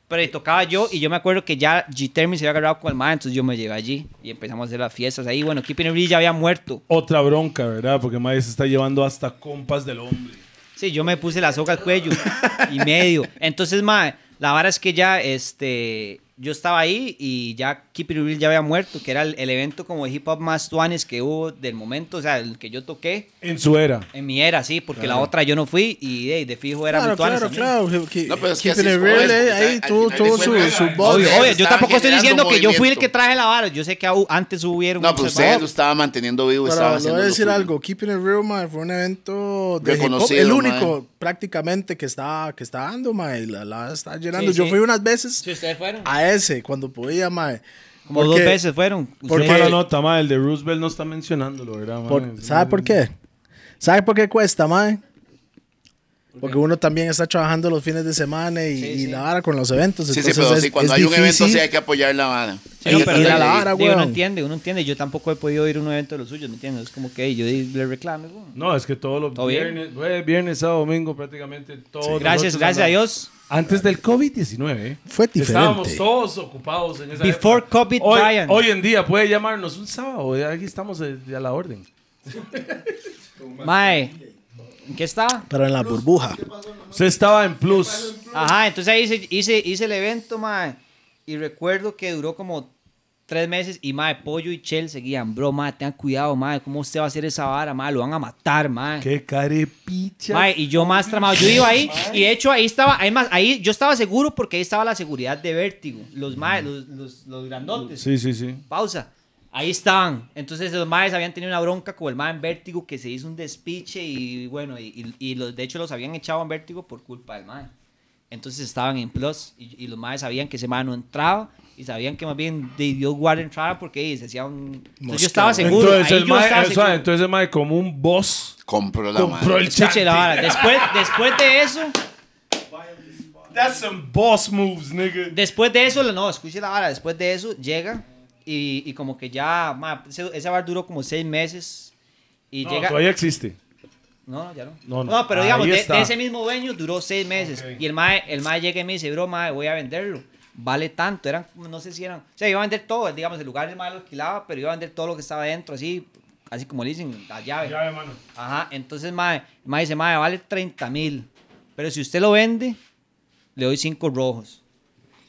Pero ahí tocaba yo y yo me acuerdo que ya G-Termin se había agarrado con el mae, entonces yo me llevé allí y empezamos a hacer las fiestas ahí. Bueno, Keeping It Real ya había muerto. Otra bronca, ¿verdad? Porque mae se está llevando hasta compas del hombre. Sí, yo me puse la soga al cuello y medio. Entonces, mae, la vara es que ya, este, yo estaba ahí y ya Keep It Real ya había muerto, que era el, el evento como de hip hop más tuanes que hubo del momento, o sea, el que yo toqué En su era. en mi era, sí, porque la otra yo no fui y de, de fijo era Claro, mi tuanes claro, también. claro. que- No, pero es que keeping así es it como real, es, eh, porque ahí al tuvo final tuvo de su, cuentas, su al voz. Obvio, Ustedes obvio, yo estaban tampoco estoy diciendo generando que yo fui el movimiento. que traje la vara, yo sé que au- antes hubieron... No, pues pero muchas usted lo varas. estaba manteniendo vivo. Pero estaba le haciendo voy a lo decir suyo. algo. Keeping It Real, mae, fue un evento de hip hop. Reconocido, El mae. único prácticamente que está, que está dando, mae. La, la está llenando. Sí, Yo sí. fui unas veces Sí, ustedes fueron. a ese cuando podía, mae. Como Porque- dos veces fueron. porque- Ustedes- Mala nota, mae. El de Roosevelt no está mencionándolo, ¿verdad? mae? Por- ¿Sabe por qué? ¿Sabe por qué cuesta, mae? Porque uno también está trabajando los fines de semana y, y la vara con los eventos. Sí, sí, entonces pero es- sí, cuando es hay un evento difícil. sí hay que apoyar la mano. Sí, no, Ahí pero está de- la de- vara, de- uno weón. entiende, uno entiende. Yo tampoco he podido ir a un evento de los suyos, ¿me entiendes? Es como que yo di- le reclamo. weón. No, es que todos los ¿Todo bien? viernes, güey, viernes a domingo prácticamente todos. Gracias, nosotros gracias a andamos- Dios. Antes del COVID-19, Fue estábamos diferente. todos ocupados en esa Before época. COVID, hoy, Brian. hoy en día puede llamarnos un sábado, ya aquí estamos eh, a la orden. Mae, ¿en qué estaba? Pero en la burbuja. Usted estaba en Plus. Ajá, entonces ahí hice, hice, hice el evento, mae. Y recuerdo que duró como tres meses y, mae, Pollo y Chel seguían. Bro, mae, tengan cuidado, mae. ¿Cómo usted va a hacer esa vara, mae? Lo van a matar, mae. Qué carepicha. Mae, y yo más tramado. Yo iba ahí y de hecho ahí estaba, además, ahí yo estaba seguro porque ahí estaba la seguridad de vértigo. Los mae, los, los, los grandotes. Sí, sí, sí. pausa. Ahí estaban. Entonces los maes habían tenido una bronca con el mae en Vértigo que se hizo un despiche y bueno, y, y- y los, de hecho los habían echado en Vértigo por culpa del mae. Entonces estaban en Plus y, y los maes sabían que ese mae no entraba y sabían que más bien de Dios guarda entraba porque ey, se hacía un... Entonces yo estaba seguro. Entonces ahí el, yo mae, estaba o sea, seguro. entonces el mae como un boss Compró la compró mano. el chat. Escuche la vara. Después, después de eso, That's some boss moves, nigga. después de eso, no, escuche la vara. Después de eso llega y, y como que ya, mae, ese, ese bar duró como seis meses y No, llega... todavía existe. No, no, ya no. No, No, no. pero Ahí digamos, de, está. de ese mismo dueño duró seis meses. Ok. Y el mae, el mae llega y me dice, bro, mae, voy a venderlo. Vale tanto. Eran, no sé si eran. O sea, iba a vender todo. Digamos, el lugar el mae lo alquilaba, pero iba a vender todo lo que estaba adentro, así, así como le dicen, la llave. Ya, hermano. Ajá. Entonces, mae, el mae dice, mae, vale 30 mil. Pero si usted lo vende, le doy cinco rojos.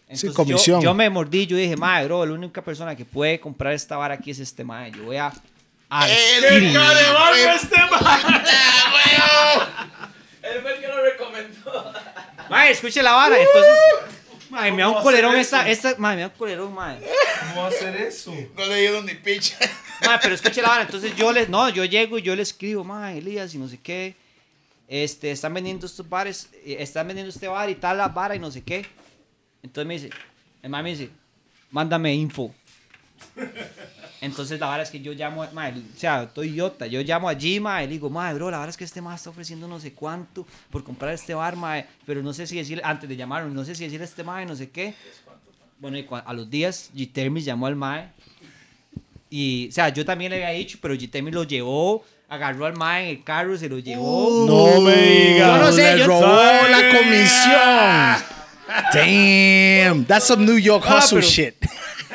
Sí, Entonces, comisión. Yo, yo me mordí, yo dije, madre, bro, la única persona que puede comprar esta vara aquí es este madre. Yo voy a. a ¡El barba este Él fue el que lo recomendó. Mae, escuche la vara. Entonces, mae, me da un colerón esta, esta, mae, me da un colerón, mae. ¿Cómo va a hacer eso? No le dieron ni picha. Mae, pero escuche la vara. Entonces yo les, no, yo llego y yo le escribo, mae, Elías y no sé qué. Este, están vendiendo estos bares, eh, están vendiendo este bar y tal la vara y no sé qué. Entonces me dice, el mae me dice, mándame info. Entonces la vara es que yo llamo, mae, o sea, estoy idiota, yo llamo allí, mae, y le digo, mae, bro, la vara es que este mae está ofreciendo no sé cuánto por comprar este bar, mae, pero no sé si decir, antes de llamarlo, no sé si decir este mae, no sé qué. Bueno, y cua- a los días, G-Termis llamó al mae, y, o sea, yo también le había dicho, pero G-Termis lo llevó, agarró al mae en el carro, se lo Uh, llevó. No me digas. Yo no sé, Le yo- robó la comisión. Damn, that's some New York Ah, hustle pero- shit.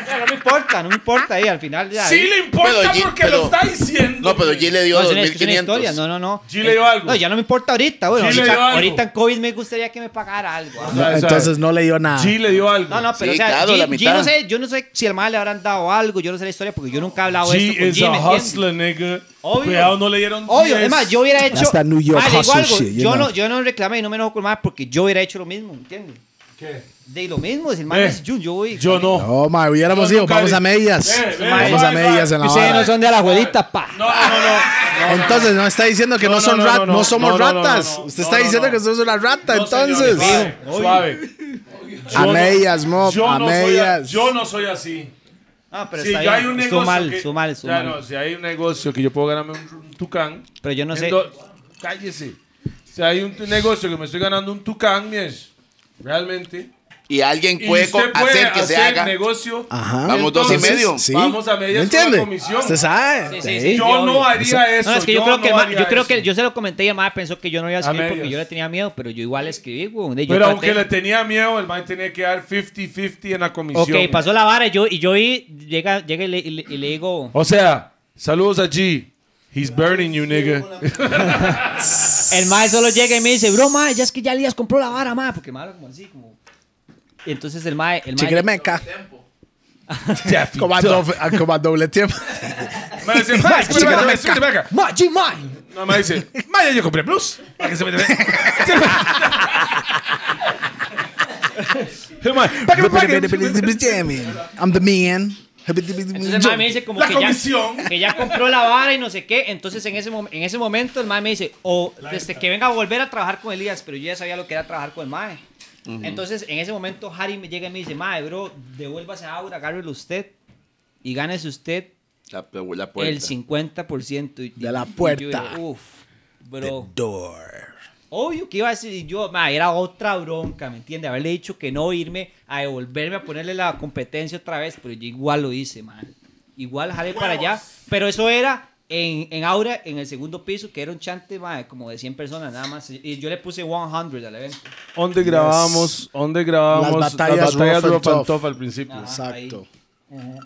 O sea, no me importa, no me importa, ahí, al final ya. Sí ahí- le importa Pero G- porque pero- lo está diciendo. No, pero G le dio No, pues es una- es una 2500. historia, no, no, no. G le dio algo. Eh, No, ya no me importa ahorita, bueno, G le ahorita, dio algo. ahorita en COVID me gustaría que me pagara algo. ah. No, o sea, entonces no le dio nada. G le dio algo. No, no, pero Sí, o sea, claro, G- la G mitad. no sé, yo no sé si al mal le habrán dado algo, yo no sé la historia porque yo nunca he hablado de esto G is con pues, G, a ¿me entiendes? hustler, nigga. Obvio. Cuidado, no le dieron Obvio, 10. es más, yo hubiera hecho. Hasta New York Ah, le digo hustle algo, shit, you yo, know. no, yo no reclamé y no me enojo con el mal porque yo hubiera hecho lo mismo, ¿entiendes? ¿Qué? De lo mismo, si el mal Eh, es Jun, yo voy. Yo no. No, ma, Oh, hubiéramos Yo ido. nunca Vamos le- a medias. Eh, eh, Vamos a bye, medidas bye. en la Ustedes no hora. son de la abuelita, pa. No, no, no. no, no, Entonces, no está diciendo que No, no, no, son no, rat- no, no, no. somos No, no, no, ratas. no, no. Usted No, está no, diciendo no. que somos una rata, No, entonces. señores, Suave. suave. A Yo no- medias, mo, yo a no soy a- medias. Yo no soy así. Ah, pero si está ya hay bien. un negocio. estuvo mal, que- estuvo mal, estuvo Ya mal. no, si hay un negocio que yo puedo ganarme un, un tucán. Pero yo no sé. ento- cállese. Si hay un t- negocio que me estoy ganando un tucán, mies, realmente. Y alguien Y puede, co- usted puede hacer que se haga. negocio. Ajá. Vamos dos y Entonces, medio. Sí. Vamos a medias ¿Me con la entiende? comisión. Usted sabe. Sí, sí, ¿eh? sí. Yo no haría eso. No, es que yo, creo que el no ma- haría yo creo que eso. yo se lo comenté y el mae pensó que yo no iba a escribir A porque medias. yo le tenía miedo, pero yo igual escribí, güey. Yo Pero traté- aunque le tenía miedo, el man tenía que dar 50-50 en la comisión. Ok, pasó la vara y yo, y yo ahí llega, llega y, le, y le- y le digo, O sea, saludos a G. He's burning you, nigga. el mae solo llega y me dice, bro, mae, ya es que ya Elías compró la vara, mae, porque mae habla como así, como... Y entonces el mae, el mae- Chigremeca. Como a doble- a- como a doble tiempo. Me dice, "Mae, súbete para acá, mae, súbete para acá". Mae, G, mae. No, me dice, "Mae, yo compré plus. Para que se me dé". Hey, mae, para que- para que- I'm the man. Entonces el mae me dice como La que comisión. ya, que ya compró la vara y no sé qué. Entonces en ese, mom- en ese momento el mae me dice, o desde que venga a volver a trabajar con Elías, pero yo ya sabía lo que era trabajar con el mae. Entonces en ese momento Harry me llega y me dice, mae, bro, devuélvase a Aura, agárrelo usted y gánese usted La, la puerta. el 50% y- De la y yo puerta. dije, Uf, bro. Door. Obvio que iba a decir yo, ma, era otra bronca, ¿me entiendes? Haberle dicho que no, irme a devolverme a ponerle la competencia otra vez, pero yo igual lo hice, man. Igual jalé para allá, pero eso era en, en Aura, en el segundo piso, que era un chante, ma, como de 100 personas nada más. Y yo le puse 100 al evento. ¿Dónde grabamos? ¿Dónde grabamos? Las batallas rough and rough and tough. tough al principio. Ajá. Exacto.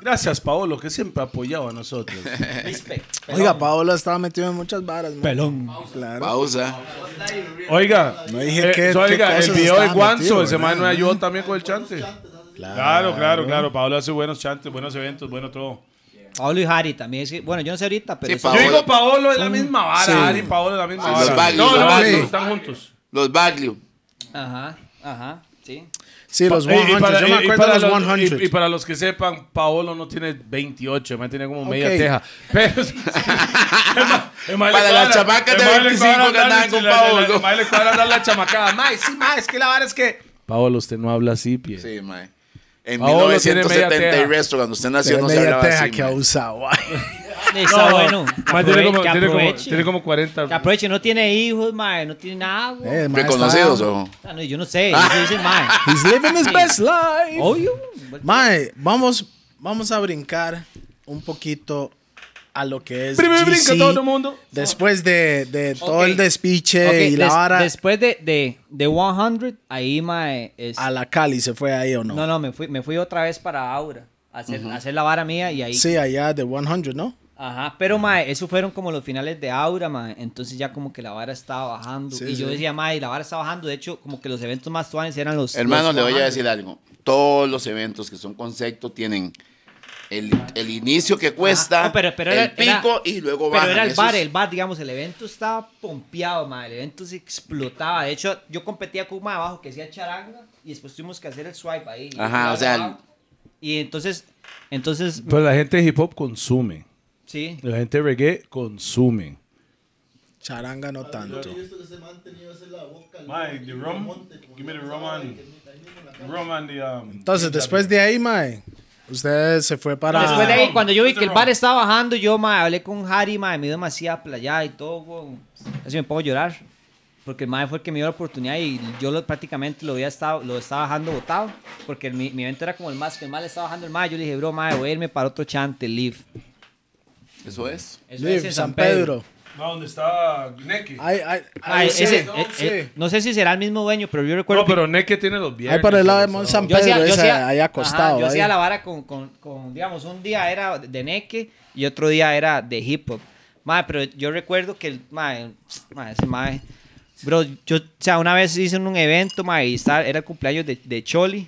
Gracias, Paolo, que siempre ha apoyado a nosotros. Respect. Oiga, Paolo estaba metido en muchas varas. man. pelón. Claro. Pausa. Oiga, No dije qué- Eh, so, qué oiga, el cosas video de estaban Guanzo, metido, ese man me ¿verdad? ayudó también con el chante. Claro, claro, claro. Pablo hace buenos chantes, buenos eventos, bueno todo. Pablo y Harry también. es que- bueno, yo no sé ahorita, pero. Sí, eso- Paolo. Yo digo Paolo es la misma vara, Sí. Ari y Paolo es la misma Sí, vara. los Bagley, no, los no, Bagley. no, están juntos. Los Baglio. Ajá, ajá, sí. Sí, los 100. Y- y para- Yo me y- y acuerdo para de los los- y- 100. Y, para los que sepan, Paolo no tiene 28, man tiene como media Ok. teja. Pero, Para las chamacas de 25 que andaban con Paolo. Mae le cuadra dar la chamacada. Mae, sí, mae, es que la vara es que. Paolo, usted no habla así, pie. Sí, mae. En Paolo tiene media 1970 teja. y resto, cuando usted nació, Pero no se media hablaba teja así. que Eh, ha mae. usado. Está Ah, bueno. Mae, tiene Aprove- como, que tiene, como, aproveche. tiene como 40. Que aproveche, no tiene hijos, mae, no tiene nada, güey. Eh, el mae Reconocidos, está- ojo. Ah, no, yo no sé, eso dice el mae. He's living his best life. Obvio. Mae, vamos, vamos a brincar un poquito a lo que es. Primero GC. brinca todo el mundo. Después de, de todo Ok. el despiche Ok, y la des- vara, Después de, de, de 100, ahí, mae, es- a la Cali se fue ahí o no. No, no, me fui, me fui otra vez para Aura. A hacer, a hacer la vara mía y ahí... Sí, allá de 100, ¿no? Ajá, pero mae, eso fueron como los finales de Aura, mae. Entonces ya como que la vara estaba bajando. Sí, y yo sí. decía, mae, la vara está bajando. De hecho, como que los eventos más tuanes eran los. Hermano, los le voy a bajando. decir algo. Todos los eventos que son concepto tienen el, el inicio que Ajá. No, cuesta, Ah, oh, pero- pero el era- era- pico y luego Pero bajan. era el Eso bar, es- el bar, digamos, el evento estaba pompeado, mae. El evento se explotaba. De hecho, yo competía con un mae abajo que hacía charanga y después tuvimos que hacer el swipe ahí. Y Ajá, yo o sea, abajo. Y entonces, entonces, Pero la gente de hip hop consume. sí. La gente de reggae consume. Charanga no tanto. Mike, the rum. Give me the rum and rum and the um. Entonces, después de ahí, mae, usted se fue para. Después de ahí, Ah. cuando yo vi que el Mr. bar Ron. estaba bajando, yo mae, hablé con Harry, mae, me dio demasiada playada y todo, weón. Así me puedo llorar. Porque el mae fue el que me dio la oportunidad y yo lo- prácticamente lo había estado, lo estaba dejando botado. Porque mi, mi evento era como el más, que el mae le estaba bajando el mae. Yo le dije, bro, mae, voy a irme para otro chante, leave. Eso es. Eso Live, es en San Pedro. No, donde está Neke. Ay, ay, Mae, ay, sí, ese- no, eh, sí. eh, no sé si será el mismo dueño, pero yo recuerdo No, pero Neke tiene los Ahí viernes. para el lado de los Mon sábados. San Yo Pedro, hacía, yo esa hacía- ahí acostado. ajá, yo hacía ahí. la vara con, con- con, digamos, un día era de neque y otro día era de hip hop. Mae, pero yo recuerdo que el mae, mae, ese mae, bro, yo, o sea, una vez hice un evento, mae, y estaba- era el cumpleaños de, de Choli.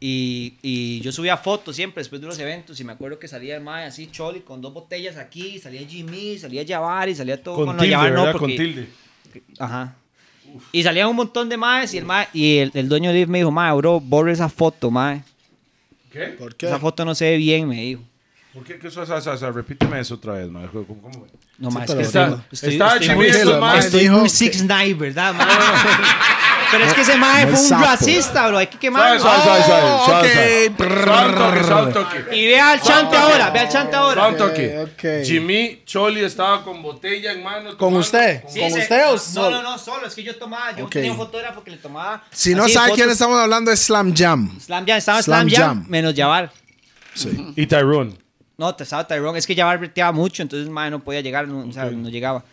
Y, y yo subía fotos siempre después de los eventos y me acuerdo que salía el mae así, Choli, con dos botellas aquí, salía Jimmy, salía Yavar y salía todo Con, no, tilde, Jabbar no, ¿verdad? Con porque- tilde. Ajá. Y salían un montón de maes y el, mae- y el, el dueño de Live me dijo, mae, bro, borra esa foto, mae. ¿Qué? ¿Por qué? Esa foto no se ve bien, me dijo. ¿Por qué? ¿Qué eso es? eso, eso? Repíteme eso otra vez, Mike. ¿Cómo, cómo? No, mae, es pero que está- estoy- estoy, estaba estoy chiviando, muy, el mae estoy dijo muy que- Six Night, ¿verdad, mae? Pero es que ese mae Muy fue un sapo. racista, bro. Hay que quemarlo. Suave, suave, suave, Oh, suave, ok. suave. Suave un toque, suave un toque. Y ve al chante ahora, ve al chante Suave un ahora. toque. Ok, ok. Jimmy Choli estaba con botella en mano. ¿Con tomando- usted? con- Sí. ¿Con usted o solo? No, no, no, solo. Es que yo tomaba, yo Ok. tenía un fotógrafo que le tomaba. Si no así sabe fotos. quién estamos hablando, es Slam Jam. Slam Jam, estaba Slam Slam, Jam, Jam. menos Jabbar. Y Tyrone. No, te estaba Tyrone. Es que Jabbar breteaba mucho, entonces, mae, no podía llegar, no, o sea, no llegaba.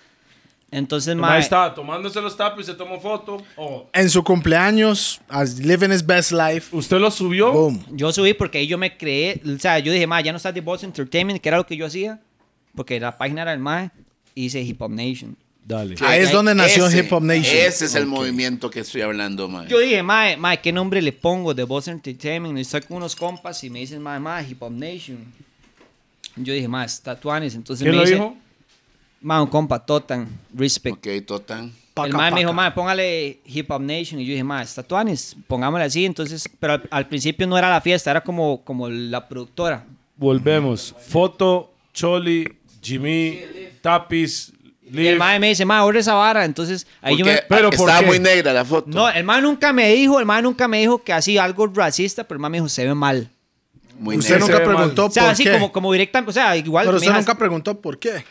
Entonces, Ahí mae, estaba tomándose los tapos y se tomó foto. Oh, En su cumpleaños, as living his best life. ¿Usted lo subió? Boom. yo subí porque ahí yo me creé, o sea, yo dije, mae, ya no está The Boss Entertainment, que era lo que yo hacía, porque la página era el mae, y hice Hip Hop Nation. Dale. Ahí es donde nació Ese- Hip Hop Nation. Ese es el movimiento que estoy hablando, man. Yo dije, mae, mae, ¿qué nombre le pongo? The Boss Entertainment. Y estoy con unos compas y me dicen, mae, mae, Hip Hop Nation. Yo dije, mae, tatuanes. Entonces ¿Quién me lo dice, dijo? Mae, un compa, Totan, respect. Ok, total. Paca, el mae me dijo, paca. mae, póngale Hip Hop Nation. Y yo dije, mae, es tatuanes, pongámosle así. Entonces, pero al, al principio no era la fiesta, era como, como la productora. Volvemos. Foto, Choli, Jimmy, Tapis, Y el Liv. mae me dice, mae, ahora esa vara. Entonces, ahí yo me... Porque Pero, ¿por estaba qué? muy negra la foto. No, el mae nunca me dijo, el mae nunca me dijo que así algo racista, pero el mae me dijo, se ve mal. muy Usted negra. Se nunca ve mal. preguntó O sea, por así qué. como, como directamente, o sea, igual... Pero me usted dijo, nunca preguntó por qué.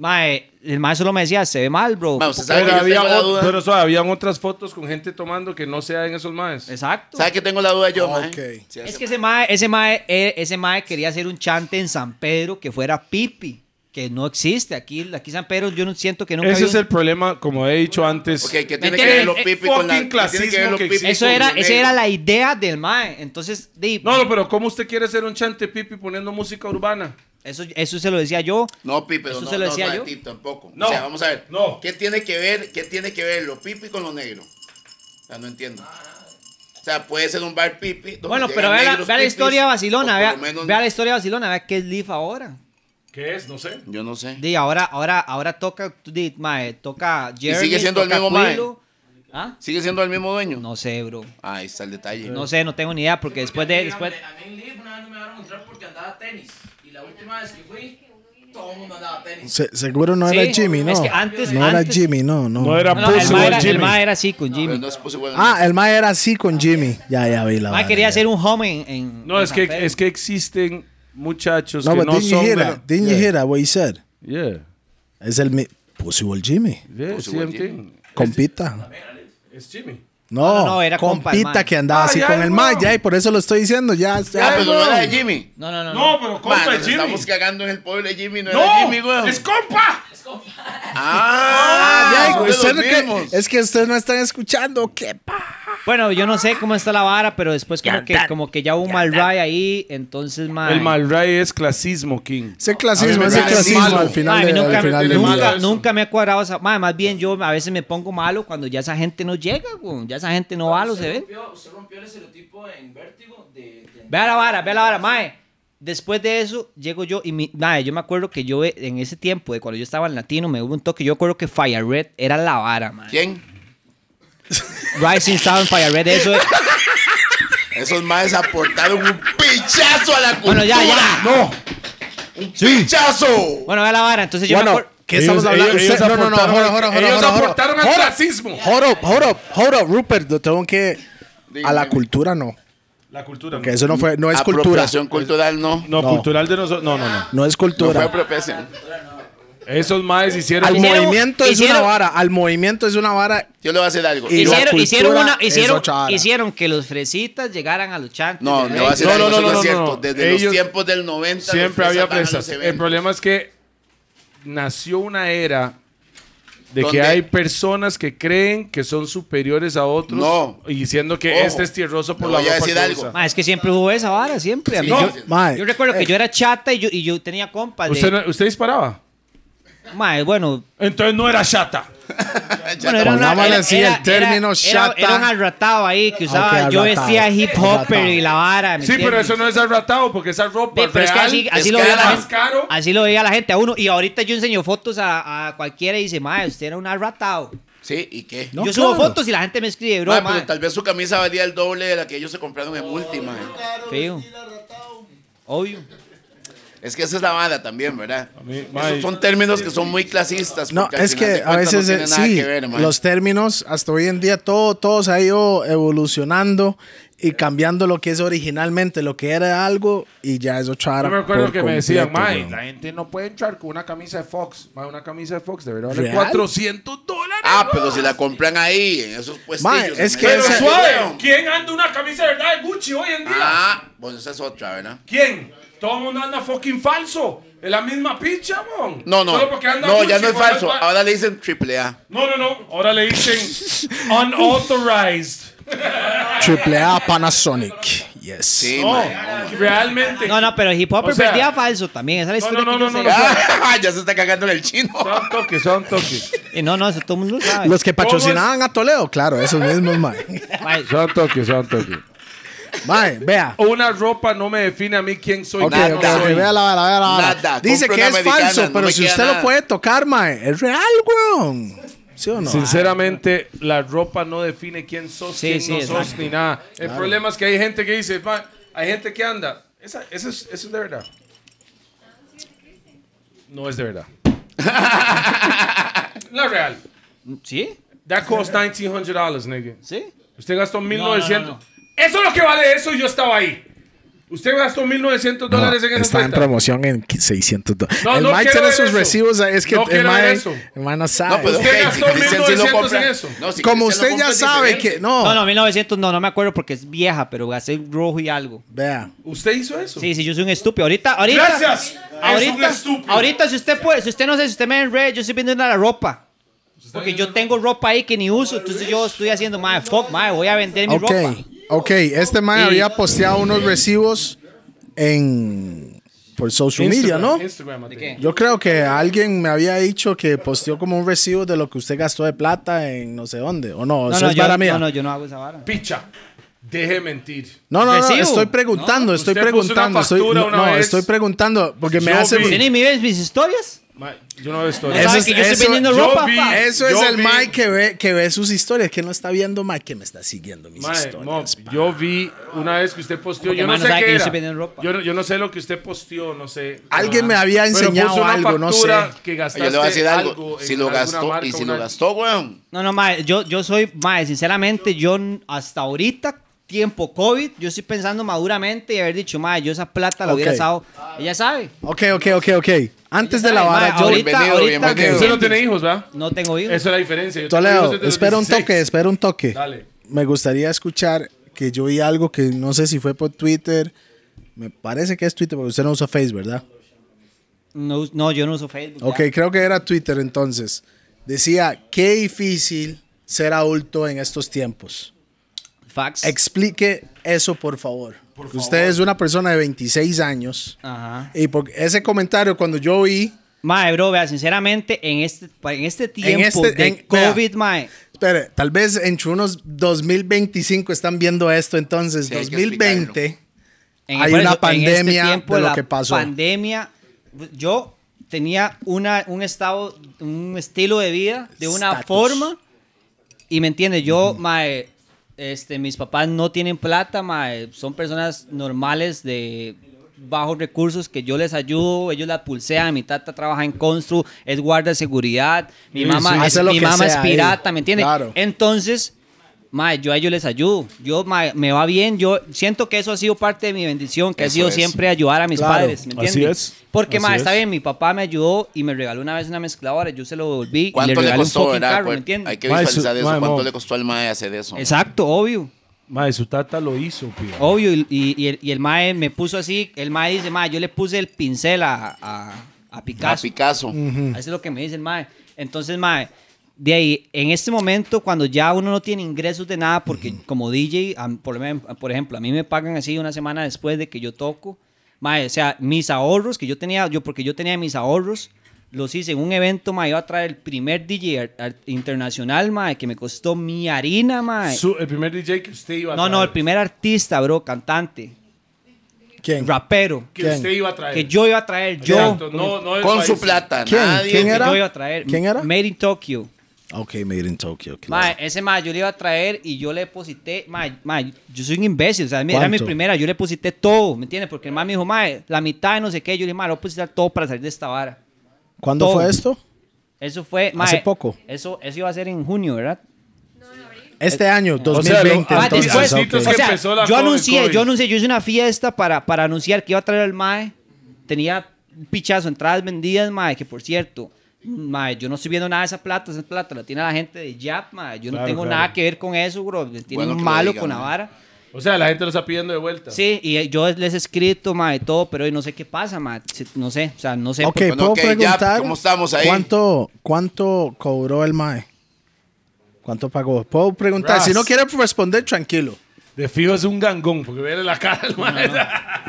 Mae, el mae solo me decía, se ve mal, bro. Ma, usted sabe Pero, que yo había, tengo la o- duda. pero, o sea, habían otras fotos con gente tomando que no sea en esos maes. Exacto. ¿Sabe que tengo la duda yo, man? Ok. Sí, Es hace- que ese mae, ese mae, eh, ese mae quería hacer un chante en San Pedro que fuera pipi, que no existe aquí, aquí San Pedro yo no siento que nunca Ese había es un- el problema, como he dicho antes. Ok, ¿qué tiene que entiendes? ver los Eh, pipi con la... fucking qué tiene que ver clasismo los que pipi existe. Eso con era, lo esa negro? era la idea del mae. Entonces, di, No, no, pero ¿cómo usted quiere ser un chante pipi poniendo música urbana? eso, eso se lo decía yo. No, Pipe, pero Eso no, se lo no, decía no, a yo. ti tampoco. No, o sea, vamos a ver. no. ¿Qué tiene que ver, qué tiene que ver lo pipi con lo negro? O sea, no entiendo. O sea, puede ser un bar pipi. donde Bueno, llegan pero vea la, negros vea la pipis, historia de o Barcelona, por vea, lo menos- vea la historia de Barcelona, vea qué es Leaf ahora. ¿Qué es? No sé. Yo no sé. Di, ahora, ahora, ahora toca, di, mae, toca Jeremy, sigue siendo el toca mismo mae? Quilo. ¿Ah? ¿Sigue siendo el mismo dueño? No sé, bro. Ah, ahí está el detalle. No sé, no tengo ni idea, porque después de, después... A mí en Leaf una vez no me dejaron entrar porque andaba tenis. Y la última vez que fui, todo el mundo andaba tenis. Se- seguro no Sí, era Jimmy, ¿no? es que antes- no era antes- Jimmy, no, no. No era No, no, el Pussy mae Boy era, el Jimmy. mae era así con Jimmy. Pero no se puso bueno. Ah, el mae era así con Jimmy. Ya, ya vi la Mae vara, quería ya. hacer un home en, en- No, en es San que, Pedro. es que existen muchachos No, pues, que but no didn't you son... hear de that? la- Didn't you hear that what he said? Yeah, Es el mi- Possible Jimmy. yeah, Pussy same Boy thing. Compita. Es Jimmy. No, no, no, era compa el compita mae. que andaba Ah, así ya, con el mae, bro. ya, y por eso lo estoy diciendo, ya. Ah, ya, pero bro. no era de Jimmy. No, no, no. no. No, pero compa Man, de nos Jimmy. estamos cagando en el pueblo de Jimmy, no, era Jimmy, ¡No! güey. ¡Es compa! Ya, Ah, son de usted los Ah, no que- mismos. es que ustedes no están escuchando, qué pa. Bueno, yo no sé cómo está la vara, pero después como, que, como que ya hubo un mal ride ahí, entonces, mae. El Malray es clasismo, King. Ese clasismo, ese parece clasismo malo. al final. Mae, a mí de- nunca, al final de nunca- Mala. nunca me ha cuadrado esa. mae, más bien yo a veces me pongo malo cuando ya esa gente no llega, güey. Ya esa gente no va a los se eventos. rompió, se rompió el estereotipo en vértigo de. de- Vea la vara, vea la vara, mae. Después de eso, llego yo y mi, mae, yo me acuerdo que yo eh, en ese tiempo, de cuando yo estaba en latino, me hubo un toque. Yo acuerdo que Fire Red era la vara, mae. ¿Quién? Rising Star en Fire Red, eso es. Esos maes aportaron un pinchazo a la Bueno, cultura. ya, ya. No. Un pinchazo. Bueno, vea la vara, entonces yo me Bueno, acuerdo. ¿qué estamos hablando? ellos- Usted- ellos no, no, no, aportaron- joda, joda, joda, ellos joda, joda. aportaron al Joda, clasismo. Joda, joda, joda, Rupert, lo tengo que... A la cultura no, La cultura. que eso no fue, no es cultura. Apropiación cultural no. No, No. cultural de nosotros. No, no, no. No es No fue cultura. apropiación. Esos maes hicieron. Al como- Hicieron- movimiento es hicieron- una vara, al movimiento es una vara. Yo le voy a hacer algo. Y- la Hicieron, cultura hicieron, una, es hicieron, otra vara. hicieron que los fresitas llegaran a los chantes. No, de le voy a Rising. hacer No, algo. no, no, eso no, no, es no, cierto. no. Desde Ellos- los tiempos del 90. los Siempre había van a los presas. El eventos. problema es que nació una era de que Donde- hay personas que creen que son superiores a otros No. y diciendo que Ojo. este es tierroso por Le la voy a ropa decir que algo. usa. Ma, es que siempre hubo esa vara, siempre. A mí- No. yo, Mae, eh, yo recuerdo que yo era chata y yo, y yo tenía compas. de- ¿Usted, no- usted disparaba? ma, bueno, Entonces no era chata. bueno, era una. Pongámosle Era, así el término era- era un chata. arratado ahí que usaba. Ok, yo arratado. vestía hip hopper y la vara. ¿me Sí, pero entiendes? eso no es arratado porque esa ropa Ve, pero es que real así, así es lo que veía era la más gente, caro. así lo veía la gente a uno. Y ahorita yo enseño fotos a, a cualquiera y dice, ma, usted era un arratado. Sí, ¿y qué? No, yo subo claro. fotos y la gente me escribe, bro, Ma, ma, pero tal vez su camisa valía el doble de la que ellos se compraron en Multi, ma. feo. Obvio. Es que esa es la bala también, ¿verdad? mí, Esos ma, son términos que son muy clasistas. No, porque al es final de que a cuentas no veces eh, tiene nada sí, que ver, ma. los términos hasta hoy en día todo, todo se ha ido evolucionando y cambiando lo que es originalmente, lo que era algo y ya es otra Yo vara me acuerdo por que me decían, completo, Mae, weón. la gente no puede entrar con una camisa de Fox. Mae, una camisa de Fox, de verdad, vale ¿Real? 400 dólares. Ah, pero si la compran ahí, en esos puestillos. en es que medio Pero esa- del suave, weón. ¿quién anda una camisa de verdad de Gucci hoy en día? Ah, pues esa es otra, ¿verdad? ¿Quién? Todo el mundo anda fucking falso. Es la misma picha, mon. No, no. Solo porque anda No, Gucci, ya no es por más falso. Ah. ba- Ahora le dicen triple A. No, no, no. Ahora le dicen unauthorized. Triple A Panasonic. Yes. Sí, No, ma. realmente. No, no, pero hip hopper O sea- vendía falso también. Esa es la No, historia. no, que no, yo no, sé. no, no. Ah, ya se está cagando en el chino. Son toques, son toques. Y no, no, eso todo el mundo lo sabe. Los que patrocinaban a Toledo, claro, esos mismos, mae. Mae, Son toques, son toques. Mae, vea. Una ropa no me define a mí quién soy. Ok, nada, ok, nada. ok, vea la vara, vea la vara. Nada, Dice compra que una es americana, falso, no pero me si queda usted nada. lo puede tocar, mae, es real, weón. ¿Sí o no? Sinceramente, la ropa no define quién sos, Sí, quién sí, no exacto. sos, ni nada. El problema es que hay gente que dice, "Ma, hay gente que anda. Esa, eso, es, eso es de verdad. No es de verdad. la real. ¿Sí? That cost $1,900, nigga. ¿Sí? Usted gastó 1,900. no, no. Eso es lo que vale eso y yo estaba ahí. Usted gastó 1,900 No, dólares en esa está en cuenta. promoción en 600 dólares. No, el no Mike quiero tiene ver sus eso. recibos. Es que No el quiero ver Mike, eso. el Mike no sabe. No, pero Usted ok, gastó Cristian sí lo 1900 compra. en eso. No, si Como Cristian lo usted ya compra es sabe que diferente. no. No, no, 1900 no, no me acuerdo porque es vieja, pero gasté rojo y algo. Vea. Usted hizo eso. Sí, sí, yo soy un estúpido. Ahorita, ahorita. Gracias. Es un Ahorita, estúpido. ahorita si usted puede, si usted no sé, si usted me ve en red, yo estoy viendo la ropa. Porque yo tengo ropa ahí que ni uso, entonces yo estoy haciendo, mae, fuck, mae, voy a vender mi Ok, ropa. ok. Este Mike Y- había posteado unos recibos en. por social media, Instagram, ¿no? Instagram, I think. qué? Yo creo que alguien me había dicho que posteó como un recibo de lo que usted gastó de plata en no sé dónde. ¿O no? No, Eso no, es yo, para mí. no, no, yo no hago esa vara. Picha. Deje mentir. No, no, no, Recibo. estoy preguntando, No, estoy usted puso preguntando, una estoy, factura no, una no, vez. estoy preguntando, porque me Yo hace... vi. ¿Usted ni miren mis historias? Ma, yo no veo esto. No sabe que yo estoy vendiendo yo ropa. vi- pa. Eso es Yo el vi- Mike que ve, que ve sus historias, que no está viendo Mike, que me está siguiendo mis Ma, mo, historias. pa. yo vi una vez que usted posteó, Porque, yo ma, no no sé sabe que qué yo era. estoy vendiendo ropa. Yo, no- yo no sé lo que usted posteó, no sé. Alguien me Pero había puso enseñado una algo, no sé. factura que Yo le voy a gastaste decir algo. algo Si en lo alguna gastó, marca, y si una- lo gastó, weón. No, no, mae, yo, yo soy, mae, sinceramente, yo n- hasta ahorita, tiempo COVID, yo estoy pensando maduramente y haber dicho, mae, yo esa plata la hubiera Ok. usado. Ella sabe. Ok, ok, ok, ok. Antes de la Ay, vara, mae, yo... ahorita, Bienvenido, ahorita, bienvenido. Usted no tiene hijos, ¿verdad? no tengo hijos. Esa es la diferencia. Yo tengo hijos Toledo, desde los espera un 16. toque, espera un toque. Dale. Me gustaría escuchar que yo vi algo que no sé si fue por Twitter, me parece que es Twitter, porque usted no usa Facebook, ¿verdad? No, us- no, yo no uso Facebook. Ok, ya. creo que era Twitter entonces. Decía, qué difícil ser adulto en estos tiempos. fax. Explique eso, por favor. Usted es una persona de 26 años. Ajá. Y por ese comentario, cuando yo oí, Mae, bro, vea, sinceramente, en este, pa- en este tiempo este- de en- vea. COVID, mae, espere, tal vez entre unos 2025 están viendo esto, entonces Sí, hay que 2020. explicarlo. en- Hay por una eso, en este pandemia tiempo, de lo la que pasó. pandemia, yo tenía una, un estado, un estilo de vida de una Status. forma, y me entiende, yo, mae, este, mis papás no tienen plata, mae, son personas normales de bajos recursos que yo les ayudo, ellos la pulsean, mi tata trabaja en Constru, es guarda de seguridad, mi Sí, mamá, sí. es, Hace lo mi que mamá es sea ahí. pirata, ¿me entiendes? Claro. Entonces, mae, yo a ellos les ayudo. Yo mae, me va bien, yo siento que eso ha sido parte de mi bendición, que ha Eso sido es. siempre ayudar a mis Claro. padres, ¿me entiendes? Así es. Porque Así mae, es. está bien, mi papá me ayudó y me regaló una vez una mezcladora, yo se lo devolví y le ¿Cuánto le, regalé un costó, fucking verdad? carro, ¿me Pues, entiendes? Hay que Mae, su- visualizar eso. mae, ¿Cuánto mo- le costó al mae hacer eso? Exacto, obvio. Mae, su tata lo hizo, pío. Obvio, y, y- y el, y el mae me puso así, el mae dice, mae, yo le puse el pincel a, a, a A Picasso. Picasso. Mm. Eso es lo que me dice el mae. Entonces, mae, de ahí, en este momento, cuando ya uno no tiene ingresos de nada, porque como DJ, a- por, ejem- por ejemplo, a mí me pagan así una semana después de que yo toco, mae, o sea, mis ahorros que yo tenía, yo porque yo tenía mis ahorros, los hice en un evento, mae, iba a traer el primer DJ ar- ar- internacional, mae, que me costó mi harina, mae. Su- el primer DJ que usted iba a No, no, el traer. primer artista, bro, cantante, ¿Quién? rapero, Que ¿Quién? usted iba a traer. que yo iba a traer, yo. Exacto, no- no el Con país. su plata. ¿Quién? Nadie. ¿Quién que era? yo iba a traer. ¿Quién era? Made in Tokyo. Ok, Made in Tokyo. claro. Mae, ese mae yo le iba a traer y yo le deposité, mae, mae, yo soy un imbécil, o sea, mi- era mi ¿Cuánto? primera, yo le deposité todo, ¿me entiendes? Porque el mae me dijo, mae, la mitad de no sé qué, yo le dije, mae, lo voy a depositar todo para salir de esta vara. ¿Cuándo Todo. fue esto? Eso fue, mae. Hace poco. Eso, eso iba a ser en junio, ¿verdad? Este año, O sea, lo- 2020. ah, Ah, entonces, después, ok. antes o que sea, empezó la yo COVID, anuncié, COVID. yo anuncié, yo hice una fiesta para, para anunciar que iba a traer al mae, tenía un pichazo, entradas vendidas, mae, que por cierto... Mae, yo no estoy viendo nada de esa plata, esa plata la tiene la gente de Jap, mae. Yo no Claro, tengo claro. nada que ver con eso, bro. Tiene Bueno que un lo malo diga, con la mae. vara. O sea, la gente lo está pidiendo de vuelta. Sí, y eh, yo les he escrito, ma, de todo, pero hoy no sé qué pasa, ma. si- No sé, o sea, no sé. Ok, porque- Bueno, ¿puedo ok, ya, preguntar? ¿cómo estamos ahí? ¿Cuánto, cuánto cobró el MAE? ¿Cuánto pagó? ¿Puedo preguntar? Ras. Si no quiere responder, tranquilo. De fijo es un gangón, porque vele la cara al mae.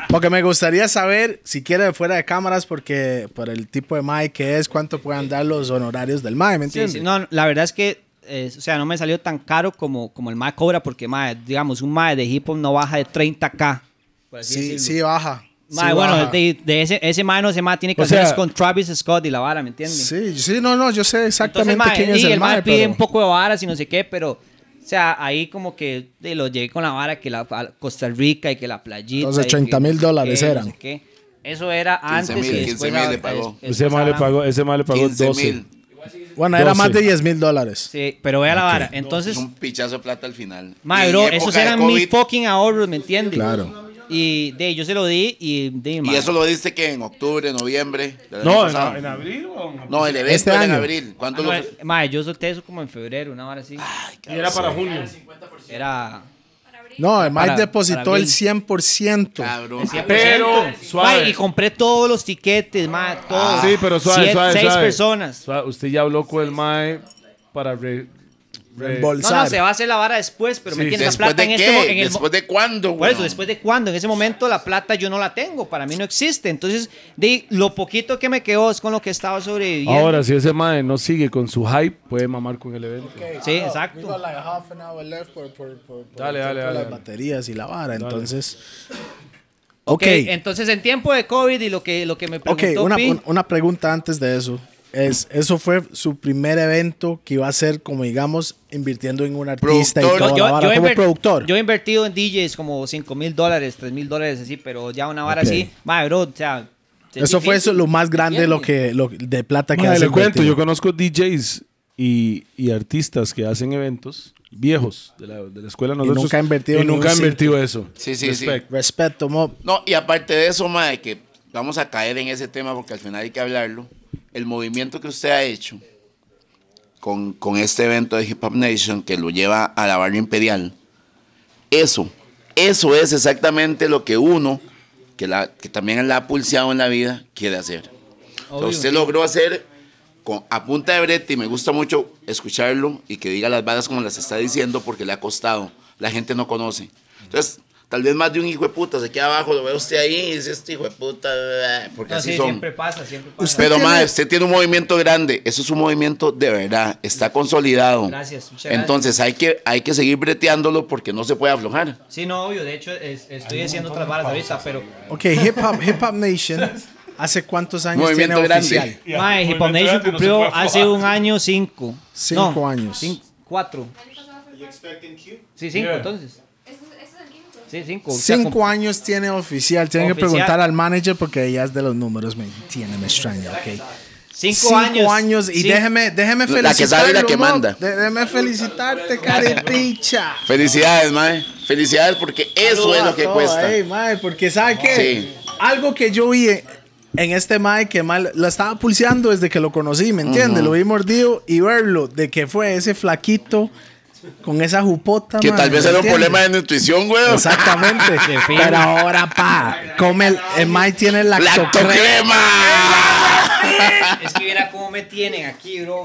Porque me gustaría saber, si quiere fuera de cámaras, porque por el tipo de MAE que es, cuánto pueden dar los honorarios del MAE, ¿me sí, entiendes? sí, no, la verdad es que, eh, o sea, no me salió tan caro como, como el ma cobra, porque, ma, digamos, un ma de hip hop no baja de 30k. por así sí, decirlo. sí baja. Ma, sí bueno, baja. de, de ese, ese ma no se ma tiene O canciones sea- con Travis Scott y la vara, ¿me entiendes? Sí, sí, no, no, yo sé exactamente Entonces, quién mae, es y el, el mae MAE. pide pero- un poco de varas y no sé qué, pero o sea, ahí como que de, lo llegué con la vara que la a Costa Rica y que la playita. Entonces, y que 30 mil no sé dólares qué, no eran. sé qué. Eso era antes 15 mil, y después 15 mil la- le pagó. es- Ese mae le esa pagó, vara. ese mae le pagó 15 12. mil. Bueno, era más de 12. 10 mil dólares. Sí, pero vea la vara. Entonces, Es un pichazo de plata al final. mae, Pues Y bro, en esos época de eran mis COVID, fucking ahorros, ¿me entiendes? Claro. Y de yo se lo di y de Y eso lo diste que en octubre, noviembre. del año No, en, pasado. en abril, weón. No, el evento Este era en año. Ah, abril. ¿Cuánto lo fue? Mae, yo solté eso como en febrero, una hora así. Y era para junio. Era. No, el MAE Para- depositó para el mil. 100%. Cabrón. Pues, Pero, Mae, suave. y compré todos los tiquetes, mae, Ah. todos. Sí, pero suave, Siete- suave, Seis suave. personas. Suave, Usted ya habló con el mae para re- re- No, Reembolsar. no, se va a hacer la vara después, pero Sí, me entiendes, la ¿Después plata de en este mo- en qué? el mo- ¿Después de cuándo, Por eso, weón? ¿después de cuándo? En ese momento la plata yo no la tengo, para mí no existe. Entonces, de lo poquito que me quedó es con lo que estaba sobreviviendo. Ahora, si ese mae no sigue con su hype, puede mamar con el evento. Sí, exacto. We got like half an hour left por, por- por- por- Dale, por dale, las dale. baterías y la vara, entonces. Ok, Ok, entonces en tiempo de COVID y lo que, lo que me ok, preguntó una, Pi, un- una pregunta antes de eso. Es, eso fue su primer evento que iba a ser, como digamos, invirtiendo en un artista Productor. y toda yo, la vara, yo como inver- productor. yo he invertido en DJs como 5 mil dólares, 3 mil dólares así, pero ya una vara Ok. así, madre, bro, o sea... es eso fue difícil, eso, lo más grande lo ¿entiendes? que, lo, de plata que Mae, has le cuento, yo invertido. conozco DJs y, y artistas que hacen eventos viejos de la, de la escuela. Nosotros, nunca ha invertido y ni un nunca ha cinco. invertido eso. Sí, sí, sí. Respect. Respeto, Mob. No, y aparte de eso, mae, que vamos a caer en ese tema porque al final hay que hablarlo. El movimiento que usted ha hecho con, con este evento de Hip Hop Nation que lo lleva a la barra imperial, eso, eso es exactamente lo que uno, que, la, que también la ha pulseado en la vida, quiere hacer. O sea, Obvio. usted logró hacer con, a punta de brete y me gusta mucho escucharlo y que diga las balas como las está diciendo porque le ha costado. la gente no conoce. Entonces, tal vez más de un hijo de puta se queda abajo, lo ve usted ahí y dice, este hijo de puta, porque No, así sí, son. siempre pasa, siempre pasa. Pero tiene- mae, usted tiene un movimiento grande, eso es un movimiento de verdad, está consolidado. Gracias, muchas gracias. Entonces hay que, hay que seguir breteándolo porque no se puede aflojar. Sí, no, obvio. De hecho, es- estoy haciendo otras varas ahorita, pero. Ok, Hip Hop, Hip Hop Nation, ¿hace cuántos años Movimiento tiene grande. oficial? Y a- Mae, Hip Hop movimiento Nation grande pues, no se puede cumplió aflojar. hace un año cinco. Cinco No, años. cin- cuatro. Sí, cinco, Yeah. entonces. Sí, cinco. O sea, Cinco cum- años tiene oficial. Tienen que Oficial. preguntar al manager porque ella es de los números. Me tiene, me extraña, ok. cinco, Cinco años. y Sí. déjeme, déjeme La que sabe y la que felicitarlo, ¿no? manda. De- Déjeme felicitarte, carepicha. Felicidades, mae. Felicidades porque eso es lo que No, cuesta. ey, mae, porque ¿sabe qué? Sí. Algo que yo vi en este mae que mal lo estaba pulseando desde que lo conocí, ¿me entiende? Lo vi mordido y verlo de que fue ese flaquito con esa jupota. Que mae, tal vez ¿me era un entiende? problema de nutrición, güey. Exactamente. Pero ahora, pa, come el, el mae tiene lactocre. ¡Lactocrema! Es que viera cómo me tienen aquí, bro.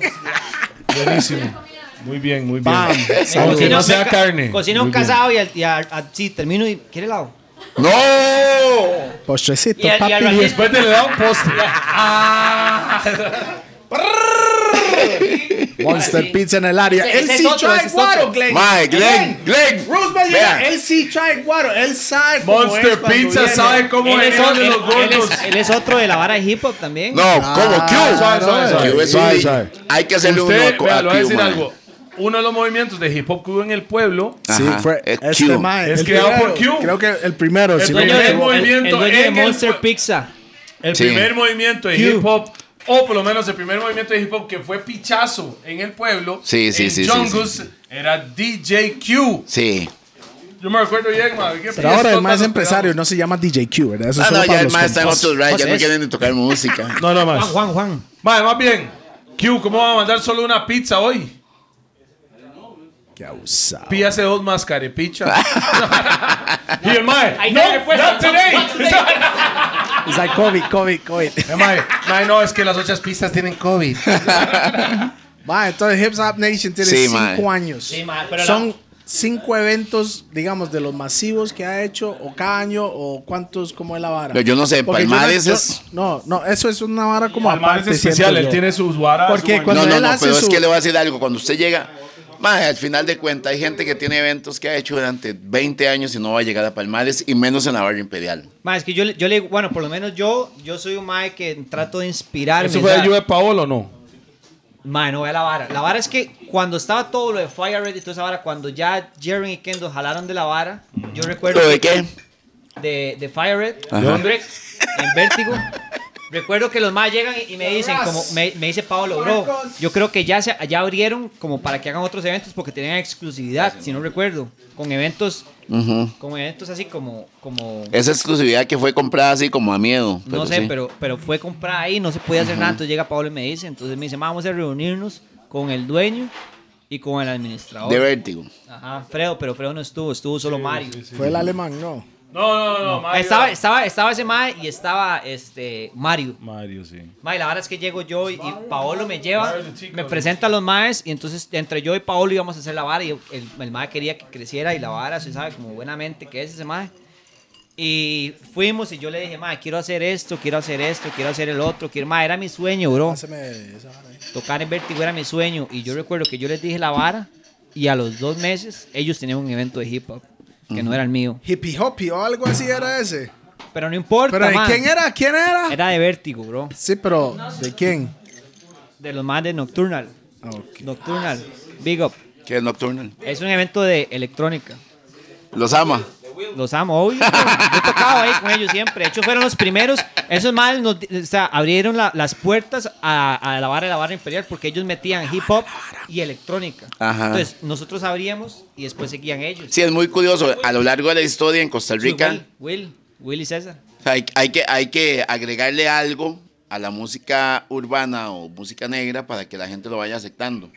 Buenísimo. Muy bien, muy bien. Ah, Bam. Aunque Cocina no un sea ca- carne. Cocina un Muy bien. casado y, al, y al- al- sí, termino y. ¿Quiere helado? ¡No! Postrecito, Y al- y al papi. ratito- Después te le da un postre. Monster Pizza en el área. Ese- Él ese sí es otro, trae ese es otro. guaro, Glenn. Mae, Glenn, Glenn. Glen. Roosevelt Vean. llega, él sí trae guaro, él sabe cómo es Monster cuando Pizza viene. sabe cómo es Él es, el otro, de los él- él gordos. es- Ah, él es otro de la vara de hip hop también. No, ¿cómo? ¿Q? suave, suave, suave. Q es un Suave, di- suave. Hay que hacerle un Usted, loco vea, a le voy a Q, decir mae. algo. Uno de los movimientos de hip hop que hubo en el pueblo Sí, Ajá, fue es este Q. mae, Es el creado por primero. Q. Creo que el primero, si no me dueño primer de- equivoco. movimiento el, el dueño de en el- Monster Pizza. El Sí. primer movimiento de Q. hip hop, o por lo menos el primer movimiento de hip hop que fue pichazo en el pueblo, Sí, sí, en sí, sí, Jungus, sí, era DJ Q. Sí. Yo me acuerdo bien, madre. qué Pero ahora el fiestota mae es nos empresario, pegamos. no se llama DJ Q, ¿verdad? Eso es Ah, solo no, para ya el los mae está en compas. otros rides, ya no José. quieren ni tocar música. No, no, más. Juan, Juan, Juan. Madre, más bien, Q, ¿cómo va a mandar solo una pizza hoy? Qué abusado. Pídase dos más carepicha. y el mae, Ahí no, está, pues, not today. not today. Es like COVID, COVID, COVID. El Eh, mae, mae, no, es que las otras pistas tienen COVID. Mae, entonces Hip Hop Nation tiene Sí, mae. cinco años. Sí, mae, pero la- Son cinco eventos, digamos, de los masivos que ha hecho, o cada año, o cuántos, como es la vara. Pero yo no sé, Porque yo no- Palmares yo- es- No, no, eso Ah, es una vara como Palmares aparte. es especial, siento él yo. tiene sus varas. Porque su cuando- no, no, él no, hace pero es su- que le voy a decir algo. Cuando usted llega, mae, al final de cuentas, hay gente que tiene eventos que ha hecho durante 20 años y no va a llegar a Palmares y menos en la barra imperial. Ma, es que yo, le- yo le digo, bueno, por lo menos yo, yo soy un mae que trato de inspirarme. ¿Eso fue o de sea, Juve Paolo o no? Mae, no vea la vara. La vara es que cuando estaba todo lo de Fire Red y toda esa vara, cuando ya Jeremy y Kendall jalaron de la vara, yo Mm. recuerdo. ¿Pero de que- qué? De, de Fire Red, Ajá. en, Break, en Vértigo. recuerdo que los más llegan y, y me dicen, como me, me dice Pablo, bro, yo creo que ya, se, ya abrieron como para que hagan otros eventos porque tenían exclusividad, si no recuerdo, con eventos, Ujú. con eventos así como. como Esa exclusividad que fue comprada así como a miedo. Eh, Pero no sé, sí. pero, pero fue comprada ahí, no se podía hacer nada. Entonces llega Pablo y me dice, entonces me dice, "Ma, vamos a reunirnos con el dueño y con el administrador. De vértigo. Ajá, Fredo, pero Fredo no estuvo, estuvo solo Mario. Fue el alemán, no. No, no, no, Ah, Estaba, estaba, estaba ese Mae y estaba este Mario. Mario, sí. Mae, la verdad es que llego yo y, y Paolo me lleva, Mario, chico, me ¿no? presenta a los Maes y entonces entre yo y Paolo íbamos a hacer la vara y el, el Mae quería que creciera y la vara, se sabe como buenamente que es ese Mae. Y fuimos y yo le dije, Mae, quiero hacer esto, quiero hacer esto, quiero hacer el otro, quiero, Mae, era mi sueño, bro. Pásame esa vara ahí. Tocar en Vertigo era mi sueño y yo recuerdo que yo les dije la vara y a los dos meses ellos tenían un evento de hip hop que no era el mío. Hippie Hoppy o algo así era ese. Pero no importa, Pero ¿de ma. quién era? ¿Quién era? Era de Vértigo, bro. Sí, pero ¿de quién? De los más de Nocturnal. Ah, ok. Nocturnal. Big Up. Que es Nocturnal. Es un evento de electrónica. Los ama. Los amo, obvio. bro. Yo he tocado ahí con ellos siempre. De hecho, fueron los primeros. Esos males nos, di- o sea, abrieron la- las puertas a, a la barra de la barra imperial porque ellos metían hip hop y electrónica. Ajá. Entonces, nosotros abríamos y después seguían ellos. Sí, es muy curioso. A lo largo de la historia en Costa Rica, Will, Will, Will y César. hay, hay que, hay que agregarle algo a la música urbana o música negra para que la gente lo vaya aceptando.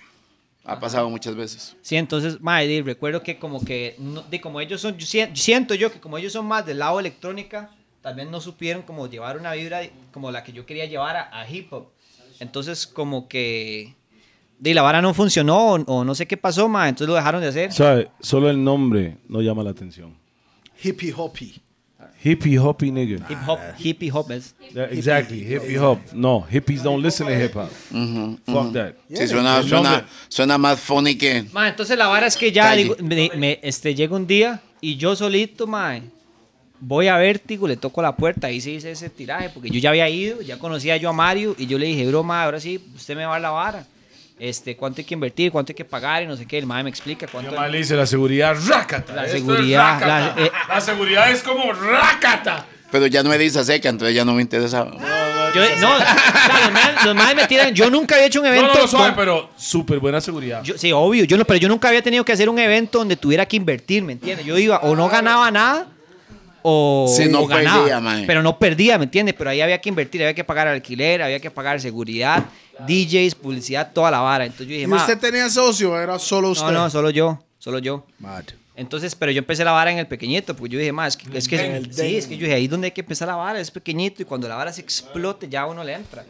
Ha pasado muchas veces. Sí, entonces, mae, di, recuerdo que como que, no- di, como ellos son, yo sien- siento yo que como ellos son más del lado electrónica, también no supieron como llevar una vibra como la que yo quería llevar a, a hip hop. Entonces, como que, de la vara no funcionó o, o no sé qué pasó, ma, entonces lo dejaron de hacer. ¿Sabe? Solo el nombre no llama la atención. Hippie hoppy. Hippie hoppy nigga. Hip hop, hippie hop es. Yeah, exactly, hippie hop. No, hippies don't listen to hip hop. Fuck that. Sí, suena, El suena, nombre. suena más funny que. Ma, entonces la vara es que ya Calle. digo, me, me, este, llega un día y yo solito, ma, voy a Vértigo, le toco la puerta, ahí se hice ese tiraje, porque yo ya había ido, ya conocía yo a Mario y yo le dije, bro, ma, ahora sí, usted me va a dar la vara. Este, cuánto hay que invertir, cuánto hay que pagar y no sé qué. El mae me explica cuánto. Yo más le hice la seguridad, rácata. La Esto es seguridad, rácata. la- eh. La seguridad es como rácata. Pero ya no me dice seca, entonces ya no me interesaba. Yo, no, o sea, los maes- los maes me tiran. Yo nunca había hecho un No, evento. no lo sabe, con- pero súper buena seguridad. Yo- sí, obvio, yo no, pero yo nunca había tenido que hacer un evento donde tuviera que invertir, ¿me entiendes? Yo iba o no ganaba nada o, Sí, no o ganaba, perdía, mae. pero no perdía, ¿me entiendes? Pero ahí había que invertir, había que pagar alquiler, había que pagar seguridad, DJs, publicidad, toda la vara. Entonces yo dije, ¿Y "Ma, usted tenía socio o era solo usted? no, no, solo yo, solo yo. Mad. Entonces, pero yo empecé la vara en el pequeñito, porque yo dije, más, es que, es que sí, es que yo dije, ahí es donde hay que empezar la vara, es pequeñito, y cuando la vara se explote, ya uno le entra.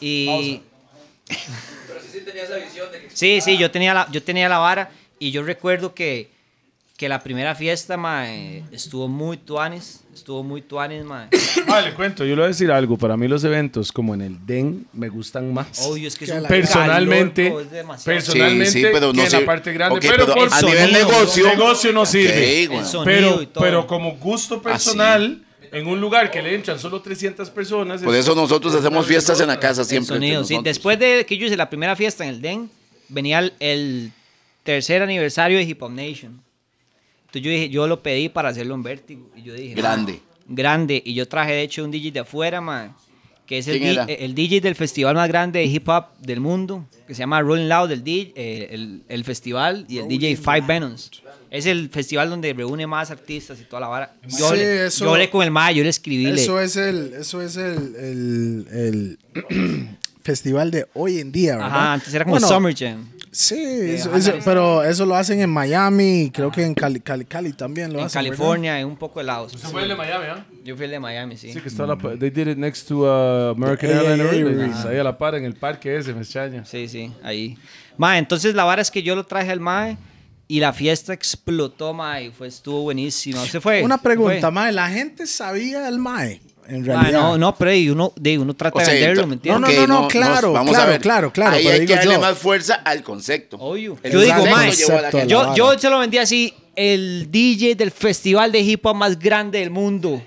Y... Pero sí, sí tenía esa visión de que... Sí, sí, yo tenía la, yo tenía la vara, y yo recuerdo que, que la primera fiesta, mae, estuvo muy tuanes, estuvo muy tuanes, mae. Ah, le cuento, yo le voy a decir algo. Para mí los eventos como en el DEN me gustan más. Obvio, es que es Que un la- Personalmente, calor, es demasiado. personalmente, Sí, sí, pero no que en la sirve. parte grande, Ok, pero, pero por a nivel sonido, negocio- negocio no sirve. Ok, güey. El sonido y Pero, todo. pero como gusto personal, en un lugar que le entran solo 300 personas. Por eso nosotros hacemos fiestas en la casa El siempre. sonido, entre sí. nosotros. Después de que yo hice la primera fiesta en el DEN, venía el, el tercer aniversario de Hip Hop Nation. Entonces yo dije, yo lo pedí para hacerlo en Vértigo. Y yo dije, Grande. "Ma, grande. Y yo traje, de hecho, un DJ de afuera, ma, que es el, ¿Quién di- era? el DJ del festival más grande de hip hop del mundo, que se llama Rolling Loud, el, DJ, eh, el, el festival, y el DJ Five Venoms. Es el festival donde reúne más artistas y toda la vara. Yo, Sí, le, eso- yo hablé con el ma, yo le escribí. le- Eso es el, eso es el, el- el festival de hoy en día, ¿verdad? Ajá, antes era como Bueno, Summer Eh, Jam. Sí, eso- eso- pero eso lo hacen en Miami, creo que en Cali, Cali, Cali también lo En hacen. ¿verdad? California, en un poco de lados. Se fue el de Miami, ¿ah? Yo fui el de Miami, sí. Sí, que está la pa- They did it next to uh, American The Airlines AA Airlines. Ahí a la par, en el parque ese, me extraña. Sí, sí, ahí. Ma, entonces la vara es que yo lo traje al Mae y la fiesta explotó, Mae. y Fue, estuvo buenísima. ¿Usted fue? Una ¿Usted pregunta, fue? mae, ¿la gente sabía del mae? En Ma, realidad. no, no, pero y uno, de, uno trata O sea, de venderlo, ento- ¿me entiendes? No, ok, no, no, claro, vamos a claro, ver. claro, claro, Ahí pero hay que digo darle yo. más fuerza al concepto. Obvio. El Yo digo, concepto mae, llevó a la excepto gente. la- Yo, yo se lo vendí así. El DJ del festival de hip hop más grande del mundo.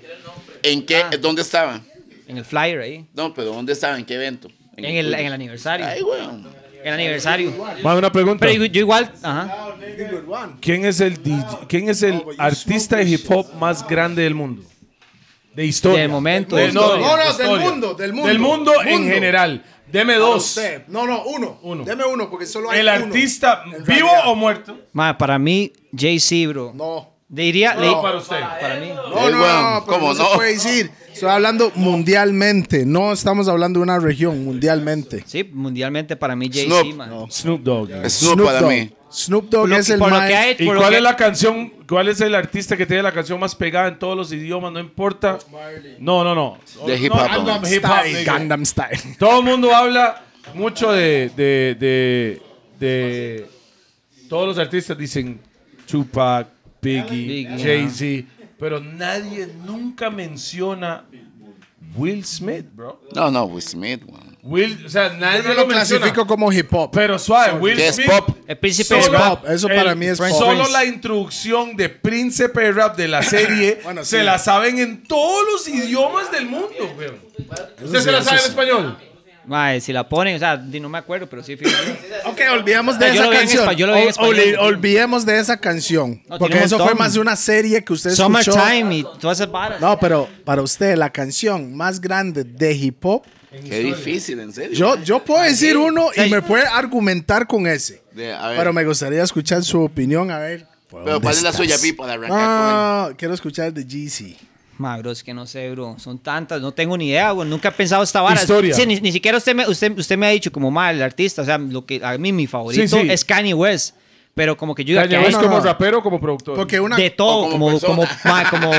¿En qué? ah. ¿Dónde estaba? En el flyer ahí. No, pero ¿dónde estaba? ¿En qué evento? En el, en el aniversario. Ay, weón. En el aniversario. Más una pregunta. Pero yo, yo igual. Ajá. ¿Quién es el, DJ ¿quién es Oh, el artista de hip hop más grande del mundo? De historia. Del momento, De- de Eh, no, historia. de No, no, del historia. mundo, del mundo. Del mundo en Mundo. general. Deme dos. No, no, uno. Uno. Deme uno, porque solo hay El uno. artista En vivo realidad. o muerto. Ma, para mí, Jay-Z, bro. No. Diría. No, le- para usted. para mí. No, El no, weón, no, pero ¿cómo no, no? se puede decir. Estoy hablando mundialmente, no estamos hablando de una región, mundialmente. Sí, mundialmente para mí Jay-Z, Snoop, man. Snoop Dogg. Snoop, para Dogg. mí. Snoop Dogg Por lo, es el por lo mae- que ha hecho. ¿Y por lo cuál que- es la canción? ¿Cuál es el artista que tiene la canción más pegada en todos los idiomas? No importa. No, no, no. De No, hip hop, Gangnam man. Hip Hop, Style, nigga. Gangnam Style. Todo el mundo habla mucho de, de, de, de- Todos los artistas dicen Tupac, Biggie, Biggie, Jay-Z, pero nadie nunca menciona Will Smith, bro. No, no, Will Smith, weón. Will, o sea, nadie Yo no lo lo menciona. clasifico como hip hop. Pero suave, Will Que es Smith. pop. El príncipe Es del rap. pop, eso para mí es pop. Solo Prince. la introducción de Príncipe de Rap de la serie Bueno, se sí. la saben en todos los idiomas del mundo, weón. ¿Usted sí, se la eso sabe en sí. español? Mae, si la ponen, o sea, di- no me acuerdo, pero sí. fíjate. Ok, olvidemos de Yo esa lo vi en canción. espa- yo lo vi en Ol- español. oli- olvidemos de esa canción. No, porque tiene un eso fue montón. más de una serie que usted escuchó. Summertime y todas esas varas. No, pero para usted, la canción más grande de hip hop. Qué difícil, en serio. Yo, yo puedo decir uno sea, y me yo- puede argumentar con ese. De- a ver. Pero me gustaría escuchar su opinión, a ver. ¿por Pero dónde ¿cuál es la estás? suya, Pi, para arrancar con él? No, quiero escuchar el de Jeezy. Ma, bro, es que no sé, bro. Son tantas, no tengo ni idea, bro. Nunca he pensado esta vara. Historia. Sí, ni, ni siquiera usted me, usted, usted me ha dicho como mal el artista. O sea, lo que a mí mi favorito Sí, sí. es Kanye West. Pero como que yo diga Kanye que West no, como no. rapero o como productor. Porque una. de todo, como como, como, persona. ma, como-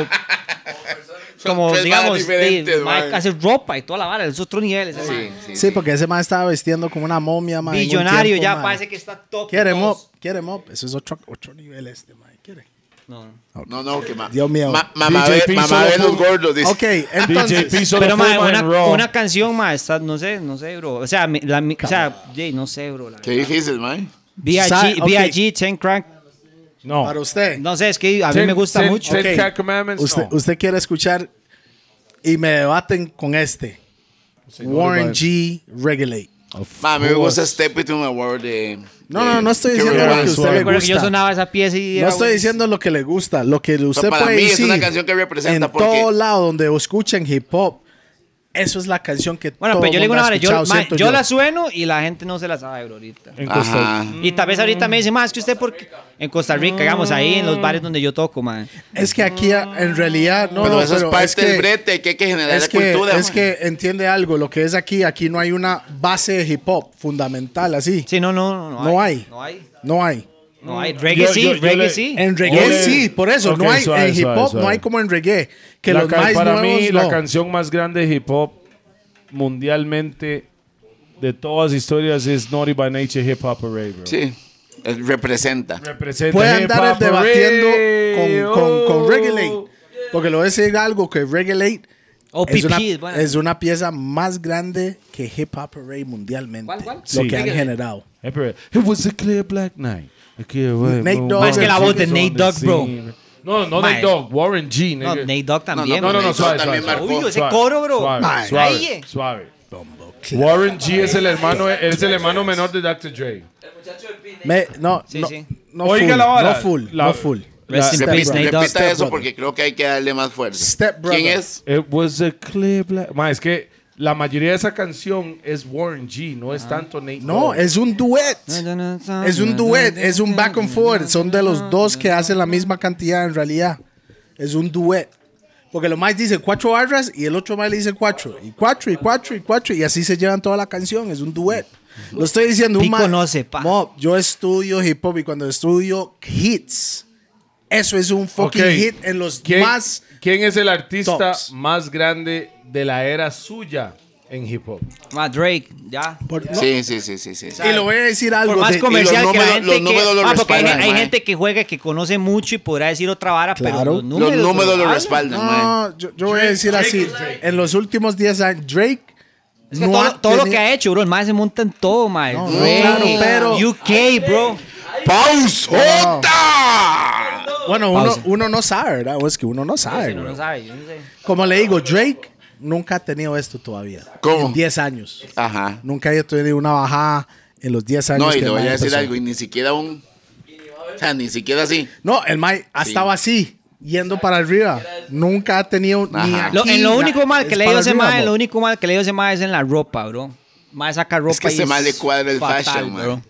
como tres varas digamos, de, diferentes, mae, mae. hace ropa y toda la vara, es otro nivel. ese mae. Sí, sí, Sí, porque ese mae estaba vestiendo como una momia, mae. en un Billonario, tiempo, ya mae. parece que está top. Quiere dos. mop, quiere mop. Eso es otro, otro nivel este, mae. Quiere. No, no. No, no, que ma- Dios mío. ma- mamá DJ ve- Pin mamá solo ve los fuma. gordos, dice. Ok, entonces. solo Pero, mae, fuma en una, Raw. una canción, mae, está- no sé, no sé, bro. O sea, mi- la, mi- o sea, yeah, no sé, bro. la Qué verdad. difícil, man. Sa- B.I.G., ok. B.I.G., Ten Crank. No. Para usted. No sé, es que a mí Ten- me gusta ten- mucho. Ten Ok. Crack Commandments, Usted, no. usted quiere escuchar y me debaten con este. no, Warren vale. G. Regulate. Ma, a mí me gusta Step It to My World de... No, no, de- no estoy Kerry diciendo lo que Wise. usted Yo le recuerdo que yo gusta. sonaba esa pieza y. No era estoy buenísimo. diciendo lo que le gusta, lo que usted para puede mí es decir. una canción que representa en porque- todo lado donde escuchen hip hop. Eso es la canción que Bueno, todo pero yo le digo mundo una ha vara, yo, escuchado, mae, siento yo yo. la sueno y la gente no se la sabe, bro, ahorita. En Costa Rica. Ajá. Y tal vez ahorita me dicen, más que usted porque en Costa Rica, digamos, ahí Mm. en los bares donde yo toco, man. Es que aquí a- en realidad no, pero no, eso pero es parte es que, del brete, que hay que generar es la que, cultura. es ma. que entiende algo, lo que es aquí, aquí no hay una base de hip hop fundamental así. Sí, no, no, no. No hay. No hay. No hay. No Mm. hay. Reggae Yo- sí, yo- yo reggae le- sí. En reggae Ole. sí, por eso Ok, no hay suave, en hip suave, hop, no suave. hay como en reggae que La los ca- más para nuevos mí, no. la canción más grande de hip hop mundialmente de todas las historias es Naughty by Nature Hip Hop Array, bro. Sí, es- representa. Representa puede Hip andar Hop Array, debatiendo con, con, oh. con Regulate. Porque le voy a decir algo que Regulate O es, una, pipí, bueno. es una pieza más grande que Hip Hop Array mundialmente. ¿Cuál, cuál? Lo Sí. que han Regulate. generado. Hey, Eh, pero, It was a clear black night. A clear white Nate moon. Dogg. Más que la voz de Nate Dogg, bro. No, no Mae. Nate Dogg, Warren G. No, nigga. Nate Dogg también. No, no, no, Nate suave, suave, Dogg también suave. marcó. Uy, ese Suave, coro, bro. Suave, Mae. Ahí, eh. suave, suave. Warren G es el hermano, es el hermano menor de Dr. Dre. Me- no, Sí, no, sí. no Oiga full, la vara. no full, La- no full. Rest in Step peace, Brother. Nate Dogg. Repita eso Brother. porque creo que hay que darle más fuerza. Step Brother. ¿Quién es? It was a clear black. Ma, es que la mayoría de esa canción es Warren G, no es tanto Nate. Ah. No, Dogg. es un duet. Es un duet, es un back and forth. Son de los dos que hacen la misma cantidad en realidad. Es un duet. Porque lo más dice cuatro barras y el otro más le dice cuatro. Y cuatro, y cuatro, y cuatro. Y así se llevan toda la canción. Es un duet. Lo estoy diciendo un Pico ma- no sepa. Mo, yo estudio hip hop y cuando estudio hits, eso es un fucking Ok. hit en los ¿Quién, más. ¿Quién es el artista tops? más grande de la era suya en hip hop? Ma, Ah, Drake, ya. por- no, Sí, sí, sí, sí, sí. Y lo voy a decir algo. Por más de- comercial que la números- los gente que. números lo Ah, porque hay, respaldan, hay mae. gente que juega que conoce mucho y podrá decir otra vara, Claro. pero los Los Los números. números lo Ah, hablan. respaldan, man. No, yo, yo voy a decir así. En los últimos 10 años, Drake. Es que no todo, ha todo lo teni- que ha hecho, bro, el mae se monta en todo, mae. No, no, Drake, claro, pero- UK, bro. ¡Pausota! Bueno, uno, Pausa. uno no sabe, ¿verdad? O es que uno no sabe. Uno güey. no sabe, yo no sé. Como le digo, Drake nunca ha tenido esto todavía. ¿Cómo? En 10 años. Ajá. Nunca ha tenido una bajada en los 10 años. No, y que le el voy mae a decir empezó. algo, y ni siquiera un... O sea, ni siquiera así. No, el Mike ha Sí. estado así, yendo para arriba. Nunca ha tenido ni Ajá. aquí, Lo, en lo na- único mal que es le dio para ese arriba, mae, mo. lo único mal que le dio ese mae es en la ropa, bro. Mae saca ropa que y ese mae le cuadra el fatal, fashion, mae. bro.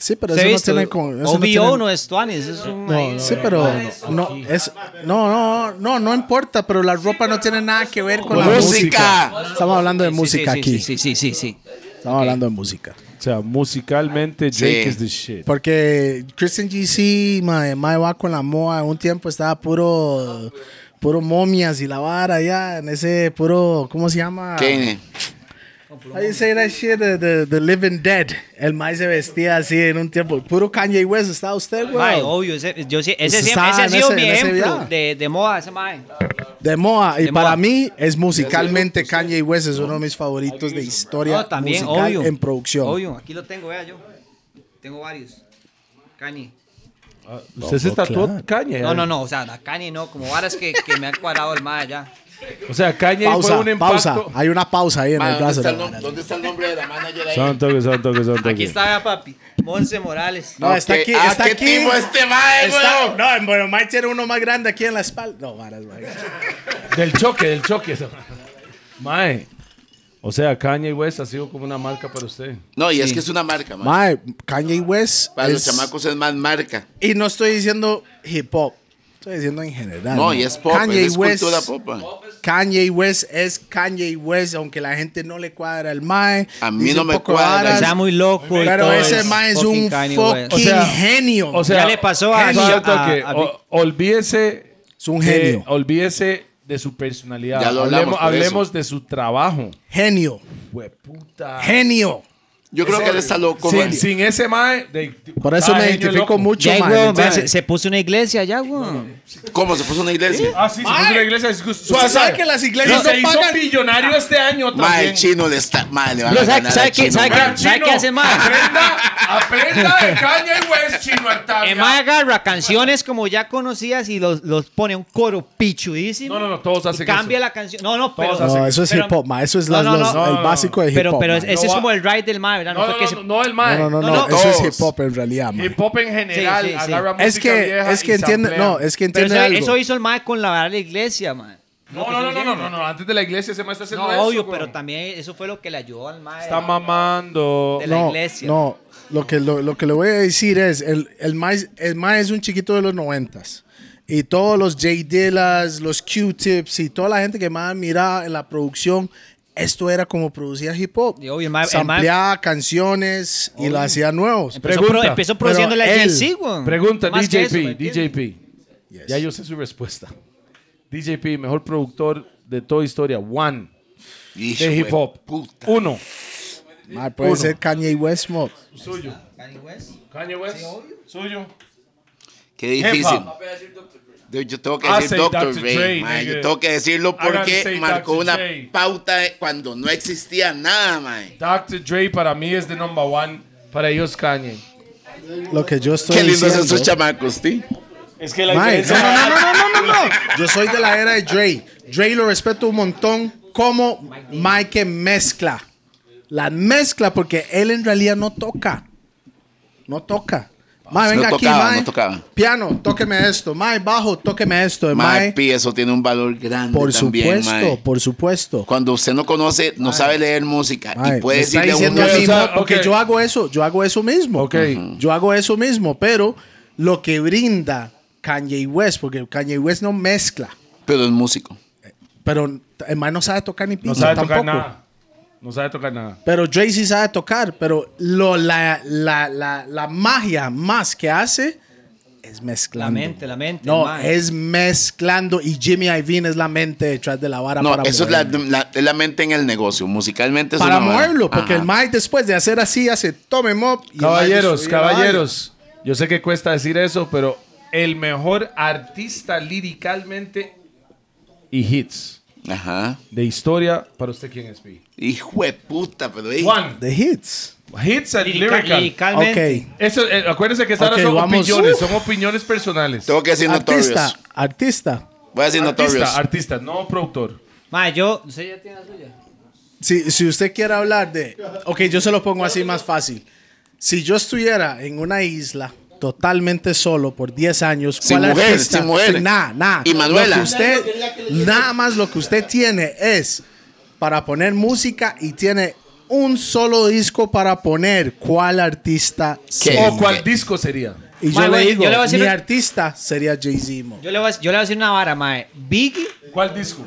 Sí, pero Se eso no viste, tiene con. eso OVO no tiene- no es Tuanis, es un eh, mae. Sí, pero no, es, no, no, no, no importa, pero la ropa no tiene nada que ver con la Música. música. Estamos hablando de Sí, música sí, sí, aquí. Sí, sí, sí, sí. Estamos hablando de música. O sea, musicalmente Drake Sí. is the shit. Porque Christian GC, mae, mae va con la moa, un tiempo estaba puro puro momias y la vara ya en ese puro ¿cómo se llama? ¿Quién How you say that shit the, the, the living dead. El mae se vestía así en un tiempo, puro Kanye West, ¿está usted, Mae, oh, güey? obvio, ese, yo, sí- ese, Ese siempre- estaba ese ha en sido ese- mi en ese ejemplo viaje. de, de moda, ese mae. De moa y De para moa. mí es musicalmente Kanye West es uno de mis favoritos de historia No, también, musical obvio. en producción. Obvio, aquí lo tengo, vea yo. Tengo varios. Kanye. ¿Usted se tatuó Eh. Kanye? No, no, no, o sea, la Kanye no, como varas que, que me han cuadrado el mae ya. O sea, Kanye Pausa, fue un pausa. impacto. Hay una pausa ahí en el ¿dónde, brazo. está el nom- ¿Dónde está el nombre de la manager ahí? Santo que santo que santo Aquí que. está, vea, papi. Monse Morales. No, está ¿Qué- aquí, ah, está qué aquí. tipo este mae, Está- güey? no, en Bueno Mike tiene uno más grande aquí en la espalda. No, varas, mae. Del choque, del choque. esa- Mae. O sea, Kanye West ha sido como una marca para usted. No, y es que es una marca, man. Mae, Kanye West. Para los es- chamacos es más marca. Y no estoy diciendo hip hop. Estoy diciendo en general. No, mae. y es pop, Ah, Kanye es West. cultura pop. man. Kanye West es Kanye West, aunque la gente no le cuadra el Mae. A mí dice no un me poco cuadra. varas, O Está muy loco. y Pero todo, ese Mae es fucking un Kanye fucking West. O sea, genio. O sea, Ya le pasó a- Santo a- que, a- o- olvídese. Es un de- Eh, genio. Eh, olvídese de su personalidad. Ya lo hablamos hablemos por hablemos de su trabajo. Genio. Hueputa. Genio. Yo creo que él está loco, Sin, man. sin ese mae. de- Por eso Ah, me genio identifico loco. mucho, Ya, mae. weón, Entonces, vea, se, se puso una iglesia allá, weón. ¿Cómo? ¿Se puso una iglesia? Ah, sí, se puso una iglesia. Suave, ¿Usted suave. sabe que las iglesias se no hizo pagan? millonario este año Ma, el también. chino le está. Ma, le van No, a ¿sabe- ganar sabe al qué- chino, sabe man. Vea, qué- ¿Sabe qué hace, mae? Aprenda, aprenda de Kanye West, chino Artavia. El mae agarra canciones como ya conocidas y los, los pone un coro pichudísimo. No, no, no, todos y hacen Cambia eso. la canción. No, no, pero. Todos hacen No, eso es pero- hip hop, ma. Eso es No, las- no, los- no, no, el no. básico de hip hop. Pero, pero ma. ese es va- como el ride del mae, ¿verdad? No, No, fue no, que no, se- no, el mae. no, no, no, no, eso es todos. hip hop en realidad, ma. Hip hop en general. Sí, sí, sí. Agarra Es música que, vieja es que y entiende, samplea. no, es que Pero entiende eso, algo. eso hizo el mae con la vara de la iglesia, mae. No, no, no, no, no, no, no, Antes de la iglesia ese mae está haciendo No, eso, obvio, güey. pero también eso fue lo que le ayudó al mae. Está mamando. de la no, iglesia. No, lo que, lo, lo que le voy a decir es, el, el, más, el más es un chiquito de los noventas. Y todos los J Dillas, los Q-Tips y toda la gente que más miraba en la producción, esto era como producía hip hop. Y obvio, el ma- el ma- Sampleaba canciones y lo hacía nuevos. Empezó, Pregunta. pro- empezó produciendo la Pero él- JC, weón. Pregunta, Más que eso, ¿me DJP, entiendes? DJP. Yes. Ya yo sé su respuesta. DJP, mejor productor de toda historia. One. Hijo De hip hop. puta. Uno. Em, Ma, puede Uno. ser Kanye West, mo. Suyo. Kanye West. Kanye West. Suyo. Qué difícil. hop. Yo, yo tengo que Ah, decir say Dr. Dr. Dre, Dre, mae. Yo nigga. tengo que decirlo I gotta porque say marcó Dr. una Dre. pauta de cuando no existía nada, mae. Dr. Dre para mí es the number one. Para ellos Kanye. Lo que yo estoy Qué lindos son diciendo. esos chamacos, ¿tí? Es que la Ma, no, no, no, no, no, no, no. Yo soy de la era de Dre. Dre lo respeto un montón como Mike mezcla. La mezcla porque él en realidad no toca. No toca. Mae, No venga aquí, tocaba, mae. no tocaba. Piano, tóqueme esto. Mae, bajo, tóqueme esto. Mae, Mae, pi, eso tiene un valor grande por también, supuesto, mae. por supuesto. Cuando usted no conoce, no sabe leer música Mae, y puede me está decirle a diciendo uno... a mí, o sea, "Mo, porque ok. yo hago eso, yo hago eso mismo. Ok. Ujú. Yo hago eso mismo, pero lo que brinda Kanye West, porque Kanye West no mezcla. Pero es músico. Pero el man no sabe tocar ni pinza No sabe tampoco. tocar nada. No sabe tocar nada. Pero Dre sí sabe tocar, pero lo, la, la, la, la magia más que hace es La mezclando. mente, la mente. No, mae. es mezclando y Jimmy Iovine es la mente detrás de la vara No, para eso es la, moverlo. la- es la mente en el negocio. Musicalmente es para una vara. moverlo, porque Ajá. el Mike después de hacer así hace tome mop. y el Caballeros, mae distribuye la caballeros. Yo sé que cuesta decir eso, pero el mejor artista liricalmente y hits Ajá. de historia, para usted, ¿quién es? Pi? Hijo de puta, pero... ey, Juan. vara. The hits. Hits and Lirical- lyrical. liricalmente. Ok. Eso, eh, acuérdense que esas Ok, son vamos. opiniones, Uf. son opiniones personales. Tengo que decir Notorious. Artista, artista. Voy a decir Notorious. Artista, artista, no productor. Mae, yo. ¿Usted ya tiene la suya? Si, si usted quiere hablar de... Ok, yo se lo pongo así más fácil. Si yo estuviera en una isla totalmente solo por 10 años, Sin ¿cuál mujer, artista? sin mujer. Sin nada, nada. Y Manuela. Lo que usted, nada más lo que usted tiene es para poner música y tiene un solo disco para poner. ¿Cuál artista? ¿Qué? sería? ¿O cuál disco sería? Y yo le Mae, güey, digo, yo le voy a decir- mi artista sería Jay-Z. mo. Yo le, voy a, yo le voy a decir una vara, mae. Biggie. ¿Cuál disco?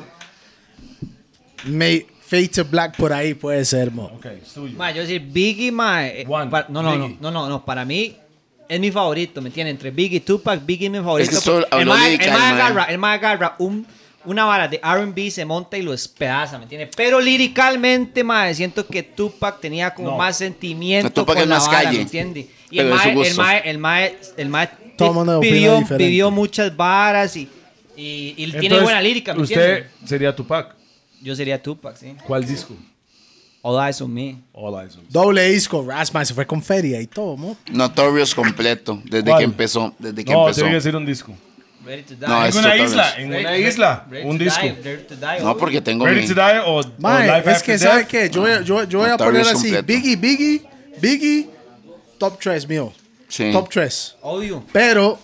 May- Fade to Black por ahí puede ser, mo. Ok, es tuyo. Mae, yo voy a decir Biggie, mae. eh, One, pa- no, no, no, Biggie. no, no, no. Para mí es mi favorito, ¿me entiendes? Entre Biggie y Tupac, Biggie es mi favorito. que el solo habló mae, el lyrical, mae mae. agarra, el mae agarra un, una vara de RB, se monta y lo espedaza, ¿me entiendes? Pero liricalmente, mae, siento que Tupac tenía como No. más sentimiento. No, Tupac con es la más vara, calle, ¿me entiendes? Y el pero de su mae, el gusto. mae, el mae, el mae Todo el mundo opina vivió, diferente. vivió muchas varas y, y, y tiene Entonces, buena lírica, ¿me Usted entiendes? sería Tupac. Yo sería Tupac, sí. ¿Cuál disco? All Eyes on Me. All Eyes on Me. Doble disco, Rasma se fue con feria y todo, mo. Notorious completo, desde ¿Cuál? que empezó, desde que No, empezó. tiene que ser un disco. Ready to die. No, es En una Notorious. isla, en una isla, un disco. No, porque tengo Ready mi... to Die o, o Mae, Life es After que Death. sabe que yo, voy a- yo, yo voy a Notorious poner así, completo. Biggie, Biggie, Biggie, top 3 mío, Sí. top 3. Obvio. Pero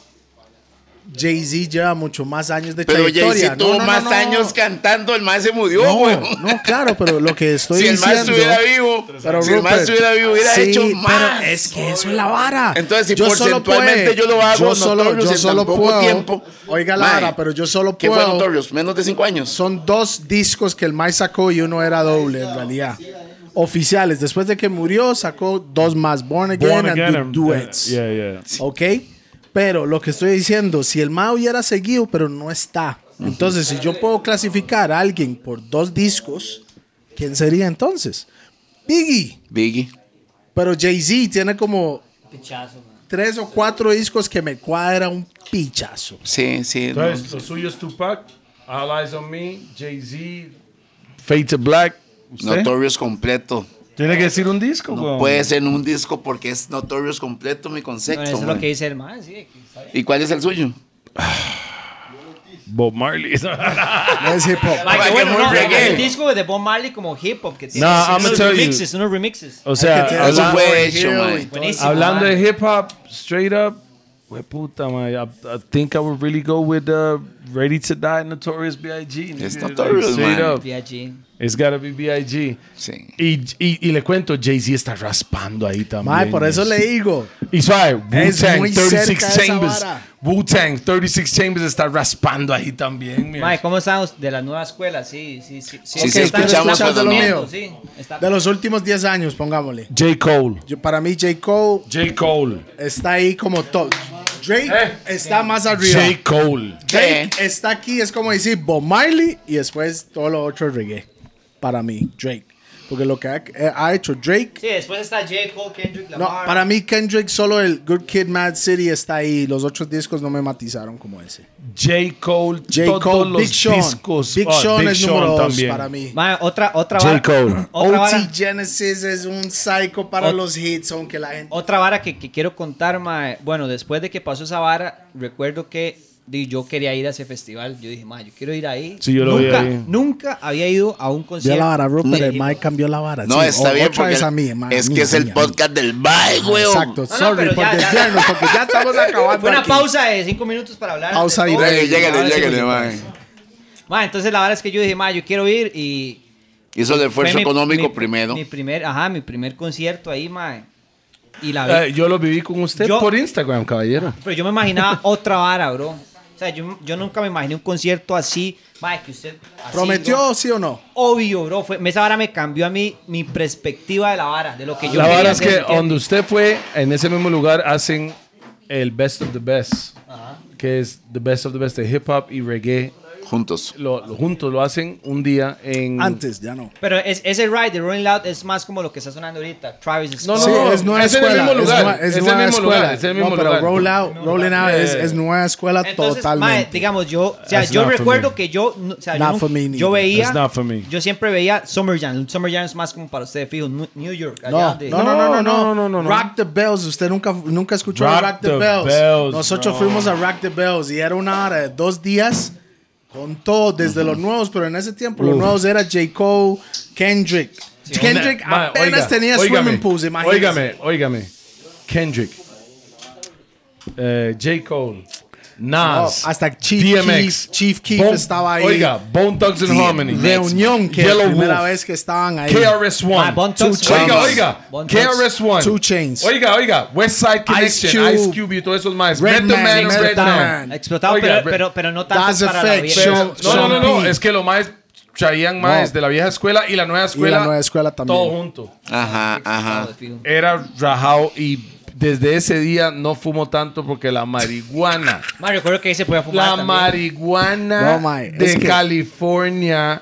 Jay-Z lleva mucho más años de Pero trayectoria. Jay-Z No, tuvo no, no, más no. años cantando, el más se murió, güey. No, no, claro, pero lo que estoy si el más diciendo... estuviera vivo, pero si el más Rupert, estuviera vivo, hubiera sí, hecho pero más. es que eso es la vara. Entonces, si solo porcentualmente yo lo hago, yo solo, Notorious yo en solo tan poco puedo, tiempo. Oiga la Mae, vara, pero yo solo ¿Qué fue puedo... Notorious? Menos de cinco años. Son dos discos que el Mike sacó y uno era doble en realidad. Oficiales. Después de que murió, sacó dos más, Born Again, Born Again and and- Du- Duets. Yeah, yeah. ¿Ok? Pero lo que estoy diciendo, si el Mike hubiera seguido, pero no está. Entonces, si yo puedo clasificar a alguien por dos discos, ¿quién sería entonces? Biggie. Biggie. Pero Jay-Z tiene como Pichazo, man. tres o cuatro discos que me cuadra un pichazo. Sí, sí. no. Entonces, lo suyo es Tupac, All Eyes on Me, Jay-Z, Fade to Black. ¿Usted? Notorious completo. Tiene que decir un disco, No weón. puede ser en un disco porque es Notorious completo mi Bueno, concepto. eso es man. lo que dice el man, sí. que está bien. ¿Y cuál es el suyo? Bob Marley. Es hip hop. Ma, que bueno, muy no, reggae. el disco de Bob Marley como hip hop que tiene. No, I'ma unos tell you. remixes, unos remixes. o sea, Hay que habla- tener- Ah, Eso Hola, fue hecho, Hero mae. y- Buenísimo. hablando man. de hip hop, straight up, we puta, man. I, I think I would really go with uh, Ready to Die, Notorious B.I.G. It's nigga. Like, Notorious, straight man. up. VIG. It's gotta be B.I.G. Sí. Y, y, y le cuento, Jay-Z está raspando ahí también. Mae, por eso le digo. Y suave, Es Wu-Tang muy cerca 36 esa Chambers. vara. Wu-Tang 36 Chambers está raspando ahí también, mira. Mae, ¿cómo están us- de la nueva escuela? Sí, sí, sí. Sí, sí, están escuchamos pues, escuchando lo mío. Sí, está- De los últimos 10 años, pongámosle. J. Cole. Yo, para mí, J. Cole J. Cole. está ahí como top. Drake Eh. está más arriba. J. Cole. Drake Sí. está aquí, es como decir Bob Marley y después todo lo otro es reggae. Para mí, Drake. Porque lo que ha, eh, ha hecho Drake. Sí, después está J. Cole, Kendrick No, Lamar. para mí, Kendrick, solo el Good Kid Mad City está ahí. Los otros discos no me matizaron como ese. J. Cole. J. todos Cole, los Big Sean. discos. Big Ah, Sean Big es número dos también. para mí. Mae, otra, otra J. vara. Cole. Otra vara. OT Genesis es un psycho para Ot- los hits, aunque la gente. Otra vara que, que quiero contar, mae. Bueno, después de que pasó esa vara, recuerdo que di, yo quería ir a ese festival. Yo dije, mae, yo quiero ir ahí. Sí, yo lo vi nunca, ahí. Nunca había ido a un Vio concierto. la vara, Rupert. de El hip Mike hop. cambió la vara. No, sí. está O- bien otra porque vez el- a mí, ma- es mí, que es a el mí, a mí. podcast del Mae, güey. Exacto, No, no, sorry pero por ya, ya. desviarnos, porque ya estamos acabando. Fue una aquí. pausa de cinco minutos para hablar. Pausa de y todo. breve. Lléguele, Ahora lléguele, sí, lléguele, sí. mae. Mae, entonces la verdad es que yo dije, mae, yo quiero ir y... Hizo el fue esfuerzo mi- económico mi- primero. Mi primer, ajá, mi primer concierto ahí, mae. Y la vi. Eh, yo lo viví con usted Yo- por Instagram, caballero. Pero yo me imaginaba otra vara, bro. O sea, yo, yo nunca me imaginé un concierto así, mae, que usted... así, bro. ¿Prometió, sí o no? Obvio, bro. Fue, esa vara me cambió a mí mi perspectiva de la vara, de lo que yo La quería verdad es hacer, que oh. ¿entiendes? donde usted fue, en ese mismo lugar hacen el best of the best, que es the best of the best de hip hop y reggae. Juntos. Lo, lo- juntos lo hacen un día Mm. en. Antes, ya no. Pero es, ese ride de Rolling Loud es más como lo que está sonando ahorita. Travis No, no, Sí, no, es nueva es en el escuela. mismo lugar, nue- es el nueva mismo escuela. lugar, es el mismo no, pero lugar. Roll Out, Rolling Out es, Eh, es nueva escuela Entonces, mae, totalmente. digamos, yo, o sea, That's yo not for recuerdo me. que yo, no- o sea, yo, Not nunca- for me neither. yo veía, That's not for me. yo siempre veía Summer Jam. Summer Jam es más como para usted, fijo, Nu- New York. allá no, de- no, no, no, no, no, No, no, no, no. Rock the Bells. Usted nunca, nunca escuchó Rock a Rock the, the Bells. Bells, Nosotros no. fuimos a Rock the Bells y era una hora de dos días con todo, desde los nuevos, pero en ese tiempo los Uf. nuevos era J. Cole, Kendrick. Kendrick Ma- apenas oiga, tenía óigame, swimming pools, imagínese. Óigame, óigame. Kendrick. eh, J. Cole. Nas. No, Oh, hasta Chief Keef- Chief Keef Bone- estaba ahí. Oiga, Bone Thugs and Harmony. Reunión que Yellow la primera Wolf. vez que estaban ahí. Ah, Mae, KRS-One. Bone Thugs, Two mae. Oiga, Chainz. oiga. Bone Thugs. KRS-One. Two Chainz. Oiga, oiga. West Side Connection. Cube. Ice Cube y todos esos más. Red Man, Method Red Man. Man. Explotado, Oiga, pero, re- pero, pero no tanto That's para la Effect, vieja. pero- Sean- no, no, no, no. Sean Es que lo más traían más No. de la vieja escuela y la nueva escuela. nueva escuela también. Todo junto. Ajá, ajá. Fijo. Era rajado y desde ese día no fumo tanto porque la marihuana. Mae, recuerdo que ahí se podía La fumar también. marihuana No, mae, de es que- California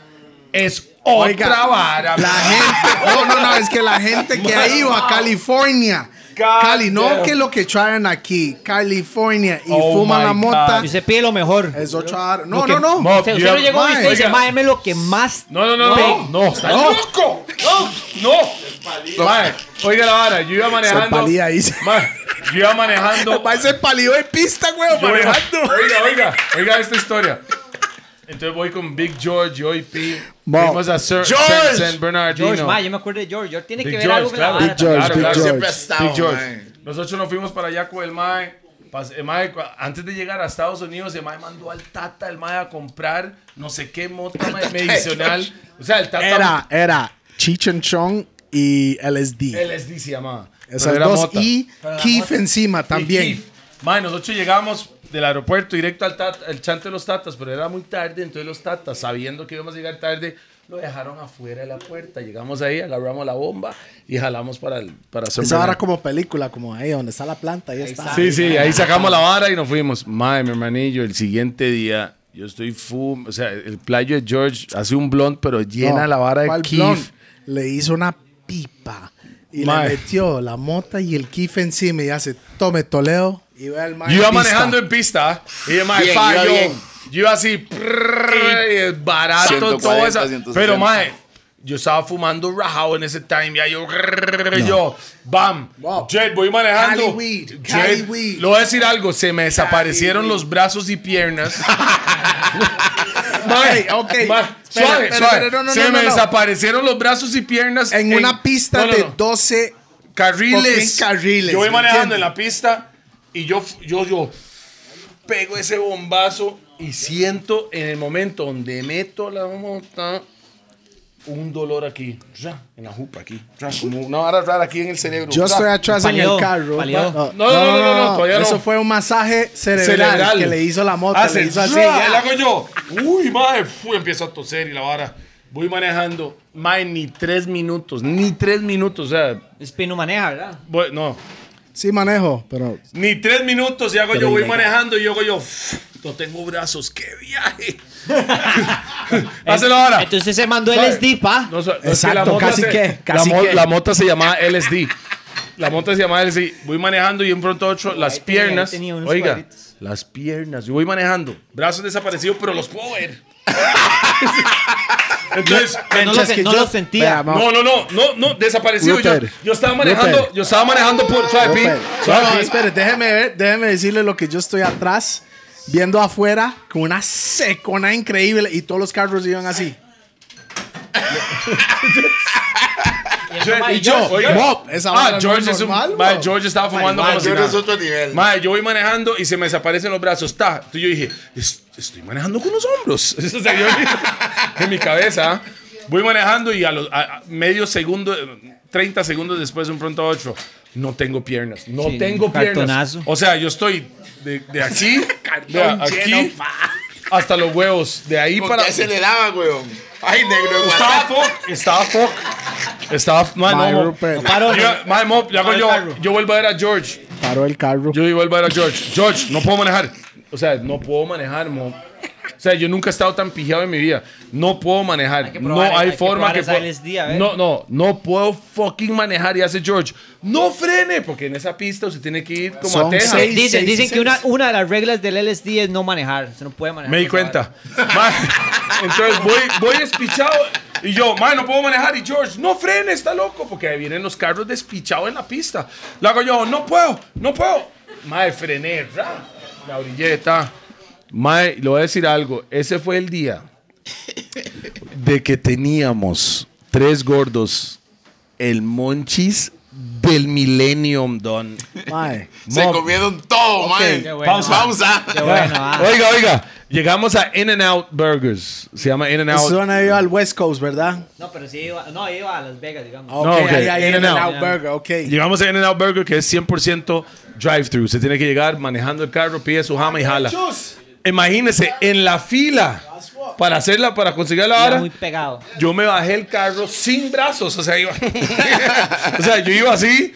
es Oiga, otra vara. La gente, oh, no, no, no, es que la gente que ha ido a California, Cali, no damn. que lo que traen aquí, California y Oh fuman my la mota, Y usted pide lo mejor. es otra. No, Porque- no, no. Mo- Usted, usted Eh, Yeah, no llegó y usted mae, dice, oiga. mae, deme lo que más... No, no, no, no. No, está loco. No, no. Mae, oiga la vara, yo iba manejando. palía ahí. Mae, yo iba manejando. Va ese palillo de pista, güey, Yo voy- manejando. Oiga, oiga, oiga esta historia. Entonces voy con Big George, Joy P. Mo- Fuimos a Sir, George. San- San Bernardino. George, mae, yo me acuerdo de George. George tiene Big que ver George, algo con la claro. vara. Big George, Claro, Big claro, George. Siempre ha estado, Big George. mae. Nosotros nos fuimos para allá con el Mae. Pas- el mae, cua- antes de llegar a Estados Unidos, el Mae mandó al Tata, el Mae, a comprar no sé qué mota mae, medicinal. O sea, el Tata. Era, era Cheech and Chong y LSD. LSD se llamaba. "Ah, Pero Esas era dos mota. y Keef encima Y- también. Mae, nosotros llegamos del aeropuerto directo al tata, el chante de los tatas, pero era muy tarde, entonces los tatas, sabiendo que íbamos a llegar tarde, lo dejaron afuera de la puerta. Llegamos ahí, agarramos la bomba y jalamos para el para San Esa vara Bernardino. como película, como ahí donde está la planta, ahí está. Sí, sí, ahí sacamos la vara y nos fuimos. Mae, mi hermanillo, el siguiente día Yo estoy fum. O sea, el playo de George hace un blond, pero llena No, la vara de ¿cuál Keith. blon? Le hizo una pipa y Mae. le metió la mota y el kiff encima y hace, tome Toledo. Y ve al mae Yo iba en pista. manejando en pista y el mae Bien, fallo. iba bien. Yo iba así, prrr, y es barato 140, todo eso. 160. Pero mae, yo estaba fumando rajado en ese time. Ya yo, prrr, yo, bam. Wow. Jet, voy manejando. Cali weed, Jet, Cali weed. Le voy a decir algo, se me desaparecieron weed. los brazos y piernas. Mae, ok. Mae, Espera, suave, espera, suave. espera, no, no, se no, me no, no. desaparecieron los brazos y piernas. En una pista No, no, de no. 12 carriles. Fucking carriles, Yo voy ¿me manejando entiendes? en la pista y yo, yo, yo pego ese bombazo y siento en el momento donde meto la mota un dolor aquí, ra, en la jupa aquí, ra, como una vara rara aquí en el cerebro. Yo ra. estoy atrás en Palió, el carro. palió. No, no, no, no, no, todavía no. Eso fue un masaje cerebral, Cerebral. Ah, que le hizo la moto. Hace, le hizo así. ra, ya. le hago yo. Uy, madre, fu, empiezo a toser y la vara. Voy manejando, madre, ni tres minutos, ni tres minutos, o sea, Espino maneja, ¿verdad? voy- no, Sí manejo, pero Ni tres minutos y hago yo, voy ilegal. manejando y yo hago yo, "Uf, no tengo brazos, qué viaje. Hazlo ahora. Entonces se mandó el ¿Sabe? SD, pa. No, so- no, Exacto, mota casi se- que, casi la, mo- que. la mota se llamaba LSD. La mota se llamaba LSD. Voy manejando y de pronto otro, las ahí tenía- ahí piernas. tenía unos oiga, cuadritos. las piernas. Yo voy manejando, brazos desaparecidos, pero los puedo ver. Entonces, Pero no lo, Manchas sen- que no yo- lo sentía. Vea, ma- no, no, no, no, no, desaparecido. Yo, Rupert. yo estaba manejando, Rupert. yo estaba manejando por suave, Pi. Espere, Suave, no, Pi. espere, déjeme ver, déjeme decirle lo que yo estoy atrás, viendo afuera, con una secona increíble y todos los carros iban así. Y yo, oiga. Bob, esa vara no ah, George, es es un- normal, mae, bro. George estaba fumando como si Yo nada. es otro nivel. Mae, yo voy manejando y se me desaparecen los brazos. Ta. Entonces yo dije, "Es- estoy manejando con los hombros. Eso se vio en mi cabeza. Voy manejando y a los a- a medio segundo, eh, 30 segundos después, un pronto a otro, no tengo piernas. No Sí, tengo un piernas. cartonazo. O sea, yo estoy de, de aquí, de a- aquí, hasta los huevos. De ahí Porque para. se le daba, weón. Ay, negro, de Estaba WhatsApp. fuck, estaba fuck. Estaba. mae, Mae, no, Rupert. no, yo, mae, mo, yo hago el yo, carro. yo vuelvo a ver a George. Paró el carro. Yo vuelvo a ver a George. George, no puedo manejar. O sea, no puedo manejar, mo. O sea, yo nunca he estado tan pijado en mi vida. No puedo manejar. que no probar- hay, hay que forma probar que, esa pueda- LSD, a ver. No, no, no puedo fucking manejar. Y hace George, no frene, porque en esa pista usted tiene que ir como a Son Texas. seis Dicen, seis, dicen seis. que una, una de las reglas del LSD es no manejar. Se no puede manejar. Me di por favor. cuenta. Ma, entonces voy, voy espichado y yo, man, no puedo manejar. Y George, no frene, está loco, porque ahí vienen los carros despichados en la pista. Lo hago yo, no puedo, no puedo. Madre, frené, ra, la orilleta. Madre, le voy a decir algo. Ese fue el día de que teníamos tres gordos, el monchis del Millennium, don. Mae. Se Mo- comieron todo, mae. qué bueno. Pausa. Pausa. Qué bueno, ah. Oiga, oiga, llegamos a In-N-Out Burgers. Se llama In-N-Out. Eso no iba al West Coast, ¿verdad? No, pero sí iba, no, iba a Las Vegas, digamos. Ok, No, ok. ahí hay In and In-N-Out Out. Burger, ok. Llegamos a In-N-Out Burger, que es 100% drive-thru. Se tiene que llegar manejando el carro, pide su jama y jala. Imagínese, en la fila para hacerla, para conseguir la Iba hora, muy pegado. yo me bajé el carro sin brazos. O sea, iba, o sea, yo iba así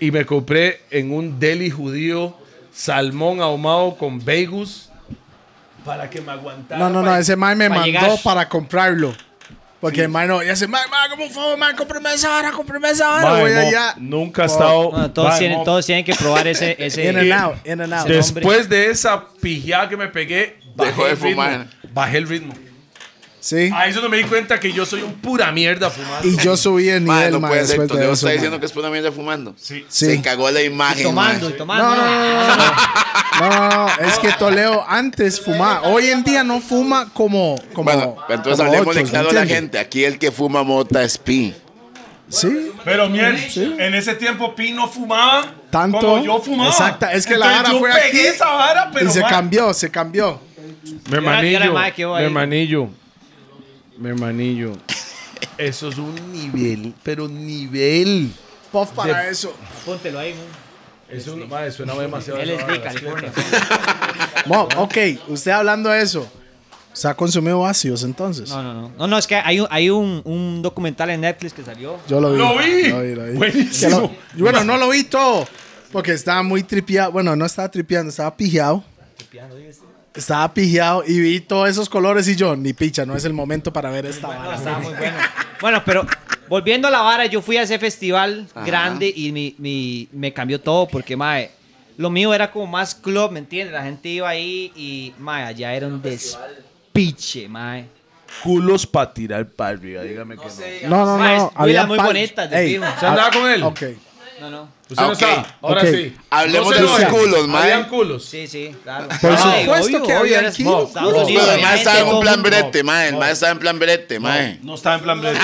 y me compré en un deli judío salmón ahumado con bagels para que me aguantara. No, no, no, para- ese mae me Pa' mandó llegar. para comprarlo. Porque el mae no, y ese mae, mae, como un favor, mae, cómprame esa hora, cómprame esa hora. Mae, voy mo, allá. Nunca he estado. Bueno, todos, Mae, tienen, mo, todos tienen que probar ese. ese In and out, in and out. Des- Después de esa pijada que me pegué, bajé Dejó de el ritmo. fumar. Bajé el ritmo. Sí. Ahí es donde me di cuenta que yo soy un pura mierda fumando. Y yo subí el Mae, nivel, no mae, puede ser. después Toledo de eso. está mae. diciendo que es pura mierda fumando. Sí. Sí. Se cagó la Y imagen, tomando, y mae. tomando. No, no, no, no, no, no, no, no, es que Toledo antes fumaba, hoy en día no fuma como, como Bueno, entonces como hablemos otros, ¿me claro a la entiendes? gente. Aquí el que fuma mota es pi. Sí, Pero miel, en ese tiempo Pi no fumaba Tanto. como yo fumaba. Exacta, es que la vara Entonces, yo fue pegué aquí esa vara, pero y se mae, cambió, se cambió. Mi ahora- y ahora, hermanillo, mae, que voy mi ahí. hermanillo, mi hermanillo. Eso es un nivel, pero nivel. Puff para eso. Póntelo ahí, man. Eso mae, suena demasiado. esa LSD, vara, es que- California. Mo, ok, usted hablando de eso, ¿se ha consumido ácidos entonces? No, no, no. No, no, es que hay, un- hay un, un documental en Netflix que salió. Yo lo vi. Lo vi. Lo vi, lo vi. Buenísimo. Que lo- bueno, no lo vi todo, porque estaba muy tripeado, bueno, no estaba tripeando, estaba pijado. piano, ¿sí? Estaba pijado y vi todos esos colores y yo, ni picha, no es el momento para ver esta Bueno, vara. estaba muy bueno. Bueno, pero volviendo a la vara, yo fui a ese festival grande y mi, mi- me cambió todo porque, mae, lo mío era como más club, ¿me entiendes? La gente iba ahí y, mae, allá era un despiche, mae. Culos para tirar para arriba, dígame que no. No, no, Mae, no. hubiera Había muy pan- bonitas, de Ey, ah, fijo. ¿Se andaba con él? Ok. No, no. Usted no Ah, ok, estaba. Ahora ok. sí. Hablemos No se de los enoje. culos, mae. Habían culos. Sí, sí, claro. Por Ah, supuesto obvio, que obvio, había era aquí Smoke, los Estados Pero Unidos, el mae obviamente, estaba en todo un plan mundo- brete, mae. El mae estaba en plan brete, mae. No estaba en plan brete.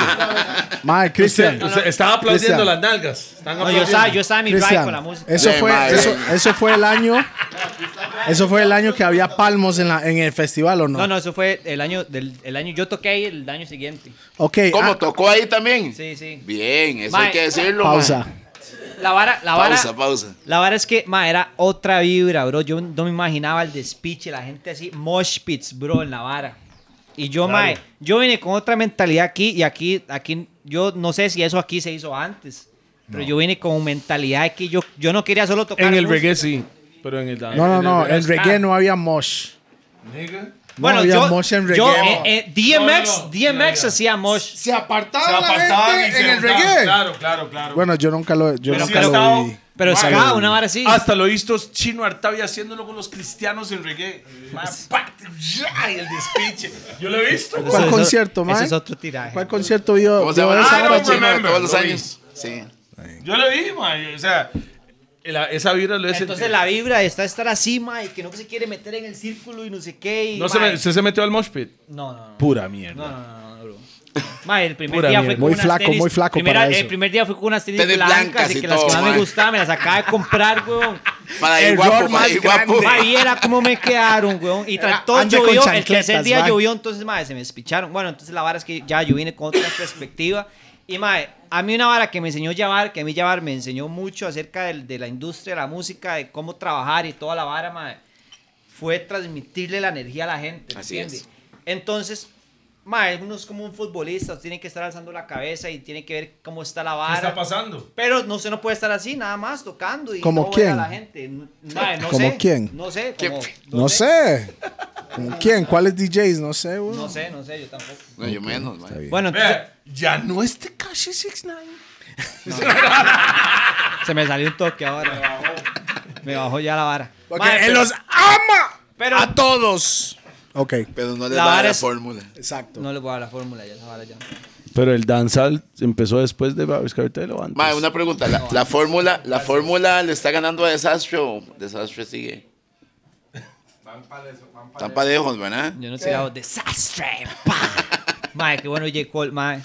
Mae, Cristian. Usted- usted Estaba aplaudiendo Cristian. las nalgas. Están No, yo aplaudiendo. estaba, yo estaba en mi drive con la Cristian, música. eso Sí, fue, mae. eso, eso fue el año. Eso fue el año que había palmos en, la, en el festival, ¿o no? No, no, eso fue el año, del, el año, yo toqué ahí el año siguiente. Ok, ¿Cómo ah, tocó ahí también? Sí, sí. Bien, eso Mae. hay que decirlo. mae. pausa. La vara, la vara. Pausa, pausa. La verdad es que, ma, era otra vibra, bro. Yo no me imaginaba el despiche, la gente así, mosh pits, bro, en la vara. Y yo, mae, yo vine con otra mentalidad aquí y aquí, aquí, yo no sé si eso aquí se hizo antes, pero yo vine con mentalidad de que yo, yo no quería solo tocar. En el música. reggae sí, pero en el dance. No, no, no. En el reggae no había mosh. reggae. No Bueno, había yo, mosh en yo, reggae. eh, eh, DMX, No, no, DMX hacía mosh. se apartaba, Se apartaban y se en el juntaban. reggae. Claro, claro, claro. Bueno, yo nunca lo, yo Pero nunca lo sí estaba- vi. Pero Mae. sacaba una vara así. Ah, Hasta lo visto Chino Artavia haciéndolo con los cristianos en reggae. Mae, pa, ya, y el despiche. Yo lo he visto. ¿Cuál Eso- concierto, Ese mae? es otro tiraje. ¿Cuál concierto vio? ¿Cómo se vio llama? esa I Ah, vara? don't no, chino, remember, todos los lo vi. años. Sí. Yo lo vi, mae. O sea, la- esa vibra lo he Entonces sentido. la vibra está estar así, mae, que no se quiere meter en el círculo y no sé qué. y, ¿No se, mae, me- ¿se, se metió al mosh pit? no, no, no. Pura mierda. No, no, no, no, bro. Mae, el primer Pura día mierda. fue con Muy unas flaco, tenis- muy flaco primera- para eso. El primer día fue con unas tenis, Tenis blancas, blancas y y que las que todo, más me mae. gustaban me las acababa de comprar, weón. Para ir Error guapo, para más ir guapo. Mae, viera cómo me quedaron, weón. Y tras Era- todo ande con llovió, el chancletas, tercer día mae. llovió, entonces, mae, se me despicharon. Bueno, entonces la vara es que ya yo vine con otra perspectiva. Y, mae, a mí una vara que me enseñó Yavar, que a mí Yavar me enseñó mucho acerca del- de la industria de la música, de cómo trabajar y toda la vara, mae, fue transmitirle la energía a la gente. Así ¿entiende? es. Entonces, mae, uno es como un futbolista, tiene que estar alzando la cabeza y tiene que ver cómo está la ¿Qué vara. está pasando? Pero no se no puede estar así, nada más tocando y ¿Como no ver a quién? la gente. N- mae, no ¿Como sé, quién? No sé, ¿Quién? como- No sé. ¿Con quién? ¿Cuáles DJs? No sé, güey. No sé, no sé, yo tampoco. No, yo menos, mae. Bueno, entonces Vea, ya no es Tekashi 69. se me salió un toque ahora. Me bajó ya la vara. Porque Mae, él pero- los ama pero- a todos. Ok, Pero no le La da vara la es- fórmula. exacto. No le voy a dar la fórmula ya, esa vara ya. Pero el danzal empezó después de Babes Cartel o antes. Mae, una pregunta. La, la fórmula, la fórmula le está ganando a Desastre o Desastre sigue. Están parejos, ¿verdad? Yo no estoy dado desastre. pa. Mae, qué bueno J. Cole, mae.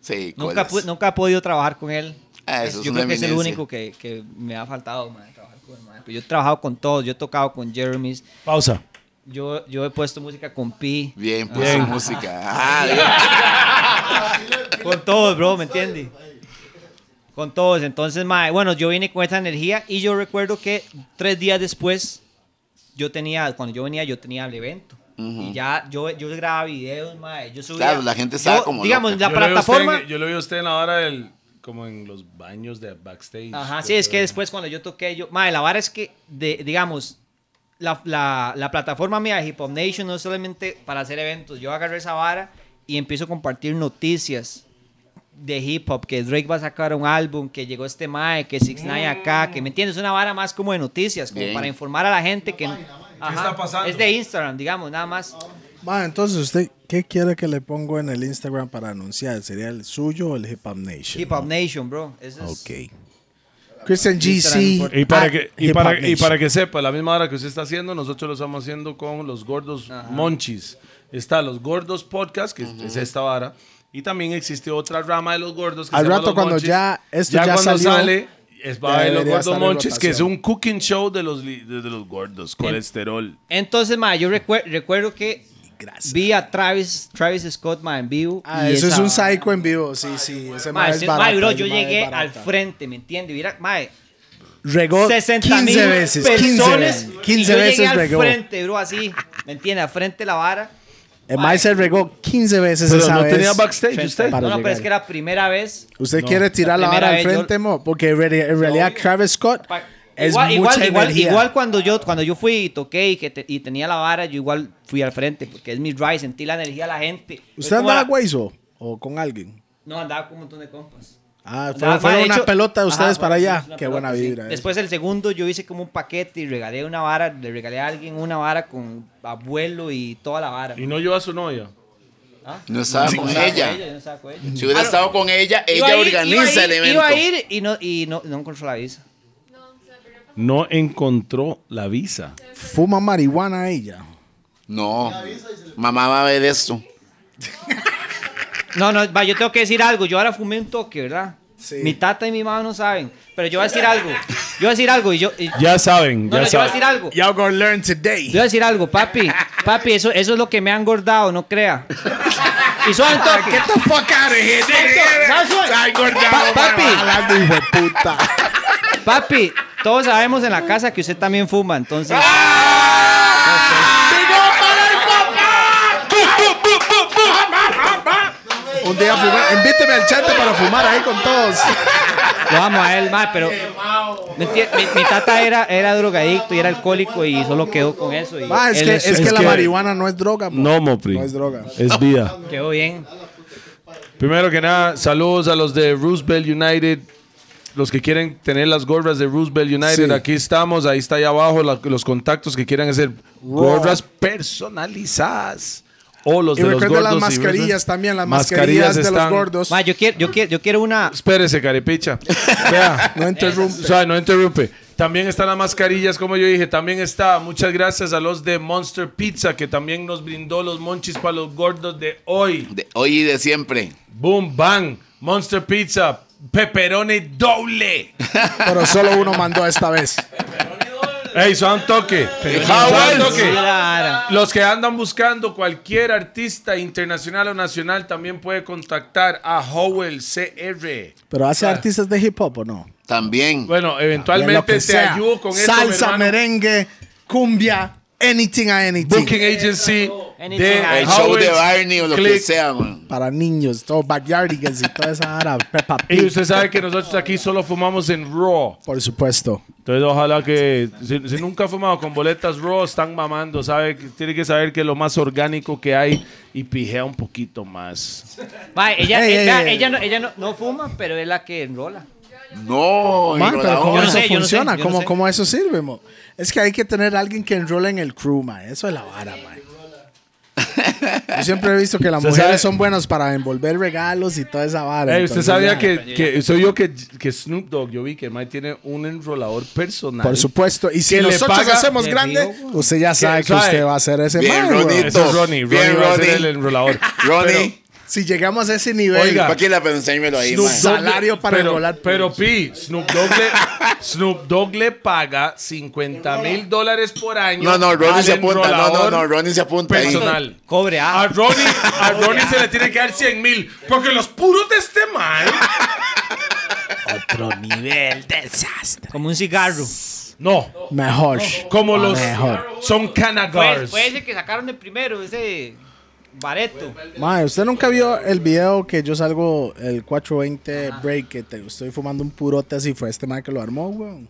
Sí, Nunca, colas. pu- nunca he podido trabajar con él. Ah, eso es yo una creo que es el eminencia. único que, que me ha faltado, mae, trabajar con él, mae. Pero Yo he trabajado con todos, yo he tocado con Jeremy's, Pausa. yo, yo he puesto música con Pi. Bien, puso Bien. música. Ah, bien. Con todos, bro, ¿me entiendes? Con todos. Entonces, mae, bueno, yo vine con esa energía y yo recuerdo que tres días después, yo tenía, cuando yo venía, yo tenía el evento. Y ya yo, yo grababa videos, mae. Yo subía. Claro, la gente estaba yo, como Digamos, loca. la plataforma. yo lo vi a usted en la hora del. Como en los baños de backstage. Ajá, sí, es que después cuando yo toqué, yo. Mae, la vara es que, de- digamos, la, la- la plataforma mía de Hip Hop Nation no es solamente para hacer eventos. Yo agarré esa vara y empiezo a compartir noticias de hip hop, que Drake va a sacar un álbum, que llegó este Mae, que Six Nine acá, que me entiendes, una vara más como de noticias, como Bien. para informar a la gente que. Ajá, está pasando? Ah, Es de Instagram, digamos, nada más. Ma, entonces, ¿usted qué quiere que le pongo en el Instagram para anunciar? ¿Sería el suyo o el Hip Hop Nation? Hip Hop Nation, bro. Eso es- Ok. Christian GC. Y para, at que, y, Hip para, Hop y para Nation. que sepa, la misma hora que usted está haciendo, nosotros lo estamos haciendo con los gordos monchis. Está los gordos podcast, que es esta vara. Y también existe otra rama de los gordos. Que Al se llama rato Los cuando Monchis. ya esto ya cuando salió, sale, es va a ya haber los debería gordos estar en monchis, que es rotación. un cooking show de los, li- de de los gordos, colesterol. Entonces, mae, yo recuer- recuerdo que Gracias. vi a Travis, Travis Scott, mae, en vivo. Ah, y eso es esa- un psycho en vivo. Sí, sí. Ese ma Mae, es sí, barato, mae, bro, ese yo ma es llegué barato. al frente, ¿me entiendes? Mira, mae, Regó 60 mil 15 veces. 15 personas. veces. y 15 yo llegué veces al regó. frente, bro, así, ¿me entiendes? Al frente de la vara. El ma se regó 15 veces Pero esa no vez. tenía backstage usted. Para no, no, pero llegar. es que era primera vez. ¿Usted quiere tirar La la primera vara al vez yo- frente, mo? Porque en reali- en realidad, Travis Scott Pa- Es igual, mucha igual, igual, energía. igual cuando yo cuando yo fui y toqué y, que te- y tenía la vara, yo igual fui al frente, porque es mi ride, sentí la energía de la gente. Es ¿Usted como andaba la- hueso o con alguien? No, andaba con un montón de compas. Ah, fue, Andaba, fue ma, de una hecho- pelota de ustedes Ajá, para fue allá. una Qué pelota, buena sí. vibra. eh. Después el segundo yo hice como un paquete y regalé una vara, le regalé a alguien una vara con abuelo y toda la vara. Y no lleva a su novia. No estaba con Yo no estaba ella. con yo no estaba con ella. Si hubiera estado con ella, Iba a ella ir- organiza el iba a ir- Iba a evento. ir y no, y no, no encontró la visa. No encontró la visa. Fuma marihuana ella. No, mamá va a ver esto. No, no, va, yo tengo que decir algo. Yo ahora fumé un toque, ¿verdad? Sí. Mi tata y mi mamá no saben. Pero yo voy a decir algo. Yo voy a decir algo y yo. y- Ya saben, no, ya no, yo voy a saben. decir algo. Yo Y'all gonna learn today. voy a decir algo, papi. Papi, eso, eso es lo que me ha engordado, no crea. Y suave un toque. Get the fuck out of here, ¿Sabes suave? Pa- papi, Hablando, hijo de puta. papi, todos sabemos en la casa que usted también fuma, entonces. Un día fumar. Invíteme al chante para fumar ahí con todos. Lo amo a él, más, pero. ¿me entiende? Mi, mi tata era, era drogadicto y era alcohólico y solo quedó con eso. Y Ma, es él que, es- es que es la que- marihuana no es droga. mo. No, Mopri. No es droga. Es vida. quedó bien. Primero que nada, saludos a los de Roosevelt United. Los que quieren tener las gorras de Roosevelt United, Sí. aquí estamos. Ahí está ahí abajo la- los contactos que quieran hacer gorras personalizadas. O los Y de los recuerden las gordos y- mascarillas también, las mascarillas, de los están- gordos. Ma, yo quiero, yo quiero, yo quiero una. Espérese, carepicha. Vea. No interrumpe. O sea, no interrumpe. También están las mascarillas, como yo dije. También está, muchas gracias a los de Monster Pizza, que también nos brindó los monchis para los gordos de hoy. De hoy y de siempre. Boom, bang. Monster Pizza, pepperoni doble. Pero solo uno mandó esta vez. Ey, son toque. Suave Howells. toque. Claro. Los que andan buscando cualquier artista internacional o nacional también puede contactar a Howell CR. Pero hace artistas de hip hop o no? También. Bueno, De lo que eventualmente te sea. ayudo con eso, mi Salsa, hermano. merengue, cumbia, anything a anything. Booking Agency Anything de else. El show de Howells. Barney o lo que Click. sea, man. Para niños, todo backyardigans y toda esa ara, Peppa Y Pig, usted sabe que nosotros aquí solo fumamos en Raw. por supuesto. Entonces, ojalá que. Si, si nunca ha fumado con boletas Raw, están mamando. ¿sabe? Que Tiene que saber que es lo más orgánico que hay y pijea un poquito más. Ma, ella, Ey, ella, ey, ey. ella no, ella no, no fuma, pero es la que enrola. No, Ma, enrolador. pero ¿cómo no eso sé, yo no sé, funciona? yo no ¿Cómo, sé. cómo eso sirve, mo? Es que hay que tener alguien que enrola en el crew, ma. Eso es la vara, ma. Yo siempre he visto que las Usted mujeres sabe- son buenas para envolver regalos y toda esa vara. Ey, usted entonces, sabía ya. que, que. Soy yo que, que Snoop Dogg. Yo vi que Mike tiene un enrolador personal. Por supuesto. Y si Que le nosotros paga- hacemos de grande, fijo. usted ya sabe que sabe? usted va a ser ese Bien, man, weón. Ronnie. Eso es Ronnie. Ronnie Bien, va a ser Ronnie. el enrolador. Ronnie, Si llegamos a ese nivel, Oiga, Paquila, pero enséñmelo ahí, Snoop Dogg man. le- Salario para pero, enrolar Pero Pi, Snoop Dogg le, Snoop Dogg le paga 50 mil dólares por año. No, no, Ronnie al se apunta. No, no, enrolador no, Ronnie se apunta. ahí. Personal. Cobre A ah. Ronnie, a Ronnie se le tiene que dar 100 mil. Porque los puros de este man. Como un cigarro. No, mejor. como los. Mejor. Son Puede, canagars. puede ser que sacaron el primero, ese bareto. Mae, ¿usted nunca vio el video que yo salgo el 420 break que te- estoy fumando un purote así? Fue este mae que lo armó, weón.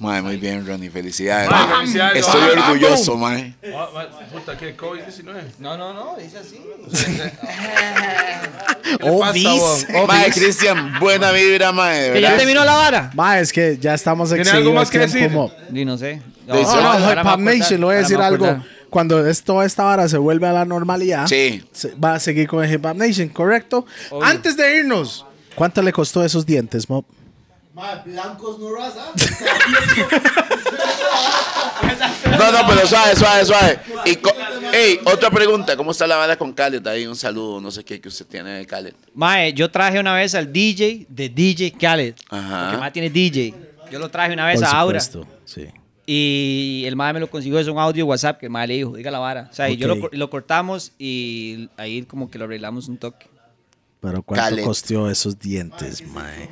Mae, muy bien, Ronnie. Felicidades. Mae, Mae. felicidades. Estoy Mae. orgulloso, mae. pues. Ah, ah, Puta, ¿qué? ¿COVID-19? No, no, no, dice así. Obis. Mae, Cristian, buena vibra, mae. de ¿Que ya verdad. terminó la vara? Mae, es que ya estamos ¿Tiene excedidos algo más que tiempo, decir? mo. Y no sé. De- No, Ahora no, ahora Hip me Hop voy a Nation, le voy a acordar, decir ahora me voy a algo. Cuando es- toda esta vara se vuelve a la normalidad, Sí. se- va a seguir con el Hip Hop Nation, ¿correcto? Antes de irnos, ¿cuánto le costó esos dientes, Mob? blancos no raza. No, no, pero suave, suave, suave. Y co- Ey, otra pregunta. ¿Cómo está la vara con Khaled? Ahí un saludo, no sé qué que usted tiene de Khaled. Mae, yo traje una vez al DJ de DJ Khaled. Ajá. Porque Mae tiene DJ. Yo lo traje una vez Pues, a Aura. sí. Y el mae me lo consiguió, es un audio de WhatsApp que el mae le dijo, diga la vara. O sea, y yo lo, Ok. cor- lo cortamos y ahí como que lo arreglamos un toque. Pero ¿cuánto Khaled. costó esos dientes, mae?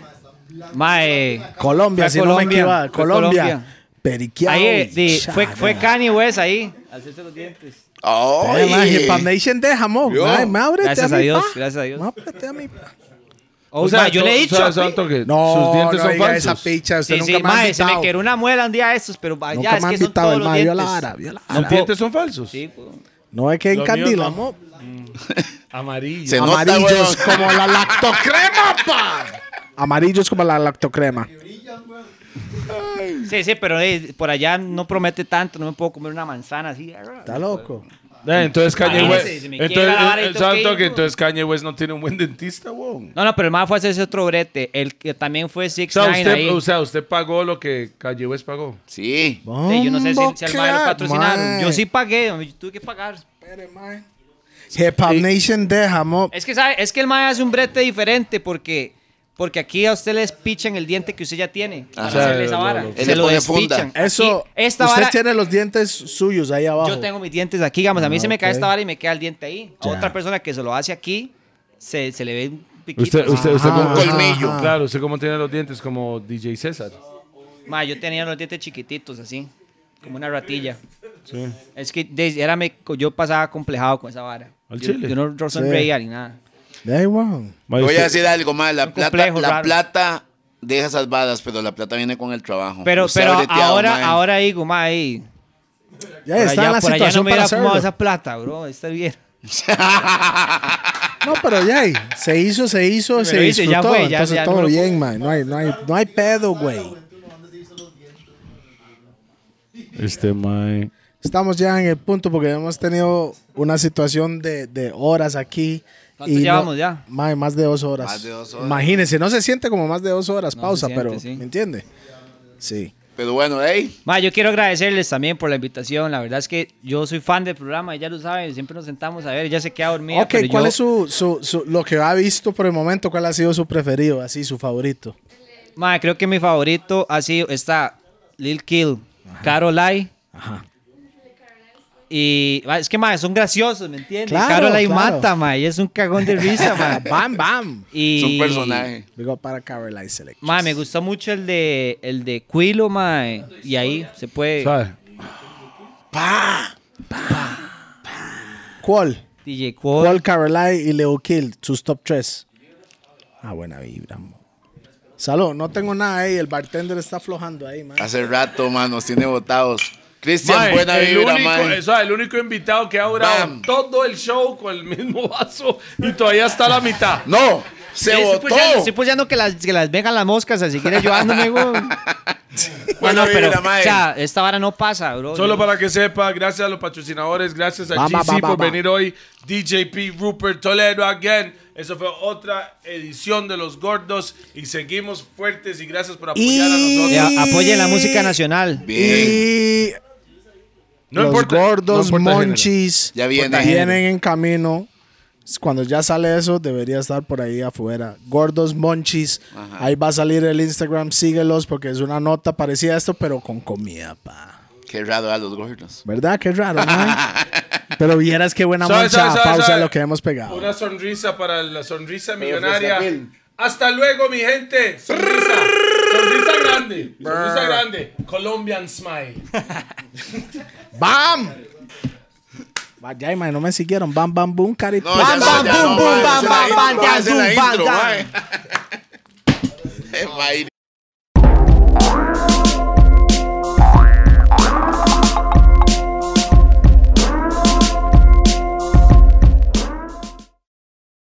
Mae, Colombia, Fue si no me Colombia, equivoco. fue Colombia. Colombia. Periquiao. ahí, eh, di- Chara. fue, fue Kanye West ahí. Hacerse los dientes. Ay, ¡Ay! man, Hip Hop Nation, deja, mo. Yo. Ay, ma, ábrete Gracias mi a Dios, pa. gracias a Dios. Ma, ábrete a mi pa. O sea, yo le he o dicho. sea, güey. Santo, que No, sus dientes no son diga falsos. esa picha. Usted Sí, nunca sí, me ha mae, se me invitado. quedó una muela un día de estos, pero vaya, Nunca es me ha que son invitado. todos El los mae vio dientes. la vara, vio la ¿Sus vara. dientes son falsos? Sí, pues. No es que Los míos encandilamos Amarillo. Se nota, amarillos weón. como la lactocrema, pa. Amarillos como la lactocrema. Sí, sí, pero eh, por allá no promete tanto, no me puedo comer una manzana así. Está loco. Eh, entonces Kanye Ay, West. sí, se me quiebra entonces, la vara y eh, tengo que Santo, ir, que güey. entonces Kanye West no tiene un buen dentista, weón. No, no, pero el más fue ese otro brete. El que también fue O Six sea, Nine ahí. usted, o sea, usted pagó lo que Kanye West pagó. Sí, Sí. yo no sé si, si al Mm, mae lo Bombo patrocinaron. clap, Yo mae. sí pagué, yo tuve que pagar. Hip Hop Nation deja, mo. Es que, ¿sabe? es que el mae hace un brete diferente porque, porque aquí a usted les pichan el diente que usted ya tiene. Para Ajá. hacerle esa Lo- vara. lo- lo- Él Se le lo pone funda. despichan. Aquí, Eso, esta usted vara, tiene los dientes suyos ahí abajo. yo tengo mis dientes aquí, digamos. A mí se Ah, me cae ok. esta vara y me queda el diente ahí. A otra persona que se lo hace aquí, se, se le ve un piquito. Usted, así. usted, usted, Ajá, Un colmillo. ajá. Claro, usted cómo tiene los dientes como DJ César. Ma, yo tenía los dientes chiquititos, así, como una ratilla. Es que de- era me, yo pasaba complejado con esa vara. Al yo, chile. yo no yo sonreía ni nada. Da igual. Te voy a este, decir algo más. La Un plata, complejo la raro. plata deja salvadas, pero la plata viene con el trabajo. Pero, Usted pero ha breteado, mae. ahora, ahora digo, ma, ahí, Ya por Eh, está allá, en la por allá no situación me para hubiera hacerlo. fumado esa plata, bro. Está bien. No, pero ya, ahí, se hizo, se hizo, Sí, se me lo hice, ya disfrutó. fue, ya- Entonces ya todo no lo puedo- bien, man. No hay, no hay, no hay pedo, güey. Este mae. Estamos ya en el punto porque hemos tenido una situación de, de horas aquí. ¿Cuánto no- llevamos ya? Mae, más de dos horas. Más de dos horas. Imagínense, no se siente como más de dos horas No se pausa, siente, pero sí. ¿me entiende? Sí. Pero bueno, hey. Ma, yo quiero agradecerles también por la invitación. La verdad es que yo soy fan del programa, ya lo saben. Siempre nos sentamos a ver, ya se queda dormida. ok, pero ¿cuál yo- es su, su, su- lo que ha visto por el momento? ¿Cuál ha sido su preferido, así, su favorito? Ma, creo que mi favorito ha sido está Lil Kill, Carolai. Y ma, es que ma, son graciosos, ¿me entiendes? Claro, Carolai claro. mata, ma, y es un cagón de risa, ma. Bam, bam. Y, Es un personaje. Digo, para Caroline Select. Ma, me gustó mucho el de el de Quilo, ma, y ahí se puede ¿Sabe? ¿Cuál? DJ Paul Qual. Caroline y Leo Kill, sus top 3. Ah, buena vibra. mo. Salud, no tengo nada ahí. El bartender está aflojando ahí, man. Hace rato, manos, tiene botados. Cristian, Mae, buena el vibra, único, mae. o sea, el único invitado que ha durado Bam. todo el show con el mismo vaso y todavía está a la mitad. No, se Estoy pues votó. Oh. pusheando- estoy pusheando que las, que las vengan las moscas, así que yo ando, güey. Buena no, pero, vibra, eh. mae. o sea, esta vara no pasa, bro. Solo Yo- para que sepa, gracias a los patrocinadores, gracias a Va, va, GC va, va, por va. venir hoy. DJP Rupert Toledo again. Eso fue otra edición de Los Gordos y seguimos fuertes y gracias por apoyar a Y- nosotros. Ya, apoyen la música nacional. Bien. Y No los importa- gordos, no importa el género. monchis, Ya viene. vienen en camino. Cuando ya sale eso, debería estar por ahí afuera. Gordos, monchis. Ahí va a salir el Instagram. Síguelos porque es una nota parecida a esto, pero con comida, pa. Qué raro a los gordos. ¿Verdad? Qué raro, ¿no? pero vieras qué buena ¿Sabe, moncha sabe, sabe, pausa sabe? lo que hemos pegado. Una sonrisa para la sonrisa millonaria. Frescapil. Hasta luego, mi gente. Sonrisa, sonrisa grande. Sonrisa grande. Colombian Smile. ¡Bam! Vaya, man, no me siguieron. Bam, bam, boom, cari. No, bam, ya bam, no, ya boom, no, boom, mae, bam, esa bam, es la bam, intro, bam, esa es la bam, intro, bam. mae. Mae.